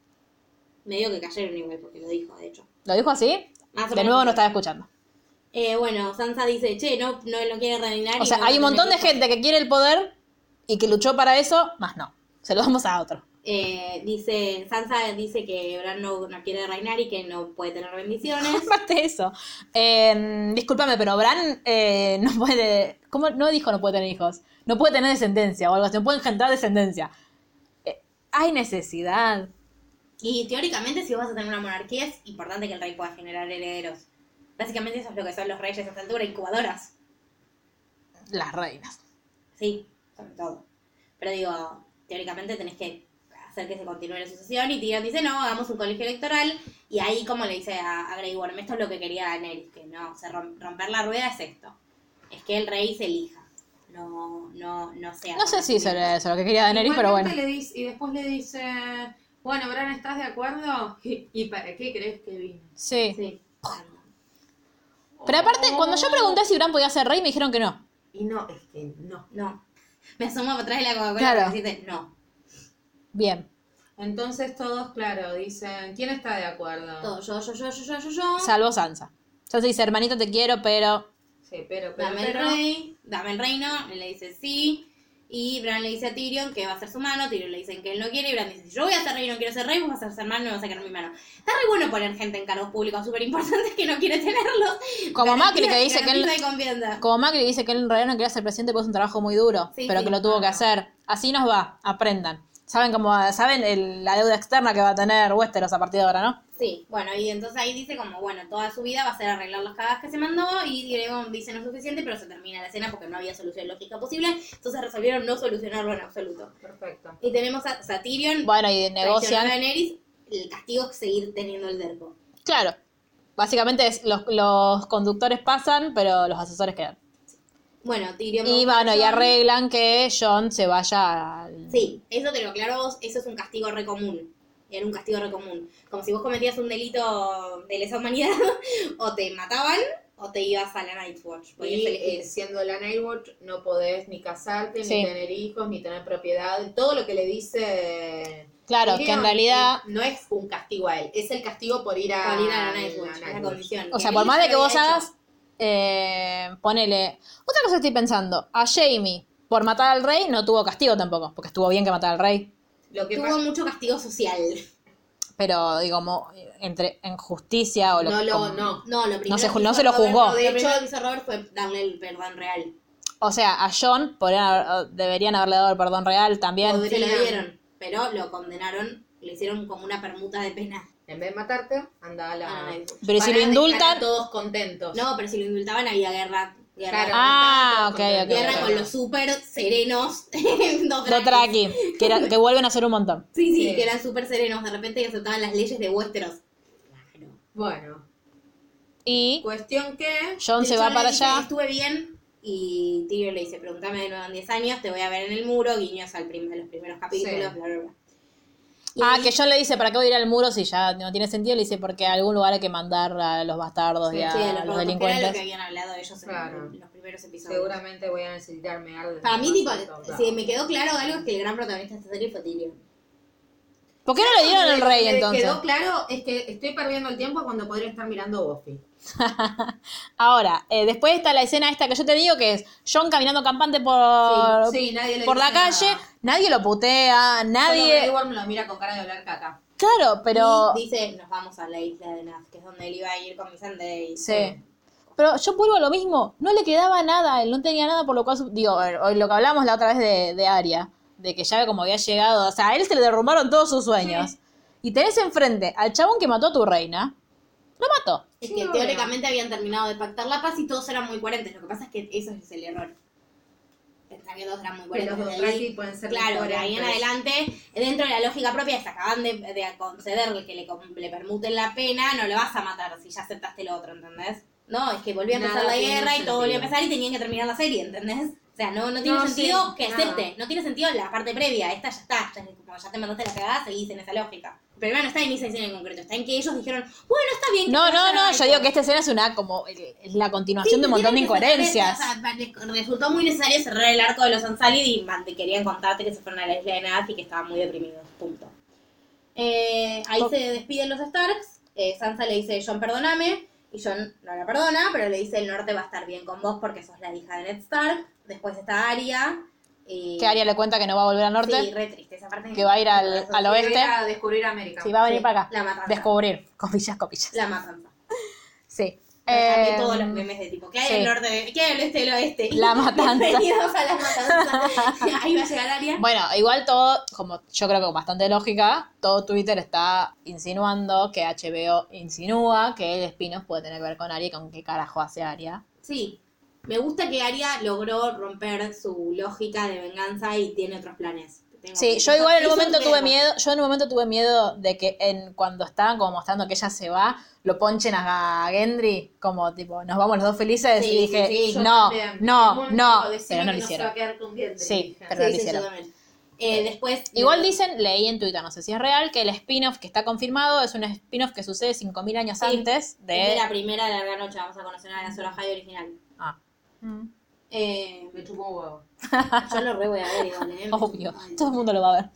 Speaker 3: Medio que cayeron igual porque lo dijo, de hecho.
Speaker 1: ¿Lo dijo así?
Speaker 3: Más
Speaker 1: De
Speaker 3: o menos
Speaker 1: nuevo
Speaker 3: así.
Speaker 1: no estaba escuchando.
Speaker 3: Eh, bueno, Sansa dice, che, no, no lo quiere reinar.
Speaker 1: O
Speaker 3: y
Speaker 1: sea,
Speaker 3: no
Speaker 1: hay un
Speaker 3: lo
Speaker 1: montón de
Speaker 3: merece".
Speaker 1: gente que quiere el poder y que luchó para eso, más no. Se lo damos a otro.
Speaker 3: Eh, dice, Sansa dice que Bran no, no quiere reinar y que no puede tener bendiciones.
Speaker 1: Aparte de eso, eh, discúlpame, pero Bran eh, no puede. ¿Cómo no dijo no puede tener hijos? No puede tener descendencia o algo así, no puede engendrar descendencia. Eh, hay necesidad.
Speaker 3: y teóricamente, si vos vas a tener una monarquía, es importante que el rey pueda generar herederos. Básicamente eso es lo que son los reyes a esta altura, incubadoras.
Speaker 1: Las reinas.
Speaker 3: Sí, sobre todo. Pero digo, teóricamente tenés que hacer que se continúe la sucesión y Tyrion dice, no, hagamos un colegio electoral. Y ahí, como le dice a, a Grey Worm, esto es lo que quería Daenerys, que no, o sea, rom- romper la rueda es esto. Es que el rey se elija, no, no, no sea...
Speaker 1: No sé si eso era eso lo que quería Daenerys, pero
Speaker 2: Igualmente
Speaker 1: bueno.
Speaker 2: le dice- y después le dice, bueno, Bran, ¿estás de acuerdo? ¿Y para qué crees que vino?
Speaker 1: Sí.
Speaker 3: Sí.
Speaker 1: Pero aparte, cuando yo pregunté si Bran podía ser rey, me dijeron que no.
Speaker 2: Y no, es que no.
Speaker 3: No. Me asomo para atrás de la Coca-Cola
Speaker 1: Claro.
Speaker 3: para decirte, no.
Speaker 1: Bien.
Speaker 2: Entonces todos, claro, dicen, ¿quién está de acuerdo?
Speaker 3: Todo, yo, yo, yo, yo, yo, yo, yo.
Speaker 1: Salvo Sansa. Sansa dice, hermanito, te quiero, pero.
Speaker 2: Sí, pero, pero,
Speaker 3: Dame el
Speaker 2: pero-
Speaker 3: rey, dame el reino. Él le dice sí. Y Bran le dice a Tyrion que va a ser su mano. Tyrion le dice que él no quiere. Y Bran dice: Yo voy a ser rey, no quiero ser rey. Vos vas a ser mano, no vas a sacar mi mano. Está re bueno poner gente en cargos públicos súper importantes que no quiere tenerlos.
Speaker 1: Como Macri, que dice que él-
Speaker 3: no confianza.
Speaker 1: Como Macri dice que él en realidad no quería ser presidente porque es un trabajo muy duro,
Speaker 3: Sí,
Speaker 1: pero
Speaker 3: sí, Ah.
Speaker 1: que lo tuvo que hacer. Así nos va, aprendan. Saben cómo, saben el- la deuda externa que va a tener Westeros a partir de ahora, ¿no?
Speaker 3: Sí, bueno, y entonces ahí dice como, bueno, toda su vida va a ser arreglar las cagadas que se mandó y Diego dice no es suficiente, pero se termina la escena porque no había solución lógica posible, entonces resolvieron no solucionarlo en absoluto.
Speaker 2: Perfecto.
Speaker 3: Y tenemos a Satirion,
Speaker 1: Bueno, y
Speaker 3: traicionar
Speaker 1: negocian.
Speaker 3: a Daenerys, el castigo es seguir teniendo el derco.
Speaker 1: Claro. Básicamente es los, los conductores pasan, pero los asesores quedan.
Speaker 3: Bueno, Tyrion...
Speaker 1: Y
Speaker 3: va con
Speaker 1: bueno, y
Speaker 3: Jon.
Speaker 1: arreglan que John se vaya al...
Speaker 3: Sí, eso te lo aclaro vos, eso es un castigo re común. Era un castigo re común. Como si vos cometías un delito de lesa humanidad, o te mataban, o te ibas a la Nightwatch. Podías
Speaker 2: Y
Speaker 3: elegir.
Speaker 2: eh, siendo la Nightwatch no podés ni casarte,
Speaker 1: Sí.
Speaker 2: ni tener hijos, ni tener propiedad. Todo lo que le dice...
Speaker 1: Claro, que
Speaker 2: Tyrion,
Speaker 1: en realidad...
Speaker 2: eh, No es un castigo a él, es el castigo por ir a,
Speaker 3: Por ir a Ah, la Nightwatch, la condición.
Speaker 1: O sea,
Speaker 3: Que
Speaker 1: por
Speaker 3: él
Speaker 1: más
Speaker 3: ya
Speaker 1: de que
Speaker 3: había
Speaker 1: vos
Speaker 3: hecho.
Speaker 1: hagas, eh, ponele. Otra cosa estoy pensando, a Jamie, por matar al rey, no tuvo castigo tampoco, porque estuvo bien que matar al rey.
Speaker 2: Lo que
Speaker 3: Tuvo
Speaker 2: pasa-
Speaker 3: mucho castigo social.
Speaker 1: Pero, digo, mo- entre en justicia o lo
Speaker 2: no,
Speaker 1: que.
Speaker 2: lo, no.
Speaker 3: No, lo primero
Speaker 1: se ju-
Speaker 3: que
Speaker 1: no
Speaker 3: hizo
Speaker 1: se lo
Speaker 3: Robert-
Speaker 1: juzgó.
Speaker 3: De hecho, lo que hizo Robert fue darle el perdón real.
Speaker 1: O sea, a John podrían haber- deberían haberle dado el perdón real también.
Speaker 3: Se lo
Speaker 2: Podrían.
Speaker 3: dieron, pero lo condenaron, le hicieron como una permuta de pena.
Speaker 2: En vez de matarte, anda a
Speaker 3: A
Speaker 2: la...
Speaker 3: la Nightwatch.
Speaker 1: Pero si
Speaker 2: Para
Speaker 1: lo
Speaker 2: dejar
Speaker 1: indultan-
Speaker 2: a todos contentos.
Speaker 3: No, pero si lo indultaban había guerra. guerra
Speaker 2: Claro,
Speaker 1: Ah,
Speaker 2: estaban todos
Speaker 1: ok,
Speaker 2: contentos.
Speaker 1: ok,
Speaker 3: Guerra con los super serenos. no
Speaker 1: Lo traqui, que, era- que vuelven a hacer un montón.
Speaker 3: Sí, sí,
Speaker 2: Sí.
Speaker 3: que eran súper serenos de repente y aceptaban las leyes de Westeros. Claro.
Speaker 2: Bueno,
Speaker 1: Y
Speaker 2: cuestión que...
Speaker 1: John se va
Speaker 3: le
Speaker 1: para
Speaker 3: dice,
Speaker 1: allá.
Speaker 3: Estuve bien. Y Tyrion le dice, pregúntame de nuevo en 10 años, te voy a ver en el muro, guiños al prim- a los primeros capítulos,
Speaker 2: Sí.
Speaker 3: bla, bla, bla.
Speaker 1: Ah, que John le dice, ¿para qué voy a ir al muro si ya no tiene sentido? Le dice, porque a algún lugar hay que mandar a los bastardos y a,
Speaker 3: Sí,
Speaker 1: los,
Speaker 3: los delincuentes. lo que
Speaker 1: delincuentes.
Speaker 3: habían hablado ellos
Speaker 2: Claro.
Speaker 3: en los primeros episodios.
Speaker 2: Seguramente voy a necesitar mear desde
Speaker 3: Para mí,
Speaker 2: más
Speaker 3: tipo,
Speaker 2: alto, claro.
Speaker 3: si me quedó claro algo es que el gran protagonista de esta serie fue Tyrion.
Speaker 1: ¿Por qué no le dieron el
Speaker 2: Lo que
Speaker 1: rey
Speaker 2: me
Speaker 1: entonces?
Speaker 2: quedó claro es que estoy perdiendo el tiempo cuando podría estar mirando Buffy.
Speaker 1: Ahora, eh, después está la escena esta que yo te digo que es John caminando campante por,
Speaker 2: Sí, nadie le
Speaker 1: por la
Speaker 2: dice nada.
Speaker 1: calle, nadie lo putea,
Speaker 2: Solo Grey
Speaker 1: nadie...
Speaker 2: Worm lo mira con cara de oler caca.
Speaker 1: Claro, pero...
Speaker 3: Y dice, nos vamos a la isla de Naz, que es donde él iba a ir con Missandei. y
Speaker 1: Sí. Eh. Pero yo vuelvo a lo mismo, no le quedaba nada, él no tenía nada, por lo cual, su- digo, eh, hoy lo que hablamos la otra vez de, de Aria, de que ya como había llegado, o sea, a él se le derrumbaron todos sus sueños. Y tenés enfrente al chabón que mató a tu reina, lo mató.
Speaker 3: Es
Speaker 2: Sí,
Speaker 3: que
Speaker 2: obvio.
Speaker 3: teóricamente habían terminado de pactar la paz y todos eran muy coherentes. Lo que pasa es que eso es el error. Pensar que todos eran muy
Speaker 2: Pero
Speaker 3: coherentes.
Speaker 2: los dos
Speaker 3: De ahí-
Speaker 2: Dothraki pueden ser
Speaker 3: claro, de
Speaker 2: mejores,
Speaker 3: ahí en
Speaker 2: entonces.
Speaker 3: adelante, dentro de la lógica propia, se acaban de, de conceder que le, com- le permuten la pena, no le vas a matar si ya aceptaste el otro, ¿entendés? No, es que volvió a empezar
Speaker 2: Nada
Speaker 3: la
Speaker 2: tiene
Speaker 3: guerra y todo volvió a
Speaker 2: sentido.
Speaker 3: empezar y tenían que terminar la serie, ¿entendés? O sea, no, no tiene
Speaker 2: No, sí,
Speaker 3: sentido que
Speaker 2: nada.
Speaker 3: acepte, no tiene sentido la parte previa, esta ya está, ya, es como ya te mandaste la cagada, seguís en esa lógica. El problema no está en esa escena en concreto, está en que ellos dijeron, bueno, está bien. que
Speaker 1: No,
Speaker 3: se
Speaker 1: no,
Speaker 3: vayan
Speaker 1: no, yo
Speaker 3: a
Speaker 1: digo
Speaker 3: Nightwatch".
Speaker 1: que esta escena es una como el- es la
Speaker 3: Sí,
Speaker 1: continuación de un montón de
Speaker 3: tienen que
Speaker 1: incoherencias.
Speaker 3: cerrar el- o sea, resultó muy necesario cerrar el arco de los Ansalid y man- te querían contarte que se fueron a la isla de Nath y que estaban muy deprimidos. Punto. Eh, ahí
Speaker 1: Ok.
Speaker 3: se despiden los Starks. eh, Sansa le dice, John, perdóname. Y John no la perdona, pero le dice, el norte va a estar bien con vos porque sos la hija de Ned Stark. Después está Arya. eh,
Speaker 1: Que Aria le cuenta que no va a volver al norte,
Speaker 3: Sí, re triste esa parte.
Speaker 1: que va a ir al, al
Speaker 2: Quiero ir
Speaker 1: oeste,
Speaker 2: a descubrir América.
Speaker 1: sí, va a venir
Speaker 3: Sí,
Speaker 1: para acá.
Speaker 3: La matanza.
Speaker 1: Descubrir, copillas, copillas.
Speaker 3: La matanza.
Speaker 1: Sí.
Speaker 3: También
Speaker 1: Eh,
Speaker 3: todos los memes de tipo, ¿qué hay
Speaker 1: sí.
Speaker 3: del norte? ¿Qué hay del este y del oeste?
Speaker 1: La matanza.
Speaker 3: Bienvenidos a la matanza. Ahí va a llegar Aria.
Speaker 1: Bueno, igual todo, como yo creo que con bastante lógica, todo Twitter está insinuando que HBO insinúa que el spin-off puede tener que ver con Aria y con qué carajo hace Aria.
Speaker 3: Sí. Me gusta que Aria logró romper su lógica de venganza y tiene otros planes. Tengo
Speaker 1: Sí,
Speaker 3: que-
Speaker 1: yo igual en un
Speaker 3: Hizo
Speaker 1: momento
Speaker 3: su
Speaker 1: tuve
Speaker 3: meta.
Speaker 1: miedo, yo en un momento tuve miedo de que en cuando estaban como mostrando que ella se va, lo ponchen a Gendry, como tipo, nos vamos los dos felices,
Speaker 3: Sí,
Speaker 1: y dije,
Speaker 3: sí, sí, yo
Speaker 1: no,
Speaker 2: También.
Speaker 1: no,
Speaker 2: Bueno,
Speaker 1: no,
Speaker 2: decime
Speaker 1: pero no lo
Speaker 2: que se va a
Speaker 1: hicieron.
Speaker 2: quedar con dientes,
Speaker 1: Sí,
Speaker 2: dije.
Speaker 1: pero no lo
Speaker 3: Sí, sí, yo
Speaker 1: hicieron.
Speaker 3: también. Eh, después.
Speaker 1: Igual dicen, leí en Twitter, no sé si es real, que el spin-off que está confirmado es un spin-off que sucede 5.000 años
Speaker 3: Sí,
Speaker 1: antes
Speaker 3: Es
Speaker 1: de...
Speaker 3: la primera de la larga noche, vamos a conocer a la Sora High original.
Speaker 1: Ah.
Speaker 3: Eh,
Speaker 2: Me chupó un huevo.
Speaker 3: yo lo re voy a ver igual, ¿eh?
Speaker 1: Obvio,
Speaker 3: Ay,
Speaker 1: todo el mundo lo va a ver.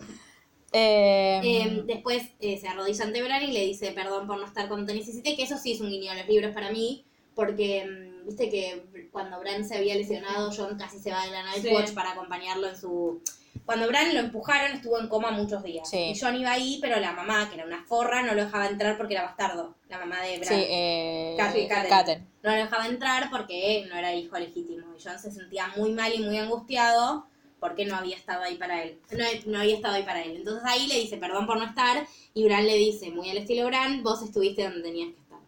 Speaker 1: Eh,
Speaker 3: Eh, después eh, se arrodilla ante Bran y le dice perdón por no estar cuando te necesité, que eso sí es un guiño a los libros para mí, porque mm, viste que cuando Bran se había lesionado, John casi se va de la Nightwatch
Speaker 2: Sí.
Speaker 3: para acompañarlo en su... Cuando Bran lo empujaron, estuvo en coma muchos días.
Speaker 1: Sí.
Speaker 3: Y John iba ahí, pero la mamá, que era una forra, no lo dejaba entrar porque era bastardo, la mamá de Bran.
Speaker 1: sí, eh,
Speaker 3: Casi, Katen.
Speaker 1: Katen.
Speaker 3: No lo dejaba entrar porque no era hijo legítimo. Y John se sentía muy mal y muy angustiado. porque no había estado ahí para él. No, no había estado ahí para él. Entonces ahí le dice perdón por no estar y Bran le dice, muy al estilo Bran, vos estuviste donde tenías que estar.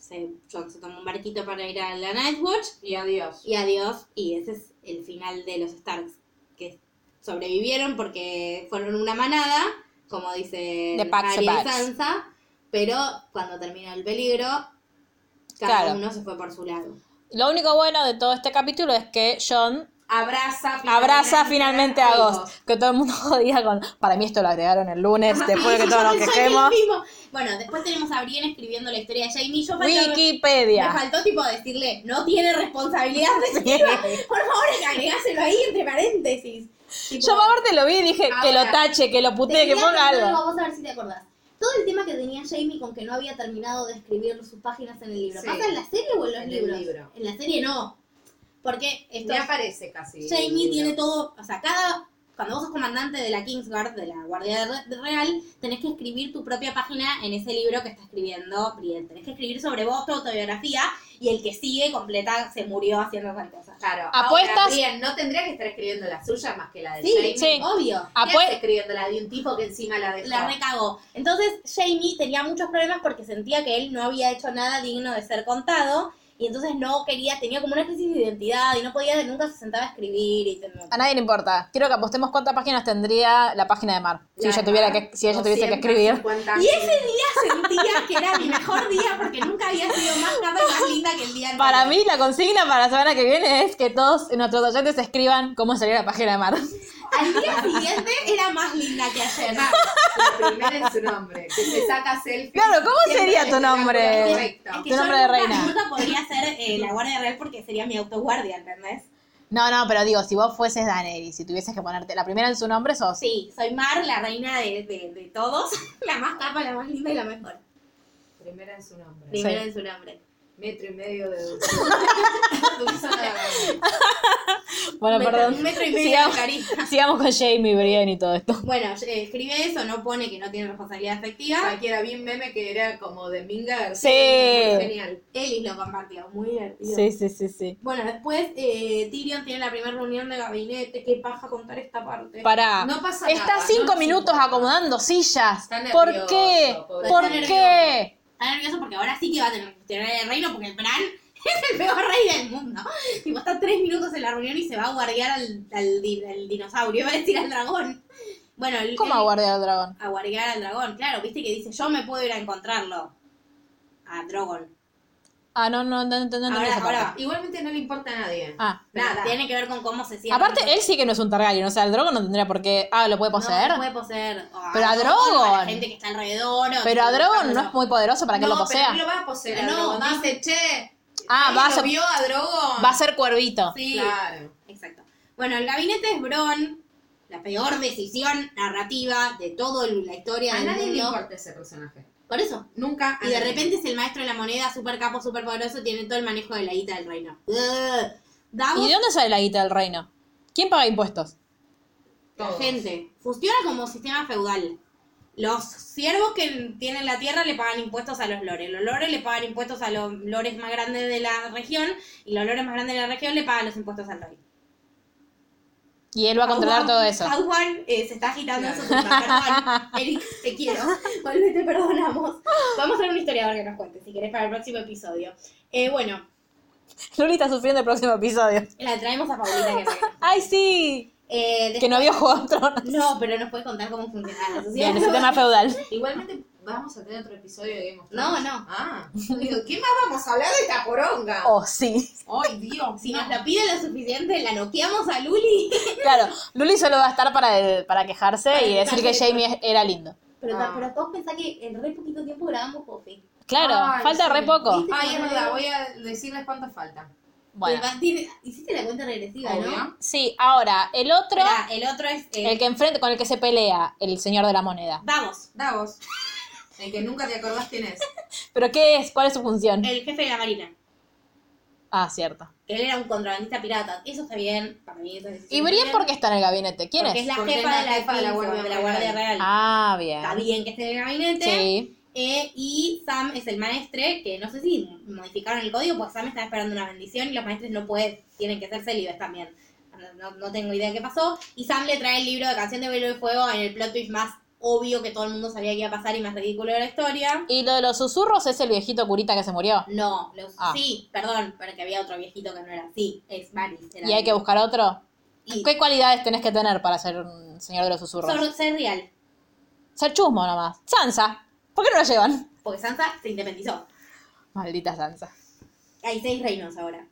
Speaker 3: Se, John se toma un barquito para ir a la Night Watch
Speaker 2: Y adiós.
Speaker 3: y adiós. Y ese es el final de los Starks, que sobrevivieron porque fueron una manada, como dice
Speaker 1: De Pax a
Speaker 3: Arya y
Speaker 1: Pax.
Speaker 3: Sansa, pero cuando terminó el peligro, cada
Speaker 1: Claro.
Speaker 3: uno se fue por su lado.
Speaker 1: Lo único bueno de todo este capítulo es que John
Speaker 2: Abraza
Speaker 1: abraza finalmente a Ghost. Que todo el mundo jodía con. Para mí esto lo agregaron el lunes, después de que todos nos quejemos.
Speaker 3: Bueno, después tenemos a Brienne escribiendo la historia de Jamie. Yo faltaba- Me
Speaker 1: Wikipedia.
Speaker 3: faltó tipo decirle, no tiene responsabilidad de Por favor, agregáselo ahí entre paréntesis. Tipo,
Speaker 1: Yo aparte lo vi y dije que
Speaker 2: Ahora,
Speaker 1: lo tache, que lo putee,
Speaker 3: te
Speaker 1: que
Speaker 3: quería
Speaker 1: ponga
Speaker 3: contar
Speaker 1: algo.
Speaker 3: Vamos a ver si te acordás. Todo el tema que tenía Jamie con que no había terminado de escribir sus páginas en el libro.
Speaker 2: Sí.
Speaker 3: ¿Pasa en la serie o en los
Speaker 2: En el
Speaker 3: libros?
Speaker 2: libro.
Speaker 3: En la serie no. Porque esto
Speaker 2: Ya aparece casi. el
Speaker 3: Jamie
Speaker 2: libro.
Speaker 3: tiene todo, o sea, cada cuando vos sos comandante de la Kingsguard, de la Guardia Re- Real, tenés que escribir tu propia página en ese libro que está escribiendo Brienne. Tenés que escribir sobre vos tu autobiografía y el que sigue completa se murió haciendo esas cosas.
Speaker 2: Claro.
Speaker 1: Apuestas-
Speaker 2: Ahora, bien, no tendría que estar escribiendo la suya más que la de
Speaker 3: Sí,
Speaker 2: Jamie.
Speaker 1: sí.
Speaker 3: Obvio.
Speaker 2: ¿Qué
Speaker 1: Apue-
Speaker 2: hace escribiendo la de un tipo que encima la dejó?
Speaker 1: Ah.
Speaker 3: La recagó. Entonces Jamie tenía muchos problemas porque sentía que él no había hecho nada digno de ser contado y entonces no quería, tenía como una crisis de identidad y no podía, nunca se sentaba a escribir y se-
Speaker 1: A nadie le importa. Quiero que apostemos cuántas páginas tendría la página de Mar. Si
Speaker 2: La
Speaker 1: ella tuviera
Speaker 2: verdad,
Speaker 1: que, si ella tuviese que
Speaker 2: 250
Speaker 1: escribir.
Speaker 3: Y ese día sentía que era mi mejor día porque nunca había sido más capa y más linda que el día anterior.
Speaker 1: Para mí, la consigna para la semana que viene es que todos nuestros oyentes escriban cómo sería la página de Mar.
Speaker 3: Al día siguiente era más linda que ayer.
Speaker 2: La primera en su nombre. Que se saca selfie.
Speaker 1: Claro, ¿cómo
Speaker 2: Siempre
Speaker 1: sería
Speaker 2: es
Speaker 1: tu
Speaker 2: el ángulo
Speaker 1: nombre?
Speaker 2: correcto.
Speaker 3: Es que
Speaker 1: Tu
Speaker 3: yo
Speaker 1: nombre de
Speaker 3: nunca,
Speaker 1: reina.
Speaker 3: nunca podría ser eh, la guardia real porque sería mi autoguardia, ¿entendés?
Speaker 1: No, no, pero digo, si vos fueses Daenerys, si tuvieses que ponerte la primera en su nombre, sos.
Speaker 3: Sí, soy Mar, la reina de, de- de todos, la más capa, la más linda y la mejor.
Speaker 2: Primera en su nombre.
Speaker 3: Primero en su nombre.
Speaker 2: Metro y medio de dulce. Dulce nada más.
Speaker 1: Bueno,
Speaker 3: Metro-
Speaker 1: perdón.
Speaker 3: un metro y medio de
Speaker 1: sigamos,
Speaker 3: carita.
Speaker 1: sigamos con Jamie, Brienne y todo esto.
Speaker 3: Bueno, eh, escribe eso, no pone que no tiene responsabilidad afectiva.
Speaker 2: Cualquiera vi un meme que era como de Minga García.
Speaker 1: Sí.
Speaker 2: Genial.
Speaker 3: Ellis lo compartió, muy divertido.
Speaker 1: Sí, sí, sí, sí.
Speaker 3: Bueno, después eh, Tyrion tiene la primera reunión de gabinete. Qué paja contar esta parte.
Speaker 1: Para.
Speaker 2: No pasa nada.
Speaker 1: Está cinco
Speaker 2: no
Speaker 1: minutos
Speaker 2: pasa nada.
Speaker 1: acomodando sillas.
Speaker 2: Está
Speaker 1: ¿Por
Speaker 2: nervioso,
Speaker 1: qué?
Speaker 2: pobre.
Speaker 1: ¿Por
Speaker 3: Está nervioso.
Speaker 1: qué?
Speaker 3: Está nervioso porque ahora sí que va a tener que gestionar el reino porque Bran es el peor rey del mundo. Tipo, está tres minutos en la reunión y se va a guardiar al, al di- al dinosaurio, va a decir al dragón. Bueno, el-
Speaker 1: ¿Cómo
Speaker 3: el-
Speaker 1: aguardar al dragón?
Speaker 3: a guardiar al dragón? Claro, viste que dice, yo me puedo ir a encontrarlo. A Drogon.
Speaker 1: Ah, no, no, no, no, no, no, no,
Speaker 3: Ahora,
Speaker 1: esa parte.
Speaker 3: ahora.
Speaker 2: Igualmente no le importa a nadie.
Speaker 1: Ah.
Speaker 3: Nada.
Speaker 2: Nada.
Speaker 3: Tiene que ver con cómo se siente.
Speaker 1: Aparte, él sí que no es un Targaryen, o sea, el Drogon no tendría por qué. Ah, lo puede
Speaker 3: No,
Speaker 1: poseer.
Speaker 3: no puede poseer. o
Speaker 1: Pero a
Speaker 3: o la
Speaker 1: Drogon.
Speaker 3: gente que está alrededor. o
Speaker 1: Pero a
Speaker 3: tipo,
Speaker 1: Drogon no
Speaker 3: buscándolo.
Speaker 1: es muy poderoso para que
Speaker 2: no,
Speaker 1: lo
Speaker 2: pero
Speaker 1: posea.
Speaker 2: no lo va a poseer.
Speaker 3: No,
Speaker 2: No,
Speaker 3: va-
Speaker 2: dice, che.
Speaker 1: Ah,
Speaker 2: ¿alguien
Speaker 1: va a
Speaker 2: lo
Speaker 1: ser-
Speaker 2: vio a Drogon?
Speaker 1: Va a ser cuervito.
Speaker 3: Sí.
Speaker 2: Claro.
Speaker 3: Exacto. Bueno, el gabinete es Bron, la peor decisión narrativa de toda la historia
Speaker 2: A
Speaker 3: del
Speaker 2: nadie le
Speaker 3: mundo.
Speaker 2: importa ese personaje.
Speaker 3: Por eso.
Speaker 2: Nunca. a
Speaker 3: Y de
Speaker 2: nadie.
Speaker 3: repente es el maestro de la moneda, super capo, super poderoso, tiene todo el manejo de la guita del reino. Ugh.
Speaker 1: ¿Y
Speaker 3: Davos,
Speaker 1: de dónde sale la guita del reino? ¿Quién paga impuestos?
Speaker 3: la
Speaker 2: Todos.
Speaker 3: gente, funciona como sistema feudal. Los siervos que tienen la tierra le pagan impuestos a los lores. Los lores le pagan impuestos a los lores más grandes de la región. Y los lores más grandes de la región le pagan los impuestos al rey.
Speaker 1: Y él va a controlar
Speaker 3: Juan-
Speaker 1: todo eso.
Speaker 3: a Juan, eh, se está agitando en su tumba. Perdón, Eric, te quiero. Volve, te perdonamos. Vamos a ver un historiador que nos cuente, si querés, para el próximo episodio. Eh, bueno,
Speaker 1: Luli está sufriendo el próximo episodio.
Speaker 3: la traemos a Paulita que regrese.
Speaker 1: ¡Ay, sí!
Speaker 3: eh, des-
Speaker 1: Que no vio Juego de Tronos.
Speaker 3: No, pero nos puede contar cómo funciona la sociedad.
Speaker 1: Bien, ese tema feudal.
Speaker 2: Igualmente vamos a tener otro episodio de Game of
Speaker 3: No,
Speaker 2: Thrones.
Speaker 3: no.
Speaker 2: Ah. Digo, ¿qué más vamos a hablar de esta poronga?
Speaker 1: Oh, sí.
Speaker 2: Ay, Dios.
Speaker 3: Si
Speaker 2: no.
Speaker 3: nos la pide lo suficiente, la noqueamos a Luli.
Speaker 1: Claro, Luli solo va a estar para, el- para quejarse
Speaker 3: Para
Speaker 1: y decir que
Speaker 3: quejarse de
Speaker 1: Jamie era lindo.
Speaker 3: Pero,
Speaker 2: Ah.
Speaker 3: pero todos pensá que en re poquito tiempo grabamos Coffee.
Speaker 1: Claro,
Speaker 2: Ay,
Speaker 1: falta
Speaker 2: sí.
Speaker 1: re poco.
Speaker 2: Ay, es verdad, voy a decirles cuánto falta.
Speaker 1: Bueno,
Speaker 3: Hiciste la cuenta regresiva, ¿no?
Speaker 2: Obvio.
Speaker 1: sí, ahora, el otro,
Speaker 3: Esperá, el otro es eh,
Speaker 1: el que enfrente, con el que se pelea, el señor de la moneda.
Speaker 3: Davos,
Speaker 2: Davos. El que nunca te acordás quién es.
Speaker 1: ¿Pero qué es? ¿Cuál es su función?
Speaker 3: el jefe de la marina.
Speaker 1: Ah, cierto.
Speaker 3: que él era un contrabandista pirata. Eso está bien, para mí eso es
Speaker 1: ¿Y Brienne por qué está en el gabinete? ¿Quién
Speaker 3: Porque
Speaker 1: es?
Speaker 3: es la
Speaker 2: Porque
Speaker 3: jefa, de, la
Speaker 2: jefa
Speaker 3: de la Guardia, Real.
Speaker 1: Ah, bien.
Speaker 3: Está bien que esté en el gabinete.
Speaker 1: Sí.
Speaker 3: Eh, y Sam es el maestre, que no sé pues si modificaron el código, porque Sam está esperando una bendición y los maestres no pueden, tienen que ser célibes también. no, no tengo idea qué pasó. Y Sam le trae el libro de Canción de Velo y Fuego en el plot twist más obvio que todo el mundo sabía que iba a pasar y más ridículo de la historia.
Speaker 1: Y lo de los susurros es el viejito curita que se murió.
Speaker 3: No, los-
Speaker 1: Ah.
Speaker 3: sí, perdón, pero que había otro viejito que no era así. Es Maris. era
Speaker 1: Y hay que
Speaker 3: él.
Speaker 1: buscar otro.
Speaker 3: Y-
Speaker 1: ¿Qué cualidades tenés que tener para ser un señor de los susurros?
Speaker 3: Sor- ser real.
Speaker 1: Ser chusmo nomás. Sansa. ¿Por qué no la llevan?
Speaker 3: Porque Sansa se independizó.
Speaker 1: Maldita Sansa.
Speaker 3: Hay seis reinos ahora.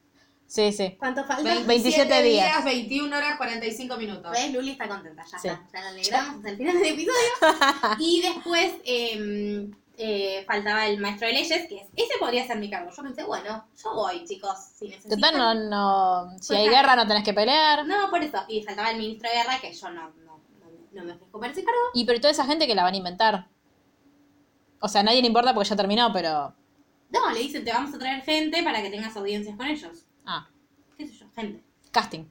Speaker 1: Sí, sí.
Speaker 3: ¿Cuánto falta?
Speaker 1: 27 días.
Speaker 2: 21 horas, 45 minutos.
Speaker 3: ¿Ves? Luli está contenta, ya
Speaker 1: Sí.
Speaker 3: está. Ya la alegramos hasta el final del episodio. y después eh, eh, faltaba el maestro de leyes, que es, ese podría ser mi cargo. Yo pensé, bueno, yo voy, chicos, si necesitan.
Speaker 1: Total, no, no. Si
Speaker 3: Pues
Speaker 1: hay
Speaker 3: nada.
Speaker 1: guerra, no tenés que pelear.
Speaker 3: No, por eso. Y faltaba el ministro de guerra, que yo no, no, no me- no me ofrezco para ese cargo.
Speaker 1: Y pero toda esa gente que la van a inventar. O sea, a nadie le importa porque ya terminó, pero.
Speaker 3: No, le dicen, te vamos a traer gente para que tengas audiencias con ellos.
Speaker 1: Ah,
Speaker 3: ¿Qué sé yo? Gente.
Speaker 1: casting.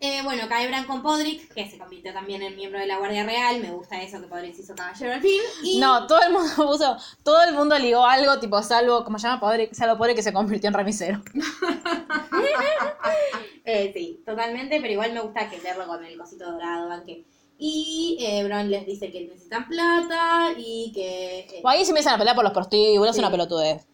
Speaker 3: Eh, bueno, cae Bran con Podrick, que se convirtió también en miembro de la Guardia Real. Me gusta eso que Podrick se hizo caballero al fin. Y
Speaker 1: No, todo el mundo puso. Todo el mundo ligó algo, tipo, salvo. ¿Cómo se llama? Podrick, salvo Podrick que se convirtió en remisero.
Speaker 3: Eh, sí, totalmente, pero igual me gusta que verlo con el cosito dorado, banque. Y eh, Bron les dice que necesitan plata y que eh,
Speaker 1: O ahí se empiezan a pelear por los prostíbulos,
Speaker 3: Sí.
Speaker 1: una pelotudez.
Speaker 3: y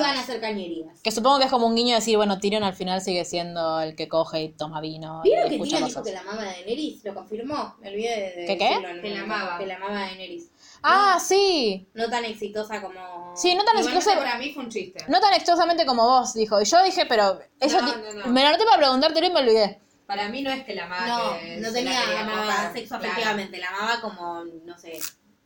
Speaker 3: van a hacer cañerías.
Speaker 1: Que supongo que es como un guiño de decir, bueno, Tyrion al final sigue siendo el que coge y toma vino. y
Speaker 3: ¿Vieron que
Speaker 1: escucha
Speaker 3: Tyrion dijo
Speaker 1: cosas.
Speaker 3: que la mamá de Daenerys? ¿Lo confirmó? Me olvidé de, de
Speaker 1: ¿Que qué?
Speaker 3: decirlo en
Speaker 2: Que la
Speaker 3: el-
Speaker 2: amaba.
Speaker 3: Que la amaba de Daenerys.
Speaker 1: Ah, sí.
Speaker 3: No tan exitosa como...
Speaker 1: Sí, no tan
Speaker 2: Igual
Speaker 1: exitosa-
Speaker 2: para mí fue un chiste.
Speaker 1: no tan exitosamente como vos, dijo. Y yo dije, pero eso
Speaker 2: No,
Speaker 1: ti-
Speaker 2: no, no.
Speaker 1: me lo anoté para preguntártelo y me olvidé.
Speaker 2: Para mí no es que la amaba.
Speaker 3: No,
Speaker 2: que
Speaker 3: no
Speaker 2: se la
Speaker 3: tenía
Speaker 2: quería
Speaker 3: amaba
Speaker 2: coger,
Speaker 3: sexo
Speaker 2: claro.
Speaker 3: afectivamente, la amaba como, no sé,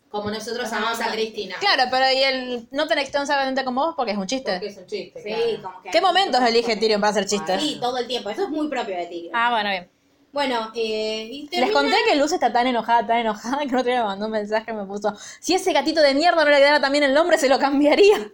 Speaker 2: Como nosotros amamos a Cristina.
Speaker 1: Claro, pero y el no tan exitosamente como vos porque es un chiste.
Speaker 2: Porque es un chiste.
Speaker 3: sí,
Speaker 2: claro.
Speaker 3: como que...
Speaker 1: ¿Qué momentos elige Tyrion para hacer chistes?
Speaker 3: Sí, todo el tiempo, eso es muy propio de Tyrion.
Speaker 1: Ah, bueno, bien.
Speaker 3: Bueno, eh, y
Speaker 1: Les
Speaker 3: termina-
Speaker 1: conté que Luz está tan enojada, tan enojada, que el otro día me mandó un mensaje y me puso, si ese gatito de mierda no le quedara también el nombre, se lo cambiaría.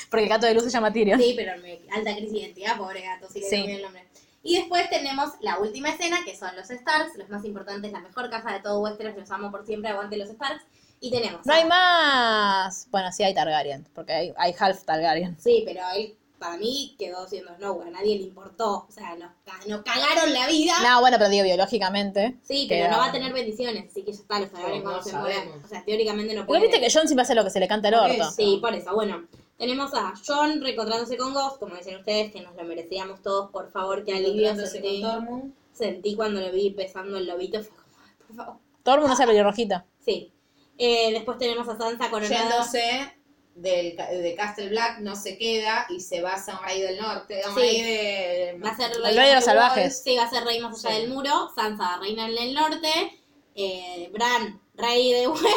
Speaker 1: Porque el gato de Luz se llama Tyrion.
Speaker 3: Sí, pero me- alta crisis de identidad, pobre gato, sí le
Speaker 1: Sí.
Speaker 3: cambié el nombre. Y después tenemos la última escena, que son los Starks, los más importantes, la mejor casa de todo Westeros, los amo por siempre, aguante los Starks. Y tenemos...
Speaker 1: No hay más. Bueno, sí hay Targaryen, porque hay, hay half Targaryen.
Speaker 3: Sí, pero él, para mí, quedó siendo Snow, a nadie le importó, o sea, nos, ca- nos cagaron la vida.
Speaker 1: No, bueno, pero digo biológicamente.
Speaker 3: Sí, pero
Speaker 1: Queda-
Speaker 3: no va a tener bendiciones, así que ya está, los Targaryen
Speaker 2: No,
Speaker 3: cuando
Speaker 2: no
Speaker 3: se mueran.
Speaker 2: sabemos.
Speaker 3: O sea, teóricamente no
Speaker 1: Igual
Speaker 3: puede.
Speaker 1: viste que John siempre hace lo que se le canta el orto.
Speaker 3: Sí, por eso, bueno. Tenemos a John reencontrándose con Ghost, como decían ustedes, que nos lo merecíamos todos, por favor, que alivio
Speaker 2: Encontrándose
Speaker 3: sentí.
Speaker 2: con Tormund.
Speaker 3: sentí cuando lo vi pesando el lobito, fue como, "Ay, por favor.
Speaker 1: Todo el mundo hace pelirrojito.
Speaker 3: Sí. Eh, después tenemos a Sansa coronada.
Speaker 2: yéndose del, ca- de Castle Black, no se queda y se va a San Rey del Norte. a un
Speaker 3: Sí.
Speaker 2: rey de-
Speaker 3: Va a ser
Speaker 1: rey de los
Speaker 3: Wolves,
Speaker 1: salvajes.
Speaker 3: Sí, va a ser rey más allá
Speaker 2: Sí.
Speaker 3: del muro. Sansa, reina en el norte. Eh, Bran, rey de Westeros.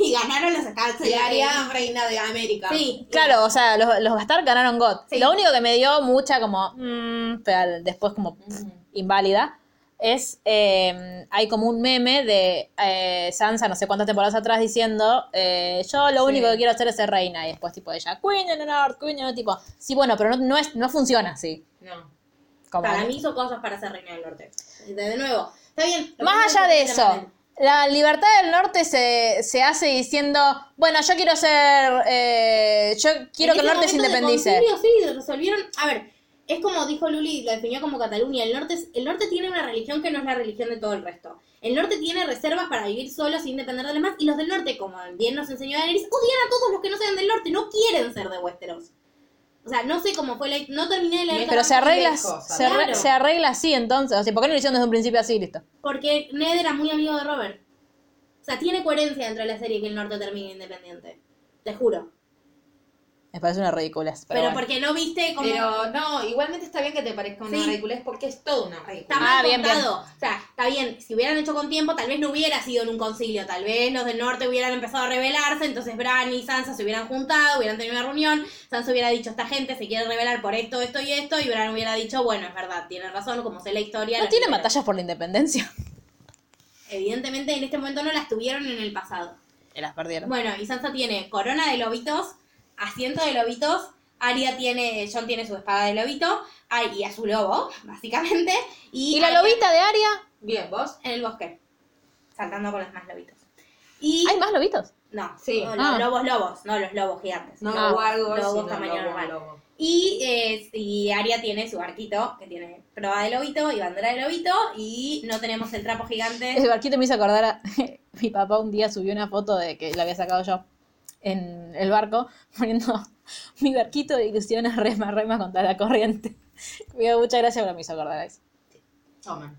Speaker 3: Y ganaron los Starks.
Speaker 2: Y Arya, reina de América.
Speaker 3: Sí.
Speaker 1: Claro, o sea, los, los Bastard ganaron God.
Speaker 3: Sí.
Speaker 1: Lo único que me dio mucha como. mm, pero al- después como pff, inválida. Es. eh, hay como un meme de eh, Sansa, no sé cuántas temporadas atrás, diciendo. eh, yo lo único que quiero hacer es ser reina. Y después, tipo, ella. Queen in the North, Queen in the-", Tipo. Sí, bueno, pero no, no, es, no funciona así.
Speaker 2: No.
Speaker 1: Como-
Speaker 3: Para mí hizo cosas para ser reina del norte. De, de nuevo. Está bien. lo
Speaker 1: Más
Speaker 3: que
Speaker 1: allá
Speaker 3: pasa es
Speaker 1: de
Speaker 3: que
Speaker 1: eso, la libertad del norte se, se hace diciendo, bueno, yo quiero ser, eh, yo quiero
Speaker 3: En
Speaker 1: que el
Speaker 3: ese
Speaker 1: norte se
Speaker 3: momento de
Speaker 1: independice.
Speaker 3: concilio, sí, resolvieron. A ver, es como dijo Luli, la definió como Cataluña. El norte, es- el norte tiene una religión que no es la religión de todo el resto. El norte tiene reservas para vivir solo sin depender de los demás. Y los del norte, como bien nos enseñó Daenerys, odian a todos los que no sean del norte. No quieren ser de Westeros. O sea, no sé cómo fue la. No terminé de leer.
Speaker 1: Pero se
Speaker 3: tampoco
Speaker 1: arregla,
Speaker 2: lejos,
Speaker 1: se, arre-
Speaker 3: claro.
Speaker 1: se arregla así entonces. O sea, ¿por qué no lo hicieron desde un principio así, listo?
Speaker 3: Porque Ned era muy amigo de Robert. O sea, tiene coherencia dentro de la serie que el norte termine independiente. Te juro.
Speaker 1: Me parece una ridícula. Pero,
Speaker 3: Pero,
Speaker 1: bueno.
Speaker 3: porque no viste como.
Speaker 2: Pero no, igualmente está bien que te parezca una
Speaker 3: Sí.
Speaker 2: ridiculez porque es todo una ridiculez.
Speaker 3: Está mal
Speaker 1: Ah, bien,
Speaker 3: contado. O sea, está bien, si hubieran hecho con tiempo, tal vez no hubiera sido en un concilio. Tal vez los del norte hubieran empezado a rebelarse, entonces Bran y Sansa se hubieran juntado, hubieran tenido una reunión. Sansa hubiera dicho, esta gente se quiere rebelar por esto, esto y esto. Y Bran hubiera dicho, bueno, es verdad, tienen razón, como sé la historia.
Speaker 1: ¿No
Speaker 3: los
Speaker 1: tienen
Speaker 3: liberaron".
Speaker 1: batallas por la independencia?
Speaker 3: Evidentemente, en este momento no las tuvieron en el pasado.
Speaker 1: Y las perdieron.
Speaker 3: Bueno, y Sansa tiene corona de lobitos, asiento de lobitos, Arya tiene, John tiene su espada de lobito, ay, y a su lobo, básicamente. Y,
Speaker 1: ¿Y la
Speaker 3: Arya-
Speaker 1: lobita de Aria?
Speaker 2: Bien, vos.
Speaker 3: en el bosque, saltando con los más lobitos. Y
Speaker 1: ¿Hay más lobitos?
Speaker 3: no,
Speaker 2: Sí.
Speaker 3: no, los
Speaker 1: Ah.
Speaker 3: lobos lobos, no los lobos gigantes.
Speaker 2: No,
Speaker 1: No,
Speaker 2: o algo
Speaker 3: lobos
Speaker 2: así, no,
Speaker 3: tamaño
Speaker 2: lobo,
Speaker 3: normal.
Speaker 2: lobo.
Speaker 3: Y, eh, y Aria tiene su barquito, que tiene proa de lobito y bandera de lobito, y no tenemos el trapo
Speaker 1: El
Speaker 3: gigante.
Speaker 1: barquito me hizo acordar a... Mi papá un día subió una foto de que la había sacado yo en el barco, poniendo mi barquito de ilusiones rema, rema contra la corriente. Me dio mucha gracia, pero me hizo acordar a eso.
Speaker 2: Toman.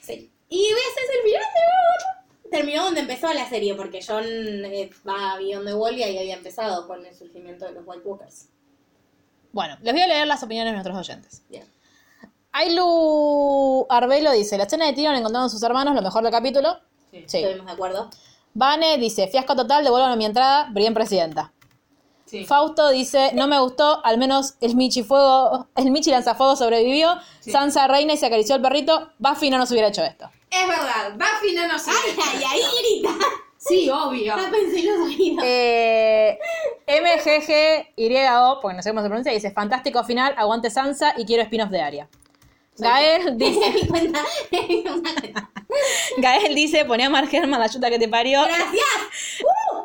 Speaker 3: Sí. Y ese es el final de Wall. Terminó donde empezó la serie, porque John eh, va a Beyond the Wall y ahí había empezado con el surgimiento de los White Walkers.
Speaker 1: Bueno, les voy a leer las opiniones de nuestros oyentes.
Speaker 3: Bien.
Speaker 1: Ailu Arbelo dice, la escena de Tyrion encontrando a sus hermanos, lo mejor del capítulo. Sí.
Speaker 3: ¿Estuvimos de acuerdo?
Speaker 1: Vane dice, fiasco total, devuélvanme mi entrada, Brian presidenta. Fausto dice, no me gustó, al menos el Michi Fuego, el Michi Lanzafuego sobrevivió, Sansa reina y se acarició el perrito, Buffy no nos hubiera hecho esto.
Speaker 2: Es verdad, Buffy no nos
Speaker 3: ¡Ay, ay, ay! ¡Grita!
Speaker 2: Sí, obvio.
Speaker 3: Ya pensé en los oídos.
Speaker 1: Eh, MGGYO, porque no sé cómo se pronuncia, dice, fantástico final, aguante Sansa y quiero spin-off de Aria. Gael dice,
Speaker 3: Esa es mi cuenta. es mi cuenta.
Speaker 1: Gael dice, poné a Mark Herman la chuta que te parió.
Speaker 3: ¡Gracias!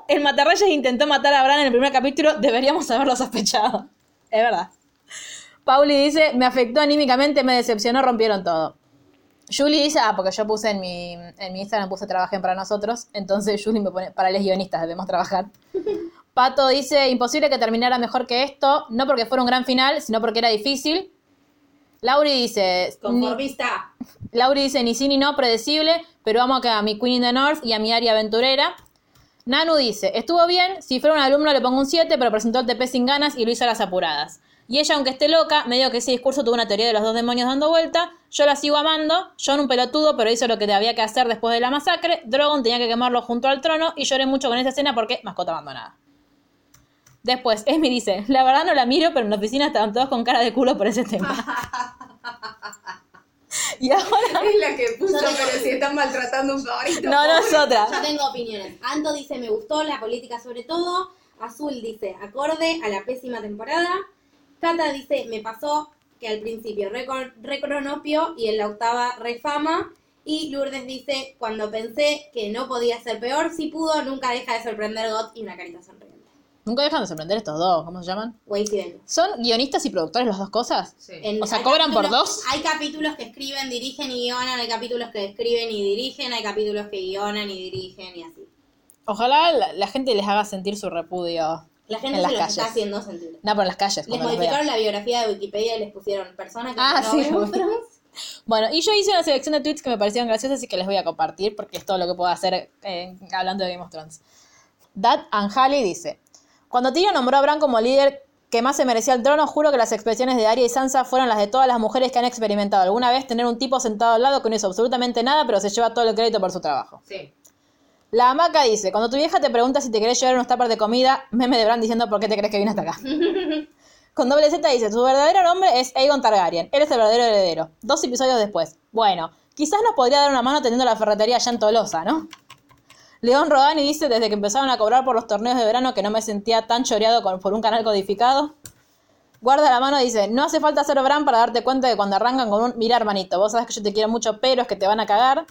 Speaker 1: El Matarreyes intentó matar a Bran en el primer capítulo, deberíamos haberlo sospechado. Es verdad. Pauli dice, me afectó anímicamente, me decepcionó, rompieron todo. Julie dice, ah, porque yo puse en mi, en mi Instagram, puse trabajen para nosotros, entonces Julie me pone, para los guionistas debemos trabajar. Pato dice, imposible que terminara mejor que esto, no porque fuera un gran final, sino porque era difícil. Lauri dice, "Ni-
Speaker 3: Conformista.
Speaker 1: Lauri dice ni sí ni no, predecible, pero amo acá a mi Queen in the North y a mi área aventurera. Nanu dice, estuvo bien, si fuera un alumno le pongo un 7, pero presentó el TP sin ganas y lo hizo a las apuradas. Y ella, aunque esté loca, medio que ese discurso tuvo una teoría de los dos demonios dando vuelta, yo la sigo amando, John un pelotudo, pero hizo lo que había que hacer después de la masacre, Drogon tenía que quemarlo junto al trono y lloré mucho con esa escena porque mascota abandonada. Después, Esmi dice, la verdad no la miro, pero en la oficina estaban todos con cara de culo por ese tema. y ahora...
Speaker 2: Es la que puso,
Speaker 3: No tengo-
Speaker 2: pero si están maltratando un favorito.
Speaker 1: No, no es
Speaker 3: Yo
Speaker 1: otra.
Speaker 3: tengo opiniones. Anto dice, me gustó la política sobre todo. Azul dice, acorde a la pésima temporada. Cata dice, me pasó que al principio recor- recronopio y en la octava refama. Y Lourdes dice, cuando pensé que no podía ser peor, si pudo, nunca deja de sorprender God y una carita sonriente.
Speaker 1: Nunca dejan de sorprender estos dos, ¿cómo se llaman?
Speaker 3: Güey, si ven.
Speaker 1: ¿Son guionistas y productores las dos cosas?
Speaker 2: Eh,
Speaker 3: En-
Speaker 1: O sea,
Speaker 3: hay
Speaker 1: ¿cobran por
Speaker 3: capítulos-
Speaker 1: dos?
Speaker 3: Hay capítulos que escriben, dirigen y guionan, hay capítulos que escriben y dirigen, hay capítulos que guionan y dirigen y así.
Speaker 1: Ojalá la, la gente les haga sentir su repudio.
Speaker 3: La gente
Speaker 1: En
Speaker 3: se
Speaker 1: las
Speaker 3: los está
Speaker 1: calles.
Speaker 3: haciendo sentir.
Speaker 1: No, por las calles.
Speaker 3: Les
Speaker 1: cuando los vea.
Speaker 3: modificaron la biografía de Wikipedia y les pusieron persona que
Speaker 1: Ah,
Speaker 3: no
Speaker 1: sí,
Speaker 3: ve
Speaker 1: lo vi.
Speaker 3: monstruos.
Speaker 1: Bueno, y yo hice una selección de tweets que me parecieron graciosas así que les voy a compartir porque es todo lo que puedo hacer eh, hablando de Game of Thrones. Dat Anjali dice: Cuando Tyrion nombró a Bran como líder que más se merecía el trono, juro que las expresiones de Arya y Sansa fueron las de todas las mujeres que han experimentado alguna vez tener un tipo sentado al lado que no hizo absolutamente nada, pero se lleva todo el crédito por su trabajo.
Speaker 2: Sí.
Speaker 1: La hamaca dice, cuando tu vieja te pregunta si te querés llevar unos tapas de comida, meme de Bran diciendo por qué te crees que vine hasta acá. Con doble Z dice, su verdadero nombre es Aegon Targaryen, él es el verdadero heredero. Dos episodios después. Bueno, quizás nos podría dar una mano teniendo la ferretería allá en Tolosa, ¿no? León Rodani dice, desde que empezaron a cobrar por los torneos de verano que no me sentía tan choreado con- por un canal codificado. Guarda la mano dice, no hace falta ser Bran para darte cuenta de cuando arrancan con un, mira hermanito, vos sabés que yo te quiero mucho, pero es que te van a cagar.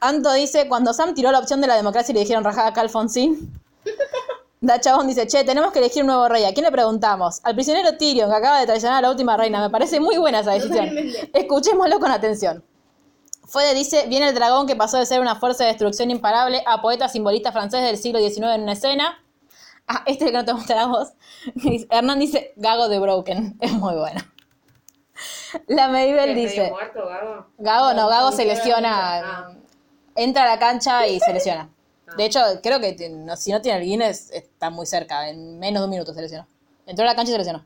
Speaker 1: Anto dice, cuando Sam tiró la opción de la democracia y le dijeron rajada acá Alfonsín. Dachabón dice, che, tenemos que elegir un nuevo rey. ¿A quién le preguntamos? Al prisionero Tyrion, que acaba de traicionar a la última reina. Me parece muy buena esa decisión.
Speaker 3: Totalmente.
Speaker 1: Escuchémoslo con atención. Fue dice, viene el dragón que pasó de ser una fuerza de destrucción imparable a poeta simbolista francés del siglo XIX en una escena. Ah, este es el que no te gusta la voz. Dice- Hernán dice, Gago de Broken. Es muy bueno. La
Speaker 2: Este
Speaker 1: Maribel dice...
Speaker 2: muerto, Gago?
Speaker 1: Gago no, Gago se lesiona.
Speaker 2: Ah.
Speaker 1: Entra a la cancha y se lesiona. De hecho, creo que ti- no- si no tiene el Guinness, está muy cerca. En menos de un minuto se lesionó. Entró a la cancha y se lesionó.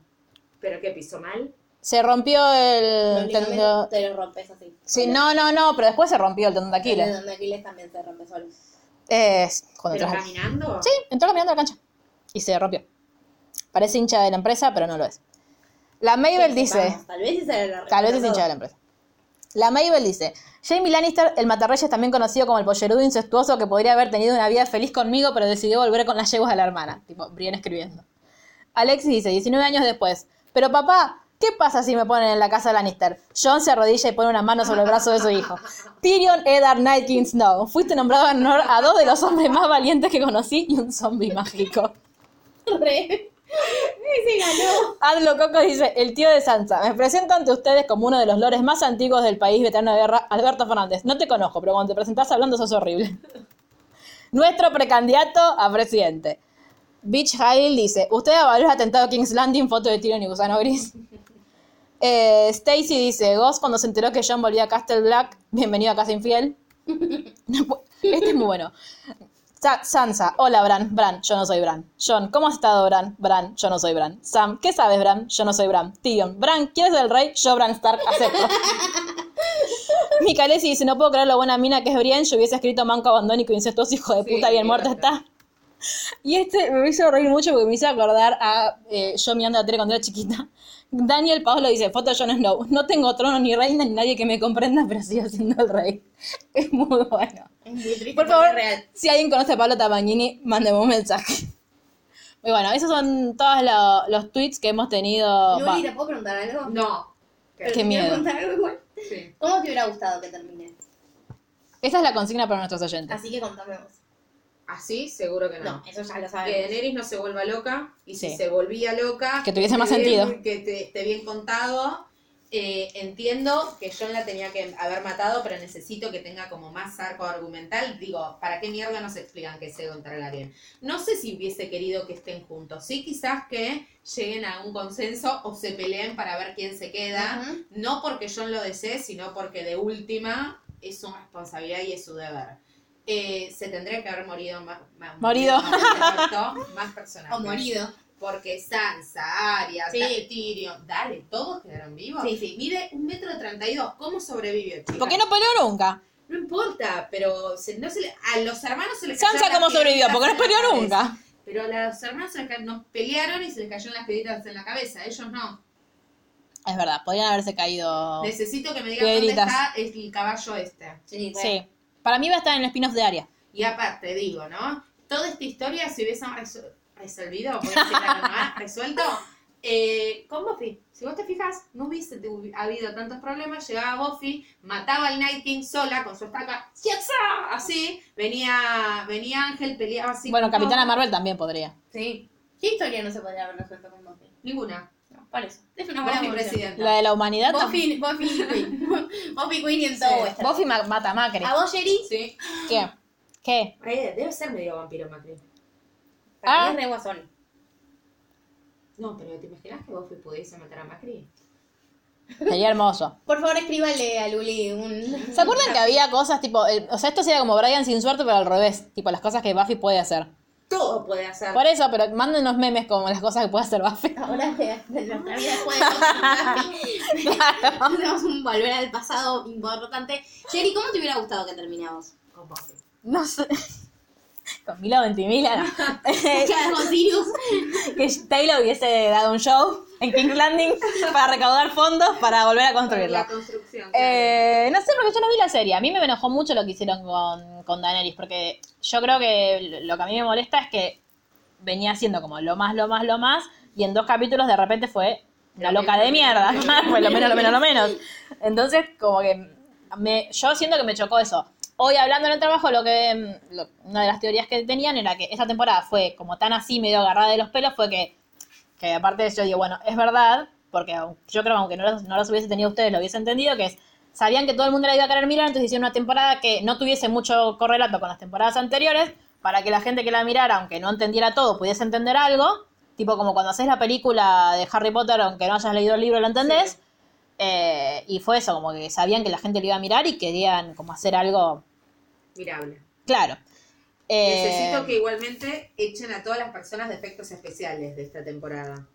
Speaker 2: ¿Pero qué pisó mal?
Speaker 1: Se rompió el.
Speaker 3: Prácticamente
Speaker 1: tendón-
Speaker 3: Te lo rompes así.
Speaker 1: Sí, no, no, no, pero después se rompió el tendón de
Speaker 3: Aquí
Speaker 1: Aquiles.
Speaker 3: donde Aquiles también se rompe solo.
Speaker 1: Es cuando
Speaker 2: ¿Pero
Speaker 1: entró-
Speaker 2: caminando?
Speaker 1: Sí, entró caminando a la cancha. Y se rompió. Parece hincha de la empresa, pero no lo es. La Mabel
Speaker 3: Que
Speaker 1: dice.
Speaker 3: sepamos, Tal vez esa era la
Speaker 1: Tal vez es hincha de la empresa. La Mabel dice, Jamie Lannister, el matarreyes también conocido como el pollerudo incestuoso que podría haber tenido una vida feliz conmigo, pero decidió volver con las yeguas de la hermana. Tipo, Brian escribiendo. Alexis dice, 19 años después, pero papá, ¿qué pasa si me ponen en la casa Lannister? John se arrodilla y pone una mano sobre el brazo de su hijo. Tyrion Eddard Nightkin Snow, fuiste nombrado en honor a dos de los hombres más valientes que conocí y un zombie mágico.
Speaker 3: Re.
Speaker 1: Adlo Coco dice, el tío de Sansa, me presento ante ustedes como uno de los lores más antiguos del país, veterano de guerra, Alberto Fernández. No te conozco, pero cuando te presentás hablando sos horrible. Nuestro precandidato a presidente. Beach Hill dice, usted avaló el atentado King's Landing, foto de Tyrion y Gusano Gris. Eh, Stacy dice, Ghost cuando se enteró que John volvía a Castle Black, bienvenido a Casa Infiel. este es muy bueno. Sa- Sansa, hola Bran, Bran, yo no soy Bran. John, ¿cómo has estado Bran? Bran, yo no soy Bran. Sam, ¿qué sabes Bran? Yo no soy Bran. Tyrion, Bran, ¿quieres ser el rey? Yo Bran Stark, acepto. Micalesi dice, no puedo creer lo buena mina que es Brienne, yo hubiese escrito manco abandónico, incestuoso, hijo de
Speaker 2: Sí,
Speaker 1: puta, bien muerta
Speaker 2: claro.
Speaker 1: está. Y este me hizo reír mucho porque me hizo acordar a eh, yo mirando la tele cuando era chiquita. Daniel Paolo dice, foto de Jon Snow, no tengo trono ni reina ni nadie que me comprenda, pero sigo siendo el rey. Es muy bueno.
Speaker 3: Es muy triste.
Speaker 1: Por favor,
Speaker 3: pero es real.
Speaker 1: si alguien conoce a Pablo Tabagnini, mándeme un mensaje. Y bueno, esos son todos lo- los tweets que hemos tenido. Oh, Va,
Speaker 3: Luli, ¿te puedo preguntar algo?
Speaker 2: No.
Speaker 3: Pero
Speaker 1: qué
Speaker 3: te quiero
Speaker 1: miedo.
Speaker 3: contar algo igual.
Speaker 2: Sí.
Speaker 3: ¿Cómo te hubiera gustado que termine?
Speaker 1: Esa es la consigna para nuestros oyentes.
Speaker 3: Así que contame vos.
Speaker 2: Así, seguro que no.
Speaker 3: No, eso ya lo
Speaker 2: Que
Speaker 3: sabemos.
Speaker 2: Daenerys no se vuelva loca. Y si
Speaker 1: Sí.
Speaker 2: se volvía loca.
Speaker 1: Que tuviese más
Speaker 2: esté bien-
Speaker 1: sentido.
Speaker 2: Que te esté bien contado. Eh, entiendo que John la tenía que haber matado, pero necesito que tenga como más arco argumental. Digo, ¿para qué mierda nos explican que se Targaryen? No sé si hubiese querido que estén juntos. Sí, quizás que lleguen a un consenso o se peleen para ver quién se queda.
Speaker 3: Ujú.
Speaker 2: No porque yo lo desee, sino porque de última es su responsabilidad y es su deber. Eh, se tendría que haber morido más. más-
Speaker 1: Morido.
Speaker 2: Más, exacto, más personajes.
Speaker 3: O morido.
Speaker 2: Porque Sansa, Arya,
Speaker 3: Sí.
Speaker 2: Da- Tyrion, dale, todos quedaron vivos.
Speaker 3: Sí, sí.
Speaker 2: Mide un metro treinta y dos. ¿Cómo sobrevivió, chicas?
Speaker 1: ¿Por qué no peleó nunca?
Speaker 2: No importa, pero se- no se le- a los hermanos se les
Speaker 1: Sansa,
Speaker 2: cayeron
Speaker 1: ¿cómo
Speaker 2: las
Speaker 1: sobrevivió?
Speaker 2: piedritas
Speaker 1: Porque no
Speaker 2: en la
Speaker 1: peleó
Speaker 2: cabeza.
Speaker 1: nunca.
Speaker 2: Pero a los hermanos se les ca- no pelearon y se les cayeron las piedritas en la cabeza. Ellos no.
Speaker 1: Es verdad, podrían haberse caído.
Speaker 2: Necesito que me digan
Speaker 1: Piedritas.
Speaker 2: dónde está el caballo este.
Speaker 3: Sí, re.
Speaker 1: Sí. Para mí va a estar en el spin-off de Aria.
Speaker 2: Y aparte, digo, ¿no? Toda esta historia se hubiesen resu- resolvido, por decirlo de alguna manera, resuelto eh, con Buffy. Si vos te fijas, no hubiese te- hubi- habido tantos problemas. Llegaba Buffy, mataba al Night King sola con su estaca, ¡Yatza! así. Venía, venía Ángel, peleaba así.
Speaker 1: bueno,
Speaker 2: con
Speaker 1: Capitana
Speaker 2: todo.
Speaker 1: Marvel también podría.
Speaker 3: Sí. ¿Qué historia no se podría haber resuelto con Buffy?
Speaker 2: Ninguna.
Speaker 3: No, por eso. Es una buena
Speaker 2: Buffy
Speaker 3: evolución.
Speaker 2: presidenta.
Speaker 1: La de la humanidad también.
Speaker 3: Buffy, Buffy Queen. Buffy Queen y en todo
Speaker 1: Buffy,
Speaker 3: Westeros.
Speaker 1: ma- mata a Macri.
Speaker 3: ¿A vos, Jerry?
Speaker 2: Sí.
Speaker 1: ¿Qué? ¿Qué?
Speaker 2: Eh, Debe ser medio vampiro, Macri.
Speaker 3: Para
Speaker 1: Ah.
Speaker 3: mí es re guasón.
Speaker 2: No, pero ¿te imaginas que Buffy pudiese matar a Macri?
Speaker 1: Sería hermoso.
Speaker 3: Por favor, escríbale a Luli un...
Speaker 1: ¿Se acuerdan que había cosas tipo. el- o sea, esto sería como Brian sin suerte, pero al revés. Tipo, las cosas que Buffy puede hacer.
Speaker 2: Todo puede hacer.
Speaker 1: Por eso, pero mándenos memes como las cosas que puede hacer Buffy.
Speaker 3: Ahora que nuestra vida después de Buffy, tenemos un volver al pasado importante. Jerry, ¿cómo te hubiera gustado que terminamos con Buffy?
Speaker 1: No sé. Con Milo Ventimiglia, no.
Speaker 3: Claro, con Sirius.
Speaker 1: que Taylor hubiese dado un show en King's Landing para recaudar fondos para volver a construirla.
Speaker 2: la construcción.
Speaker 1: Eh, no sé, porque yo no vi la serie. A mí me enojó mucho lo que hicieron con, con Daenerys, porque yo creo que lo que a mí me molesta es que venía siendo como lo más, lo más, lo más, y en dos capítulos de repente fue una loca de mierda. fue lo menos, lo menos, lo menos. Entonces, como que me, yo siento que me chocó eso. Hoy hablando en el trabajo, lo que mm, lo- una de las teorías que tenían era que esta temporada fue como tan así, medio agarrada de los pelos, fue que que aparte yo digo, bueno, es verdad, porque au- yo creo que aunque no los, no los hubiese tenido ustedes, lo hubiese entendido, que es, sabían que todo el mundo la iba a querer mirar, entonces hicieron una temporada que no tuviese mucho correlato con las temporadas anteriores, para que la gente que la mirara, aunque no entendiera todo, pudiese entender algo, tipo como cuando haces la película de Harry Potter, aunque no hayas leído el libro, lo entendés, Eh, y fue eso, como que sabían que la gente lo iba a mirar y querían como hacer algo
Speaker 2: Mirable.
Speaker 1: claro. Eh,
Speaker 2: Necesito que igualmente echen a todas las personas de efectos especiales de esta temporada.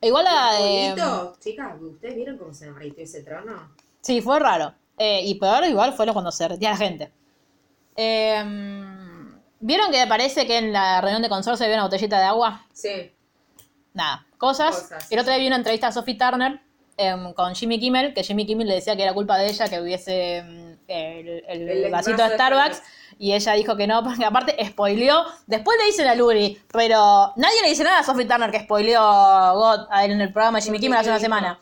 Speaker 1: Igual la de...
Speaker 2: Julito, chicas, ¿ustedes vieron cómo se derritió ese trono?
Speaker 1: Sí, fue raro. Eh, y peor igual fue lo cuando se retira la gente. Em, ¿Vieron que parece que en la reunión de consorcio había una botellita de agua?
Speaker 2: Sí.
Speaker 1: Nada, cosas.
Speaker 2: Cosas.
Speaker 1: El otro día vi una entrevista a Sophie Turner em, con Jimmy Kimmel, que Jimmy Kimmel le decía que era culpa de ella que hubiese em, el, el
Speaker 2: El
Speaker 1: vasito
Speaker 2: vaso
Speaker 1: de
Speaker 2: de
Speaker 1: Starbucks. Y ella dijo que no, porque aparte spoileó. Después le dicen a Luri, pero nadie le dice nada a Sophie Turner que spoileó God a él en el programa de Jimmy Kimmel hace una semana.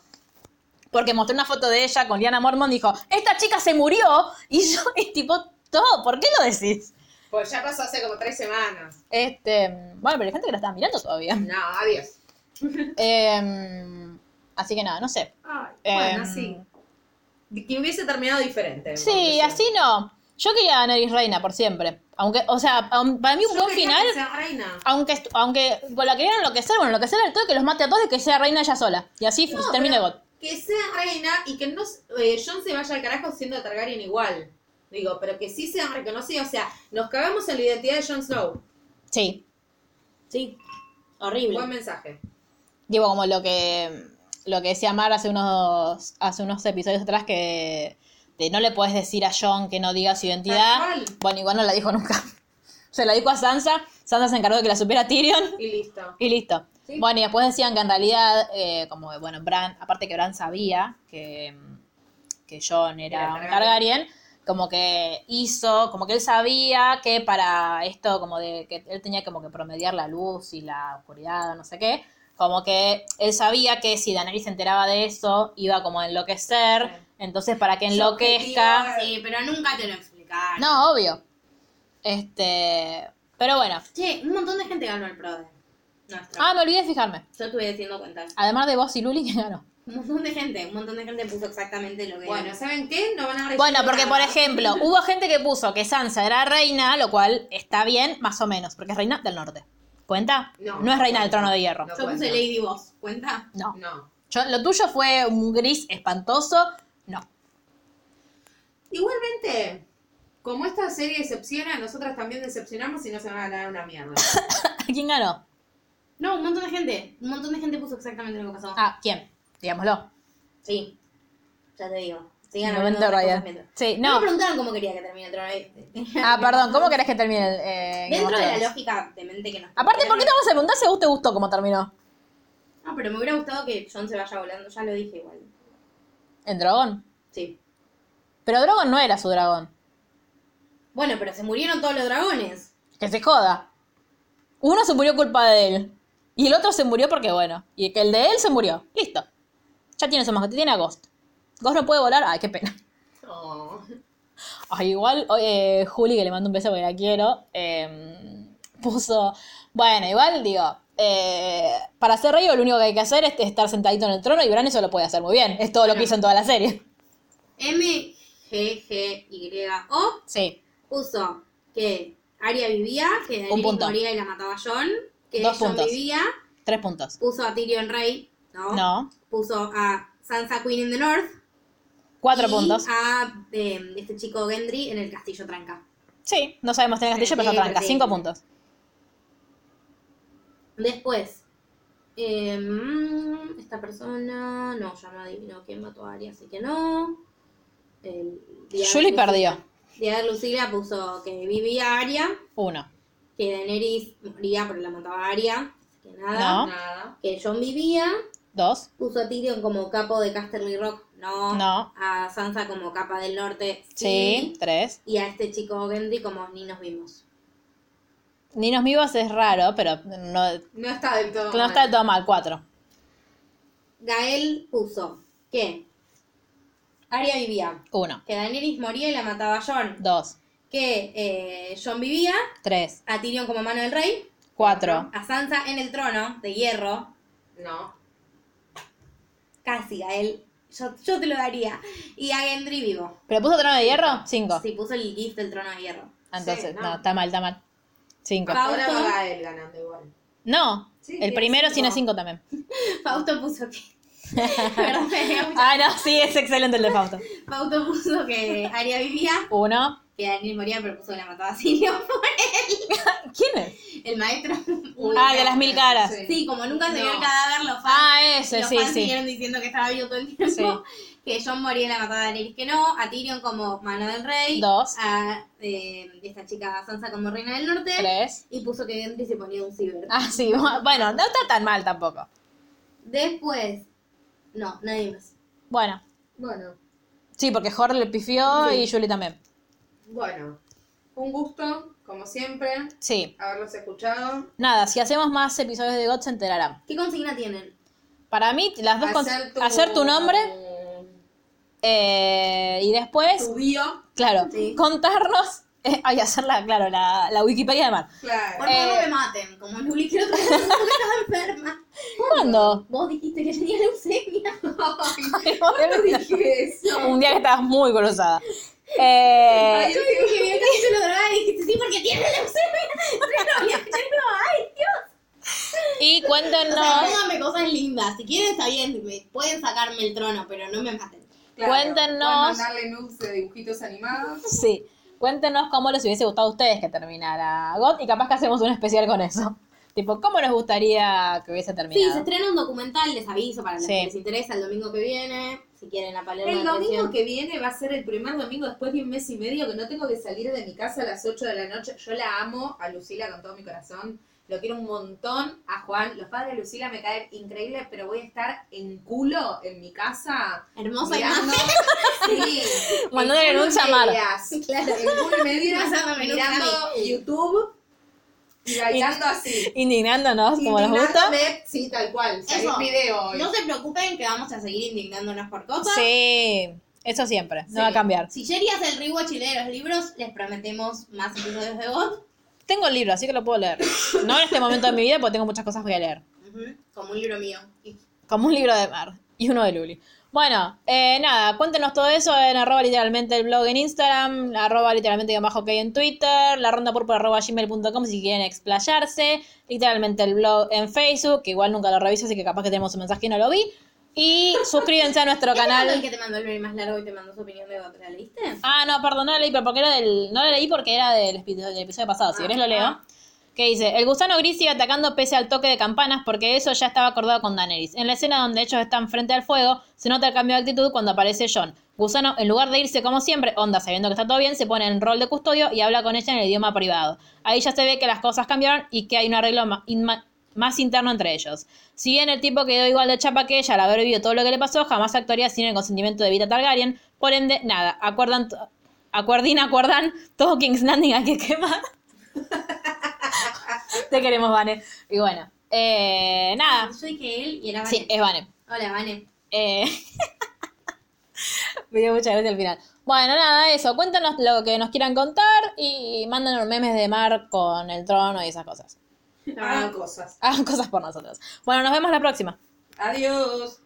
Speaker 1: Porque mostró una foto de ella con Liana Mormon, dijo, esta chica se murió. Y yo, es tipo, todo, ¿por qué lo decís?
Speaker 2: Pues ya pasó hace como tres semanas.
Speaker 1: Este, bueno, pero hay gente que la estaba mirando todavía.
Speaker 2: No, adiós.
Speaker 1: Em, así que nada, no sé.
Speaker 6: Ay, bueno,
Speaker 1: Em,
Speaker 6: sí. De Que hubiese terminado diferente.
Speaker 1: Sí, así no. Yo quería a Daenerys reina por siempre. Aunque, o sea, aun- para mí un buen final,
Speaker 6: reina.
Speaker 1: aunque, estu- aunque con la querían enloquecer, bueno, enloquecer al todo que los mate a todos y que sea reina ella sola. Y así
Speaker 6: No,
Speaker 1: termine
Speaker 6: pero-
Speaker 1: God.
Speaker 6: Que sea reina y que no eh, John se vaya al carajo siendo Targaryen igual. Digo, pero que sí sean reconocidos. O sea, nos cagamos en la identidad de Jon Snow.
Speaker 1: Sí.
Speaker 3: Sí. Horrible.
Speaker 6: Buen mensaje.
Speaker 1: Digo, como lo que lo que decía Mar hace unos, hace unos episodios atrás que de no le puedes decir a John que no diga su identidad.
Speaker 6: Tal cual.
Speaker 1: Bueno, igual no la dijo nunca. Se la dijo a Sansa, Sansa se encargó de que la supiera Tyrion
Speaker 6: Y listo.
Speaker 1: y listo. Bueno, y después decían que en realidad, eh, como que, bueno, Bran, aparte que Bran sabía que, que John era,
Speaker 6: Era
Speaker 1: un
Speaker 6: Targaryen.
Speaker 1: Targaryen, como que hizo, como que él sabía que para esto, como de que él tenía como que promediar la luz y la oscuridad, no sé qué, como que él sabía que si Daenerys se enteraba de eso, iba como a enloquecer, entonces para que enloquezca...
Speaker 3: Sí, Eh, pero nunca te lo explicaron.
Speaker 1: No, obvio. Este... Pero bueno.
Speaker 3: Che, un montón de gente ganó el Prode. Nuestro.
Speaker 1: Ah, me olvidé de fijarme.
Speaker 3: Yo estuve haciendo cuentas.
Speaker 1: Además de vos y Luli, que ganó.
Speaker 3: Un montón de gente, un montón de gente puso exactamente lo que
Speaker 6: Bueno, ¿saben qué? No van a recibir
Speaker 1: Bueno, porque por
Speaker 6: nada.
Speaker 1: ejemplo, hubo gente que puso que Sansa era reina, lo cual está bien, más o menos, porque es reina del norte. ¿Cuenta?
Speaker 6: No.
Speaker 1: es reina del trono de hierro.
Speaker 6: No
Speaker 3: Yo
Speaker 6: cuenta.
Speaker 3: puse Lady Boss, ¿cuenta?
Speaker 1: No.
Speaker 6: No.
Speaker 1: Yo- lo tuyo fue un gris espantoso. No.
Speaker 6: Igualmente, como esta serie decepciona, nosotras también decepcionamos y no se van a ganar una mierda.
Speaker 1: ¿Quién ganó?
Speaker 3: No, un montón de gente. Un montón de gente puso exactamente lo que pasó.
Speaker 1: Ah, ¿quién? Digámoslo.
Speaker 3: Sí. Ya te digo. Sigan
Speaker 1: Momento
Speaker 3: hablando de otras
Speaker 1: Ryan.
Speaker 3: cosas mientras-
Speaker 1: Sí,
Speaker 3: Me
Speaker 1: no.
Speaker 3: preguntaron cómo quería que termine el trono.
Speaker 1: Ah, perdón, ¿cómo querés que termine el. eh, Game of
Speaker 3: Dentro de la
Speaker 1: Thrones?
Speaker 3: lógica de mente que nos.
Speaker 1: Aparte, ¿por qué te vamos a preguntar si a vos te gustó cómo terminó?
Speaker 3: No, pero me hubiera gustado que John se vaya volando. Ya lo dije igual.
Speaker 1: En Dragón.
Speaker 3: Sí.
Speaker 1: Pero Dragón no era su dragón.
Speaker 3: Bueno, pero se murieron todos los dragones.
Speaker 1: Que se joda. Uno se murió culpa de él. Y el otro se murió porque, bueno. Y que el de él se murió. Listo. Ya tiene su mascota. Tiene a Ghost. Ghost no puede volar. Ay, qué pena.
Speaker 6: Oh.
Speaker 1: Ay, igual eh, Juli, que le mando un beso porque la quiero, eh, puso. Bueno, igual digo. eh, para ser rey, lo único que hay que hacer es estar sentadito en el trono. Y Bran eso lo puede hacer muy bien. Es todo lo que hizo en toda la serie.
Speaker 3: M, G, G, Y, O.
Speaker 1: Sí.
Speaker 3: puso que Arya vivía, que Daenerys
Speaker 1: punto.
Speaker 3: moría y la mataba John, que
Speaker 1: Dos
Speaker 3: John
Speaker 1: puntos.
Speaker 3: vivía,
Speaker 1: Tres puntos.
Speaker 3: puso a Tyrion Rey, ¿no?
Speaker 1: No.
Speaker 3: Puso a Sansa Queen in the North.
Speaker 1: Cuatro
Speaker 3: y Ah.
Speaker 1: puntos.
Speaker 3: a eh, este chico Gendry en el castillo tranca.
Speaker 1: Sí, no sabemos tener castillo, pero
Speaker 3: Sí,
Speaker 1: ya tranca.
Speaker 3: sí.
Speaker 1: Cinco puntos.
Speaker 3: Después, eh, mm, esta persona, no, ya no adivinó quién mató a Arya, así que no. El, Día de
Speaker 1: Julie
Speaker 3: Lucila-
Speaker 1: perdió.
Speaker 3: Día de Lucila puso que vivía Arya,
Speaker 1: Uno.
Speaker 3: que Daenerys moría, pero la mataba Arya, así que nada.
Speaker 1: No.
Speaker 6: Nada.
Speaker 3: Que John vivía,
Speaker 1: Dos.
Speaker 3: puso a Tyrion como capo de Casterly Rock, no.
Speaker 1: No.
Speaker 3: A Sansa como capa del norte,
Speaker 1: Sí, tres.
Speaker 3: Y a este chico Gendry como ni nos vimos.
Speaker 1: Ninos vivos es raro, pero no,
Speaker 6: No está del todo.
Speaker 1: no está del todo mal. Cuatro.
Speaker 3: Gael puso que Arya vivía,
Speaker 1: Uno,
Speaker 3: que Daenerys moría y la mataba a Jon,
Speaker 1: dos,
Speaker 3: que eh, Jon vivía,
Speaker 1: tres,
Speaker 3: a Tyrion como mano del rey,
Speaker 1: cuatro.
Speaker 3: a Sansa en el trono de hierro,
Speaker 6: No.
Speaker 3: casi Gael, yo, yo te lo daría, y a Gendry vivo.
Speaker 1: ¿Pero puso trono de hierro? Cinco.
Speaker 3: Si puso el gif del trono de hierro.
Speaker 1: Entonces,
Speaker 6: Sí,
Speaker 1: no.
Speaker 6: no.
Speaker 1: está mal, está mal. Cinco.
Speaker 2: Ah.
Speaker 3: Pa-
Speaker 6: Ahora
Speaker 3: Fausto.
Speaker 6: va a él ganando igual.
Speaker 1: No,
Speaker 6: Sí,
Speaker 1: el
Speaker 6: tiene
Speaker 1: primero
Speaker 6: cinco.
Speaker 1: tiene cinco también.
Speaker 3: Fausto puso que... Perdón, me dio mucha-
Speaker 1: Ah, no, sí, es excelente el de Fausto.
Speaker 3: Fausto puso que Aria vivía,
Speaker 1: Uno.
Speaker 3: que Daniel moría, pero puso que la mataba a Sirio por él.
Speaker 1: ¿Quién es?
Speaker 3: El maestro.
Speaker 1: Ah, el de las mil caras.
Speaker 3: Sí, como nunca se vio
Speaker 6: No.
Speaker 3: el cadáver, los fans,
Speaker 1: Ah, ese,
Speaker 3: los
Speaker 1: sí,
Speaker 3: fans
Speaker 1: sí.
Speaker 3: siguieron diciendo que estaba vivo todo el tiempo. Que John moría en la matada de Daenerys que no, a Tyrion como mano del rey,
Speaker 1: Dos.
Speaker 3: a eh, esta chica Sansa como reina del norte,
Speaker 1: Tres.
Speaker 3: y puso que Gendry se ponía un ciber.
Speaker 1: Ah, sí. Bueno, no está tan mal tampoco.
Speaker 3: Después, no, nadie más.
Speaker 1: Bueno.
Speaker 6: Bueno,
Speaker 1: Sí, porque Jorge le pifió y Julie también.
Speaker 6: bueno. Un gusto, como siempre,
Speaker 1: Sí.
Speaker 6: haberlos escuchado.
Speaker 1: Nada, si hacemos más episodios de God se enterarán.
Speaker 3: ¿Qué consigna tienen?
Speaker 1: Para mí, las dos con- hacer tu, nombre eh, y después,
Speaker 6: Tu bio.
Speaker 1: claro,
Speaker 3: Sí.
Speaker 1: contarnos Eh, hay que hacerla, claro, la, la Wikipedia de Mar.
Speaker 6: Claro.
Speaker 3: Por favor,
Speaker 1: Eh.
Speaker 3: no me maten. Como Luli, quiero que estaba enferma.
Speaker 1: ¿Cuándo?
Speaker 3: Vos dijiste que tenía leucemia.
Speaker 6: dije eso.
Speaker 1: Un día que estabas muy cruzada. Eh,
Speaker 3: Yo dije que vi el capítulo de Dora y dijiste, sí, porque tiene leucemia. Pero yo no, ay, Dios.
Speaker 1: y
Speaker 3: O sea,
Speaker 1: cuéntenos,
Speaker 3: pónganme cosas lindas. Si quieren, está bien. me- Pueden sacarme el trono, pero no me maten.
Speaker 1: Cuéntenos.
Speaker 2: Pueden mandarle nudes de dibujitos animados.
Speaker 1: sí, cuéntenos cómo les hubiese gustado a ustedes que terminara GOT y capaz que hacemos un especial con eso. Tipo, ¿cómo nos gustaría que hubiese
Speaker 3: Sí, se
Speaker 1: terminado?
Speaker 3: estrena un documental, les aviso para los
Speaker 1: Sí.
Speaker 3: que les interesa el domingo que viene. Si quieren la palabra
Speaker 6: El domingo que viene va a ser el primer domingo después de un mes y medio que no tengo que salir de mi casa a las 8 de la noche. Yo la amo a Lucila con todo mi corazón. Lo quiero un montón a Juan. Los padres de Lucila me caen increíbles, pero voy a estar en culo en mi casa.
Speaker 3: Hermosa imagen.
Speaker 6: Mirando. Sí.
Speaker 1: Mandándole
Speaker 6: En culo
Speaker 1: un llamar.
Speaker 6: medias. En culo medias,
Speaker 3: Pasándome un
Speaker 6: mirando YouTube y bailando así.
Speaker 1: Indignándonos, Ah, como nos gusta.
Speaker 6: Indignándome, Sí, tal cual. Salí
Speaker 3: Eso.
Speaker 6: un video hoy.
Speaker 3: No se preocupen que vamos a seguir indignándonos por cosas.
Speaker 1: Sí, eso siempre, no
Speaker 3: Sí.
Speaker 1: va a cambiar.
Speaker 3: Si Jerry hace el rewatch y lee los libros, les prometemos más episodios de God.
Speaker 1: Tengo el libro, así que lo puedo leer. No en este momento de mi vida, porque tengo muchas cosas que voy a leer.
Speaker 3: Ujú, Como un libro mío.
Speaker 1: Como un libro de mar y uno de Luli. Bueno, eh, nada, cuéntenos todo eso en arroba literalmente el blog en Instagram, arroba literalmente bajo ok en Twitter, la ronda púrpura arroba gmail.com si quieren explayarse, literalmente el blog en Facebook, que igual nunca lo reviso, así que capaz que tenemos un mensaje y no lo vi. Y suscríbanse a nuestro
Speaker 3: ¿Este
Speaker 1: canal.
Speaker 3: es el que te mandó el mail más largo y te mandó su opinión de God? ¿La leíste?
Speaker 1: Ah, no, perdón, no la leí, pero porque era del, no la leí porque era del, epi- del episodio pasado. Si querés lo leo. Que dice, el gusano gris sigue atacando pese al toque de campanas porque eso ya estaba acordado con Daenerys. En la escena donde ellos están frente al fuego, se nota el cambio de actitud cuando aparece John. Gusano, en lugar de irse como siempre, Onda sabiendo que está todo bien, se pone en rol de custodio y habla con ella en el idioma privado. Ahí ya se ve que las cosas cambiaron y que hay un arreglo ma- inma- más interno entre ellos. Si bien el tipo quedó igual de chapa que ella al haber vivido todo lo que le pasó, jamás actuaría sin el consentimiento de Vita Targaryen. Por ende, nada, acuerdan, t- acuerdín, acuerdan, todo King's Landing hay que quemar. Te queremos, Vane. Y bueno, eh, nada.
Speaker 3: Yo dije él y era Vane.
Speaker 1: Sí, eh. es Vane.
Speaker 3: Hola, Vane.
Speaker 1: Eh, me dio mucha gracia al final. Bueno, nada, eso. Cuéntanos lo que nos quieran contar y mándanos memes de mar con el trono y esas cosas. Ah,
Speaker 6: Hagan cosas.
Speaker 1: Hagan cosas por nosotros. Bueno, nos vemos la próxima.
Speaker 6: Adiós.